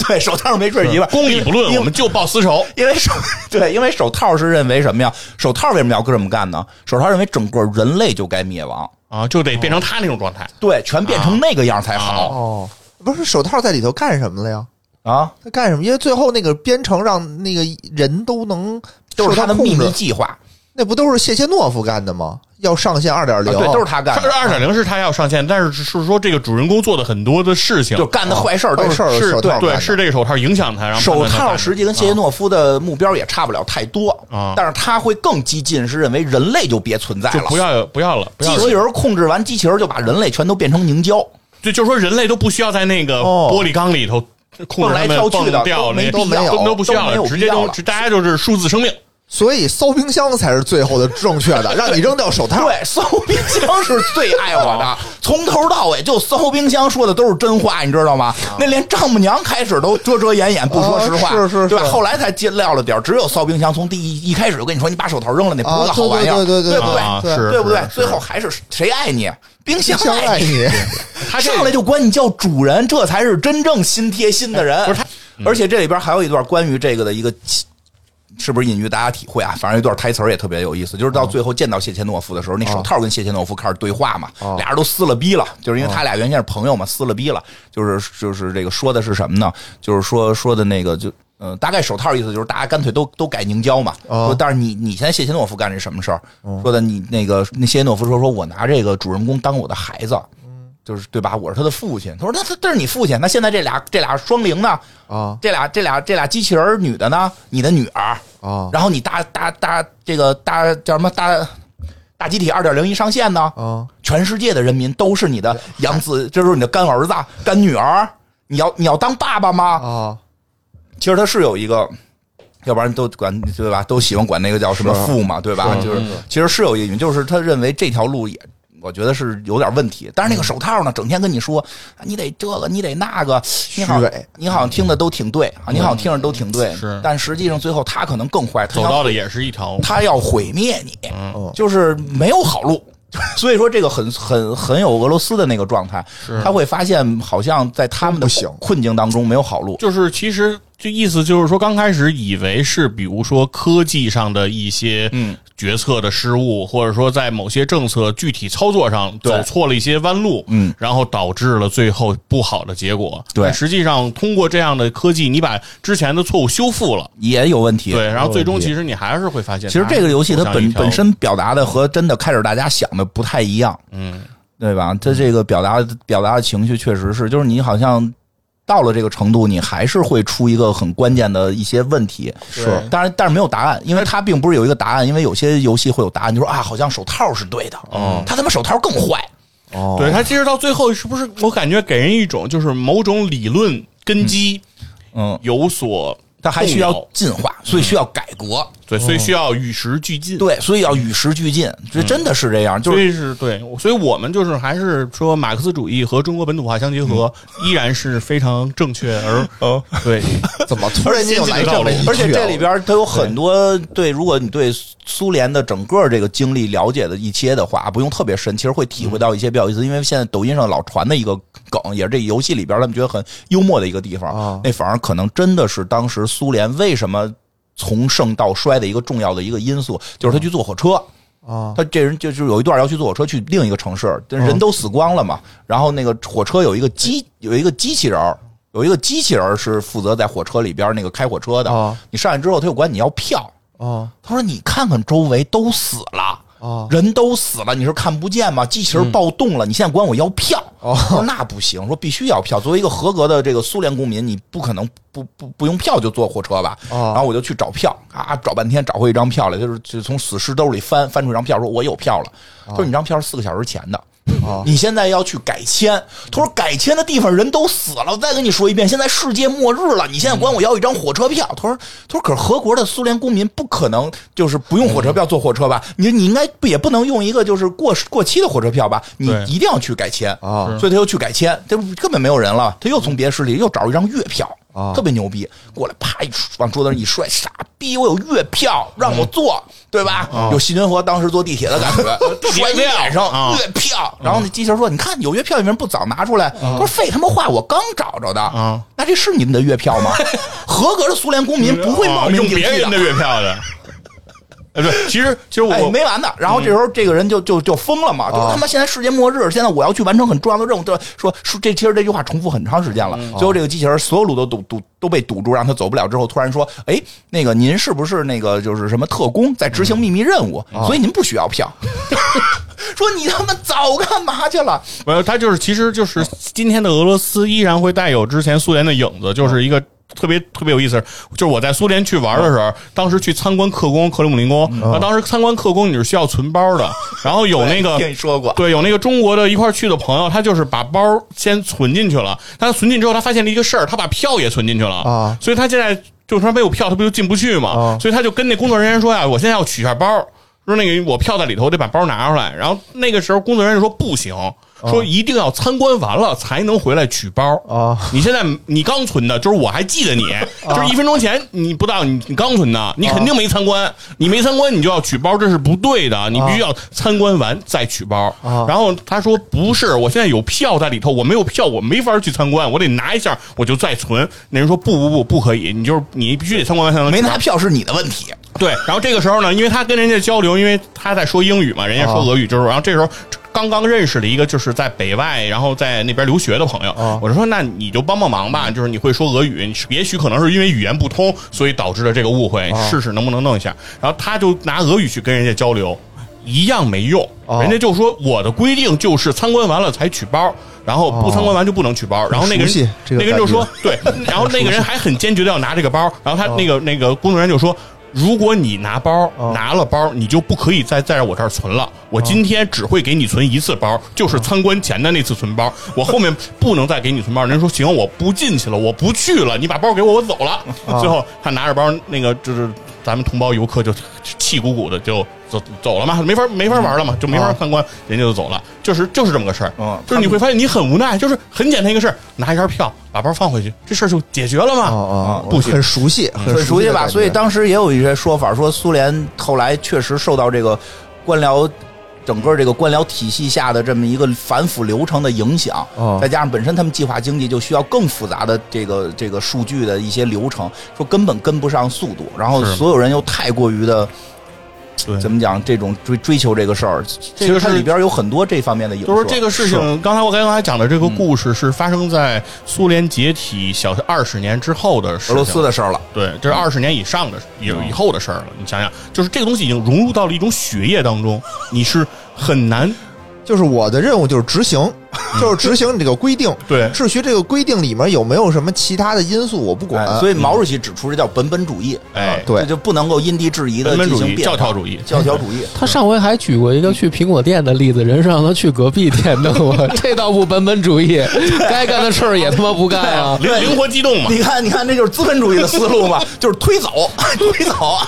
[SPEAKER 2] 对手套没准儿一万，
[SPEAKER 3] 公理不论，我们就报私仇。
[SPEAKER 2] 因为手 对，因为手套是认为什么呀？手套为什么要这么干呢？手套认为整个人类就该灭亡，
[SPEAKER 3] 啊，就得变成他那种状态。
[SPEAKER 2] 对，全变
[SPEAKER 4] 啊
[SPEAKER 2] 成那个样儿才好
[SPEAKER 4] 哦？不是手套在里头干什么了呀？
[SPEAKER 2] 啊，
[SPEAKER 4] 他干什么？因为最后那个编程让那个人都能
[SPEAKER 2] 都是
[SPEAKER 4] 受
[SPEAKER 2] 他
[SPEAKER 4] 到
[SPEAKER 2] 的
[SPEAKER 4] 控
[SPEAKER 2] 秘密
[SPEAKER 4] 制，
[SPEAKER 2] 计划，啊
[SPEAKER 4] 那不都是谢切诺夫干的吗？要上线二点零，
[SPEAKER 2] 对，都是他干的。
[SPEAKER 3] 二点零是他要上线，但是是说这个主人公做的很多的事情，
[SPEAKER 2] 就干的坏事儿都
[SPEAKER 4] 坏
[SPEAKER 2] 是
[SPEAKER 4] 事儿
[SPEAKER 3] 是
[SPEAKER 4] 手套干
[SPEAKER 3] 对，
[SPEAKER 4] 的
[SPEAKER 3] 是这个手套影响他，然后
[SPEAKER 2] 手套
[SPEAKER 3] 实
[SPEAKER 2] 实际跟谢耶诺夫的目标也差不了太多，
[SPEAKER 3] 啊
[SPEAKER 2] 但是他会更激进，是认为人类就别存在
[SPEAKER 3] 就
[SPEAKER 2] 了，
[SPEAKER 3] 不要有不要了，不要
[SPEAKER 2] 机
[SPEAKER 3] 了
[SPEAKER 2] 器人控制完机器人就把人类全都变成凝胶，
[SPEAKER 3] 就就是说人类都不需要在那个
[SPEAKER 4] 哦
[SPEAKER 3] 玻璃缸里头
[SPEAKER 2] 蹦
[SPEAKER 3] 控制他
[SPEAKER 2] 来
[SPEAKER 3] 们
[SPEAKER 2] 跳去
[SPEAKER 3] 蹦
[SPEAKER 2] 的
[SPEAKER 3] 掉
[SPEAKER 2] 没
[SPEAKER 3] 那
[SPEAKER 2] 都没
[SPEAKER 4] 都
[SPEAKER 2] 有
[SPEAKER 3] 都不需要
[SPEAKER 2] 都没有
[SPEAKER 3] 了，直接
[SPEAKER 2] 必要
[SPEAKER 3] 都
[SPEAKER 2] 了
[SPEAKER 3] 大家就是数字生命
[SPEAKER 4] 所以搜冰箱才是最后的正确的，让你扔掉手套。
[SPEAKER 2] 对，搜冰箱是最爱我的，从头到尾就搜冰箱说的都是真话，你知道吗？那连丈母娘开始都遮遮掩掩，不说实话，
[SPEAKER 4] 哦是是
[SPEAKER 2] 对吧？
[SPEAKER 4] 是
[SPEAKER 2] 后来才揭料了点儿，只有搜冰箱从第一一开始就跟你说，你把手套扔了，那不是
[SPEAKER 4] 啊
[SPEAKER 2] 个好玩意儿，
[SPEAKER 4] 对对对
[SPEAKER 2] 对
[SPEAKER 4] 对
[SPEAKER 2] 不
[SPEAKER 3] 啊
[SPEAKER 2] 对？
[SPEAKER 3] 是
[SPEAKER 2] 对不对
[SPEAKER 3] 是？是
[SPEAKER 2] 最后还是谁爱你？啊冰箱
[SPEAKER 4] 相爱
[SPEAKER 2] 你，
[SPEAKER 4] 你，
[SPEAKER 3] 他这
[SPEAKER 2] 上来就管你叫主人，这才是真正心贴心的人。
[SPEAKER 3] 哎不是他
[SPEAKER 2] 而且这里边还有一段关于这个的一个。是不是隐喻大家体会啊？反正有一段台词儿也特别有意思，就是
[SPEAKER 3] 哦
[SPEAKER 2] 到最后见到谢切诺夫的时候，那手套跟谢切诺夫开始对话嘛，
[SPEAKER 3] 哦
[SPEAKER 2] 俩人都撕了逼了，就是因为他俩原先是朋友嘛，撕了逼了，就是就是这个说的是什么呢？就是说说的那个就嗯、大概手套意思就是大家干脆都都改凝胶嘛。
[SPEAKER 4] 哦
[SPEAKER 2] 说但是你你现在谢切诺夫干这什么事儿？
[SPEAKER 3] 哦
[SPEAKER 2] 说的你那个那谢切诺夫说说我拿这个主人公当我的孩子，就是对吧？我是他的父亲。他说那他这是你父亲，那现在这俩这俩双灵呢？
[SPEAKER 4] 啊
[SPEAKER 2] 这俩这俩这俩机器人儿女的呢？你的女儿
[SPEAKER 4] 啊
[SPEAKER 2] 然后你大大大这个大叫什么大大集体二点零一上线呢？
[SPEAKER 4] 啊！
[SPEAKER 2] 全世界的人民都是你的养子，这就是你的干儿子、干女儿。你要你要当爸爸吗？
[SPEAKER 4] 啊，
[SPEAKER 2] 其实他是有一个，要不然都管对吧？都喜欢管那个叫什么父嘛，对吧？就是其实是有一种，就是他认为这条路也。我觉得是有点问题，但是那个手套呢，整天跟你说，啊你得这个，你得那个，你好
[SPEAKER 4] 虚伪，
[SPEAKER 2] 你好像听的都挺对啊，你好像听着都挺对，
[SPEAKER 3] 是
[SPEAKER 2] 但实际上最后他可能更坏，他
[SPEAKER 3] 走
[SPEAKER 2] 要
[SPEAKER 3] 到的也是一条
[SPEAKER 2] 他要毁灭你，就是没有好路。 所以说，这个很很很有俄罗斯的那个状态，他会发现好像在他们的
[SPEAKER 4] 不行
[SPEAKER 2] 困境当中没有好路，
[SPEAKER 3] 就是其实就意思就是说，刚开始以为是比如说科技上的一些
[SPEAKER 2] 嗯
[SPEAKER 3] 决策的失误，或者说在某些政策具体操作上
[SPEAKER 2] 对
[SPEAKER 3] 走错了一些弯路，
[SPEAKER 2] 嗯，
[SPEAKER 3] 然后导致了最后不好的结果。
[SPEAKER 2] 对
[SPEAKER 3] 但实际上通过这样的科技，你把之前的错误修复了，
[SPEAKER 2] 也有问题。
[SPEAKER 3] 对，然后最终其实你还是会发现它
[SPEAKER 2] 其实
[SPEAKER 3] 走向一条，
[SPEAKER 2] 这个游戏它本本身表达的和真的开始大家想的不太一样，
[SPEAKER 3] 嗯，
[SPEAKER 2] 对吧？它这个表达表达的情绪确实是，就是你好像到了这个程度，你还是会出一个很关键的一些问题。
[SPEAKER 4] 是
[SPEAKER 2] 当然，但是没有答案，因为它并不是有一个答案，因为有些游戏会有答案，就说啊，好像手套是对的，
[SPEAKER 3] 哦
[SPEAKER 2] 他他妈手套更坏，
[SPEAKER 4] 哦，
[SPEAKER 3] 对他其实到最后是不是我感觉给人一种就是某种理论根基
[SPEAKER 2] 嗯，
[SPEAKER 3] 有所
[SPEAKER 2] 它还需要
[SPEAKER 3] 动摇
[SPEAKER 2] 进化，所以需要改革，
[SPEAKER 3] 对，所以需要与时俱进。
[SPEAKER 2] 对，所以要与时俱进，这真的是这样，就
[SPEAKER 3] 嗯所
[SPEAKER 2] 是
[SPEAKER 3] 以是对，所以我们就是还是说马克思主义和中国本土化相结合，依然是非常正确而
[SPEAKER 2] 嗯哦
[SPEAKER 3] 对，
[SPEAKER 4] 怎么 突然间又来这么一句啊？
[SPEAKER 2] 而且这里边它有很多对，如果你对苏联的整个这个经历了解的一些的话，不用特别深，其实会体会到一些比较有意思。因为现在抖音上老传的一个梗，也是这游戏里边他们觉得很幽默的一个地方，
[SPEAKER 4] 啊
[SPEAKER 2] 那反而可能真的是当时苏联为什么。从盛到衰的一个重要的一个因素，就是他去坐火车。
[SPEAKER 4] 啊，
[SPEAKER 2] 他这人就是有一段要去坐火车去另一个城市，但人都死光了嘛。然后那个火车有一个机有一个机器人儿，有一个机器人儿是负责在火车里边那个开火车的。
[SPEAKER 4] 哦
[SPEAKER 2] 你上去之后，他就管你要票。
[SPEAKER 4] 啊
[SPEAKER 2] 他说：“你看看周围都死了。”
[SPEAKER 4] 啊
[SPEAKER 2] 人都死了，你是看不见吗？机器人暴动了，你现在管我要票？
[SPEAKER 4] 哦
[SPEAKER 2] 我说那不行，说必须要票。作为一个合格的这个苏联公民，你不可能不不不用票就坐火车吧？
[SPEAKER 4] 哦
[SPEAKER 2] 然后我就去找票啊，找半天找回一张票来，就是就从死尸兜里翻翻出一张票，说我有票了。他说你这张票是四个小时前的。
[SPEAKER 4] 哦
[SPEAKER 2] 你现在要去改签，他说改签的地方人都死了。我再跟你说一遍，现在世界末日了，你现在管我要一张火车票。他说，他说可是合国的苏联公民不可能就是不用火车票坐火车吧？你你应该不也不能用一个就是过过期的火车票吧？你
[SPEAKER 3] 对
[SPEAKER 2] 一定要去改签
[SPEAKER 4] 啊
[SPEAKER 2] 所以他又去改签，这根本没有人了，他又从别的市里又找一张月票。
[SPEAKER 4] 啊
[SPEAKER 2] 特别牛逼，过来啪一往桌子上一摔，傻逼，我有月票，让
[SPEAKER 3] 嗯
[SPEAKER 2] 我坐，对吧？有新运河当时坐地铁的感觉，摔你脸上，
[SPEAKER 3] 啊
[SPEAKER 2] 月票。然后那机器人说：“你看有月票，你为什么不早拿出来？”他说：“废他妈话，我刚找着的
[SPEAKER 3] 啊。
[SPEAKER 2] 那这是你们的月票 吗？合格的苏联公民 不会冒
[SPEAKER 3] 啊
[SPEAKER 2] 名
[SPEAKER 3] 用
[SPEAKER 2] 顶
[SPEAKER 3] 别
[SPEAKER 2] 替
[SPEAKER 3] 人的月票的。哎，对，其实其实 我、
[SPEAKER 2] 哎，没完呢。然后这时候这个人就就就疯了嘛，就
[SPEAKER 3] 啊
[SPEAKER 2] 说他妈现在世界末日，现在我要去完成很重要的任务。对吧，说说这其实这句话重复很长时间了。
[SPEAKER 3] 嗯
[SPEAKER 2] 最后这个机器人所有路都堵堵都被堵住，让他走不了。之后突然说：“哎，那个您是不是那个就是什么特工在执行秘密任务？
[SPEAKER 3] 嗯啊
[SPEAKER 2] 所以您不需要票。” 说你他妈早干嘛去了？
[SPEAKER 3] 没有，他就是其实就是今天的俄罗斯依然会带有之前苏联的影子，就是一个。特别特别有意思，就是我在苏联去玩的时候，当时去参观克宫、克里姆林宫，然后当时参观克宫你是需要存包的，然后有那个
[SPEAKER 2] 听你说过，
[SPEAKER 3] 对，有那个中国的一块儿去的朋友，他就是把包先存进去了，他存进之后，他发现了一个事儿，他把票也存进去了
[SPEAKER 4] 啊
[SPEAKER 3] 所以他现在就是他没有票，他不就进不去嘛。
[SPEAKER 4] 哦
[SPEAKER 3] 所以他就跟那工作人员说呀、哎我现在要取一下包，说那个我票在里头，我得把包拿出来。然后那个时候工作人员就说不行，说一定要参观完了才能回来取包。
[SPEAKER 4] 哦
[SPEAKER 3] 你现在你刚存的，就是我还记得你，就是一分钟前你不到你你刚存的，你肯定没参
[SPEAKER 2] 啊
[SPEAKER 3] 观，你没参观你就要取包，这是不对的，你必须要参观完再取包。
[SPEAKER 4] 啊
[SPEAKER 3] 然后他说不是，我现在有票在里头，我没有票我没法去参观，我得拿一下我就再存。那人说不不不不可以，你就是你必须得参观完才能取
[SPEAKER 2] 没
[SPEAKER 3] 包
[SPEAKER 2] 拿票是你的问题，
[SPEAKER 3] 对，然后这个时候呢，因为他跟人家交流，因为他在说英语嘛，人家说
[SPEAKER 4] 哦
[SPEAKER 3] 俄语，就是，然后这时候刚刚认识了一个就是在北外，然后在那边留学的朋友，
[SPEAKER 4] 哦
[SPEAKER 3] 我就说那你就帮帮忙吧，
[SPEAKER 4] 嗯
[SPEAKER 3] 就是你会说俄语，你是也许可能是因为语言不通，所以导致了这个误会，
[SPEAKER 4] 哦
[SPEAKER 3] 试试能不能弄一下。然后他就拿俄语去跟人家交流，一样没用，
[SPEAKER 4] 哦
[SPEAKER 3] 人家就说我的规定就是参观完了才取包。然后不参观完就不能取包，然后那个
[SPEAKER 4] 哦熟悉
[SPEAKER 3] 人、
[SPEAKER 4] 这个啊
[SPEAKER 3] 那个人就
[SPEAKER 4] 感觉
[SPEAKER 3] 说对，然后那个人还很坚决的要拿这个包，然后他那个、那个工作人员就说。如果你拿包、拿了包，你就不可以再在我这儿存了。我今天只会给你存一次包，就是参观前的那次存包。我后面不能再给你存包。人说行，我不进去了，我不去了。你把包给我，我走了。最后他拿着包，那个就是咱们同胞游客就气鼓鼓的就走走了嘛，没法没法玩了嘛，就没法参观，人家就走了。就是就是这么个事儿。
[SPEAKER 2] 嗯
[SPEAKER 3] 就是你会发现你很无奈，就是很简单一个事儿，拿一张票把包放回去，这事儿就解决了嘛。啊
[SPEAKER 4] 哦哦，
[SPEAKER 3] 不行
[SPEAKER 4] 很熟悉，很
[SPEAKER 2] 嗯很熟悉
[SPEAKER 4] 的
[SPEAKER 2] 吧？
[SPEAKER 4] 感觉
[SPEAKER 2] 所以当时也有一些说法，说苏联后来确实受到这个官僚整个这个官僚体系下的这么一个反腐流程的影响，
[SPEAKER 4] 哦
[SPEAKER 2] 再加上本身他们计划经济就需要更复杂的这个这个数据的一些流程，说根本跟不上速度，然后
[SPEAKER 3] 是
[SPEAKER 2] 所有人又太过于的
[SPEAKER 3] 对
[SPEAKER 2] 怎么讲这种追追求这个事儿，其实它
[SPEAKER 3] 是
[SPEAKER 2] 里边有很多这方面的影射。
[SPEAKER 3] 就是说这个事情，刚才我刚才讲的这
[SPEAKER 2] 嗯
[SPEAKER 3] 个故事是发生在苏联解体小二十年之后的事
[SPEAKER 2] 俄
[SPEAKER 3] 情，
[SPEAKER 2] 罗斯的事嗯儿了，
[SPEAKER 3] 对，这是二十年以上的以以后的事儿了。你想想，就是这个东西已经融入到了一种血液当中，你是很难
[SPEAKER 4] 就是我的任务就是执行，
[SPEAKER 2] 嗯
[SPEAKER 4] 就是执行这个规定。
[SPEAKER 3] 对
[SPEAKER 4] 至于这个规定里面有没有什么其他的因素，我不管。
[SPEAKER 2] 哎所以毛主席指出这叫本本主义，
[SPEAKER 3] 嗯哎
[SPEAKER 2] 啊
[SPEAKER 4] 对
[SPEAKER 2] 这就不能够因地制宜的
[SPEAKER 3] 人本
[SPEAKER 2] 进
[SPEAKER 3] 主
[SPEAKER 2] 行
[SPEAKER 3] 义、
[SPEAKER 2] 变
[SPEAKER 3] 教
[SPEAKER 2] 化
[SPEAKER 3] 条主义。
[SPEAKER 2] 教条主义。
[SPEAKER 1] 他上回还举过一个去苹果店的例子，人是让他去隔壁店弄 我，这倒不本本主义，该干的事儿也他妈不干啊！
[SPEAKER 3] 灵灵活机动嘛，
[SPEAKER 2] 你看，你看，这就是资本主义的思 路嘛，就是推走，推走。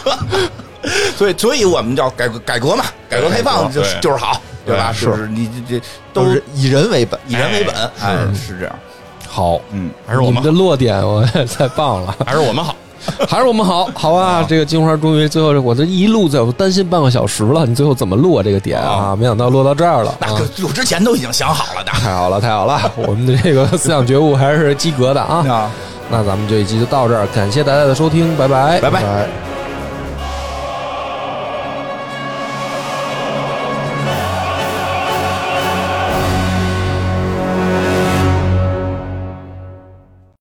[SPEAKER 2] 所以，所以我们叫改革改革嘛，改革开放
[SPEAKER 3] 对
[SPEAKER 2] 就是就是好，对吧？
[SPEAKER 4] 对
[SPEAKER 2] 就是你这这都
[SPEAKER 4] 都是以人为本。
[SPEAKER 2] 以人为本，哎，是这样。
[SPEAKER 1] 好，
[SPEAKER 2] 嗯，
[SPEAKER 3] 还是我
[SPEAKER 1] 你们
[SPEAKER 3] 们
[SPEAKER 1] 的
[SPEAKER 3] 好，
[SPEAKER 1] 落点我太棒了，啊
[SPEAKER 3] 还是我们好。
[SPEAKER 1] 还是我们好，好吧？这个金花终于最后，我这一路在我担心半个小时了，你最后怎么落这个点啊？没想到落到这儿了
[SPEAKER 2] 那
[SPEAKER 1] 啊！
[SPEAKER 2] 可录之前都已经想好了的
[SPEAKER 1] 太好了，太好 了，我们的这个思想觉悟还是及格的啊！
[SPEAKER 2] 啊。
[SPEAKER 1] 那咱们这一集就到这儿，感谢大家的收听，拜拜，
[SPEAKER 2] 拜拜
[SPEAKER 4] 哎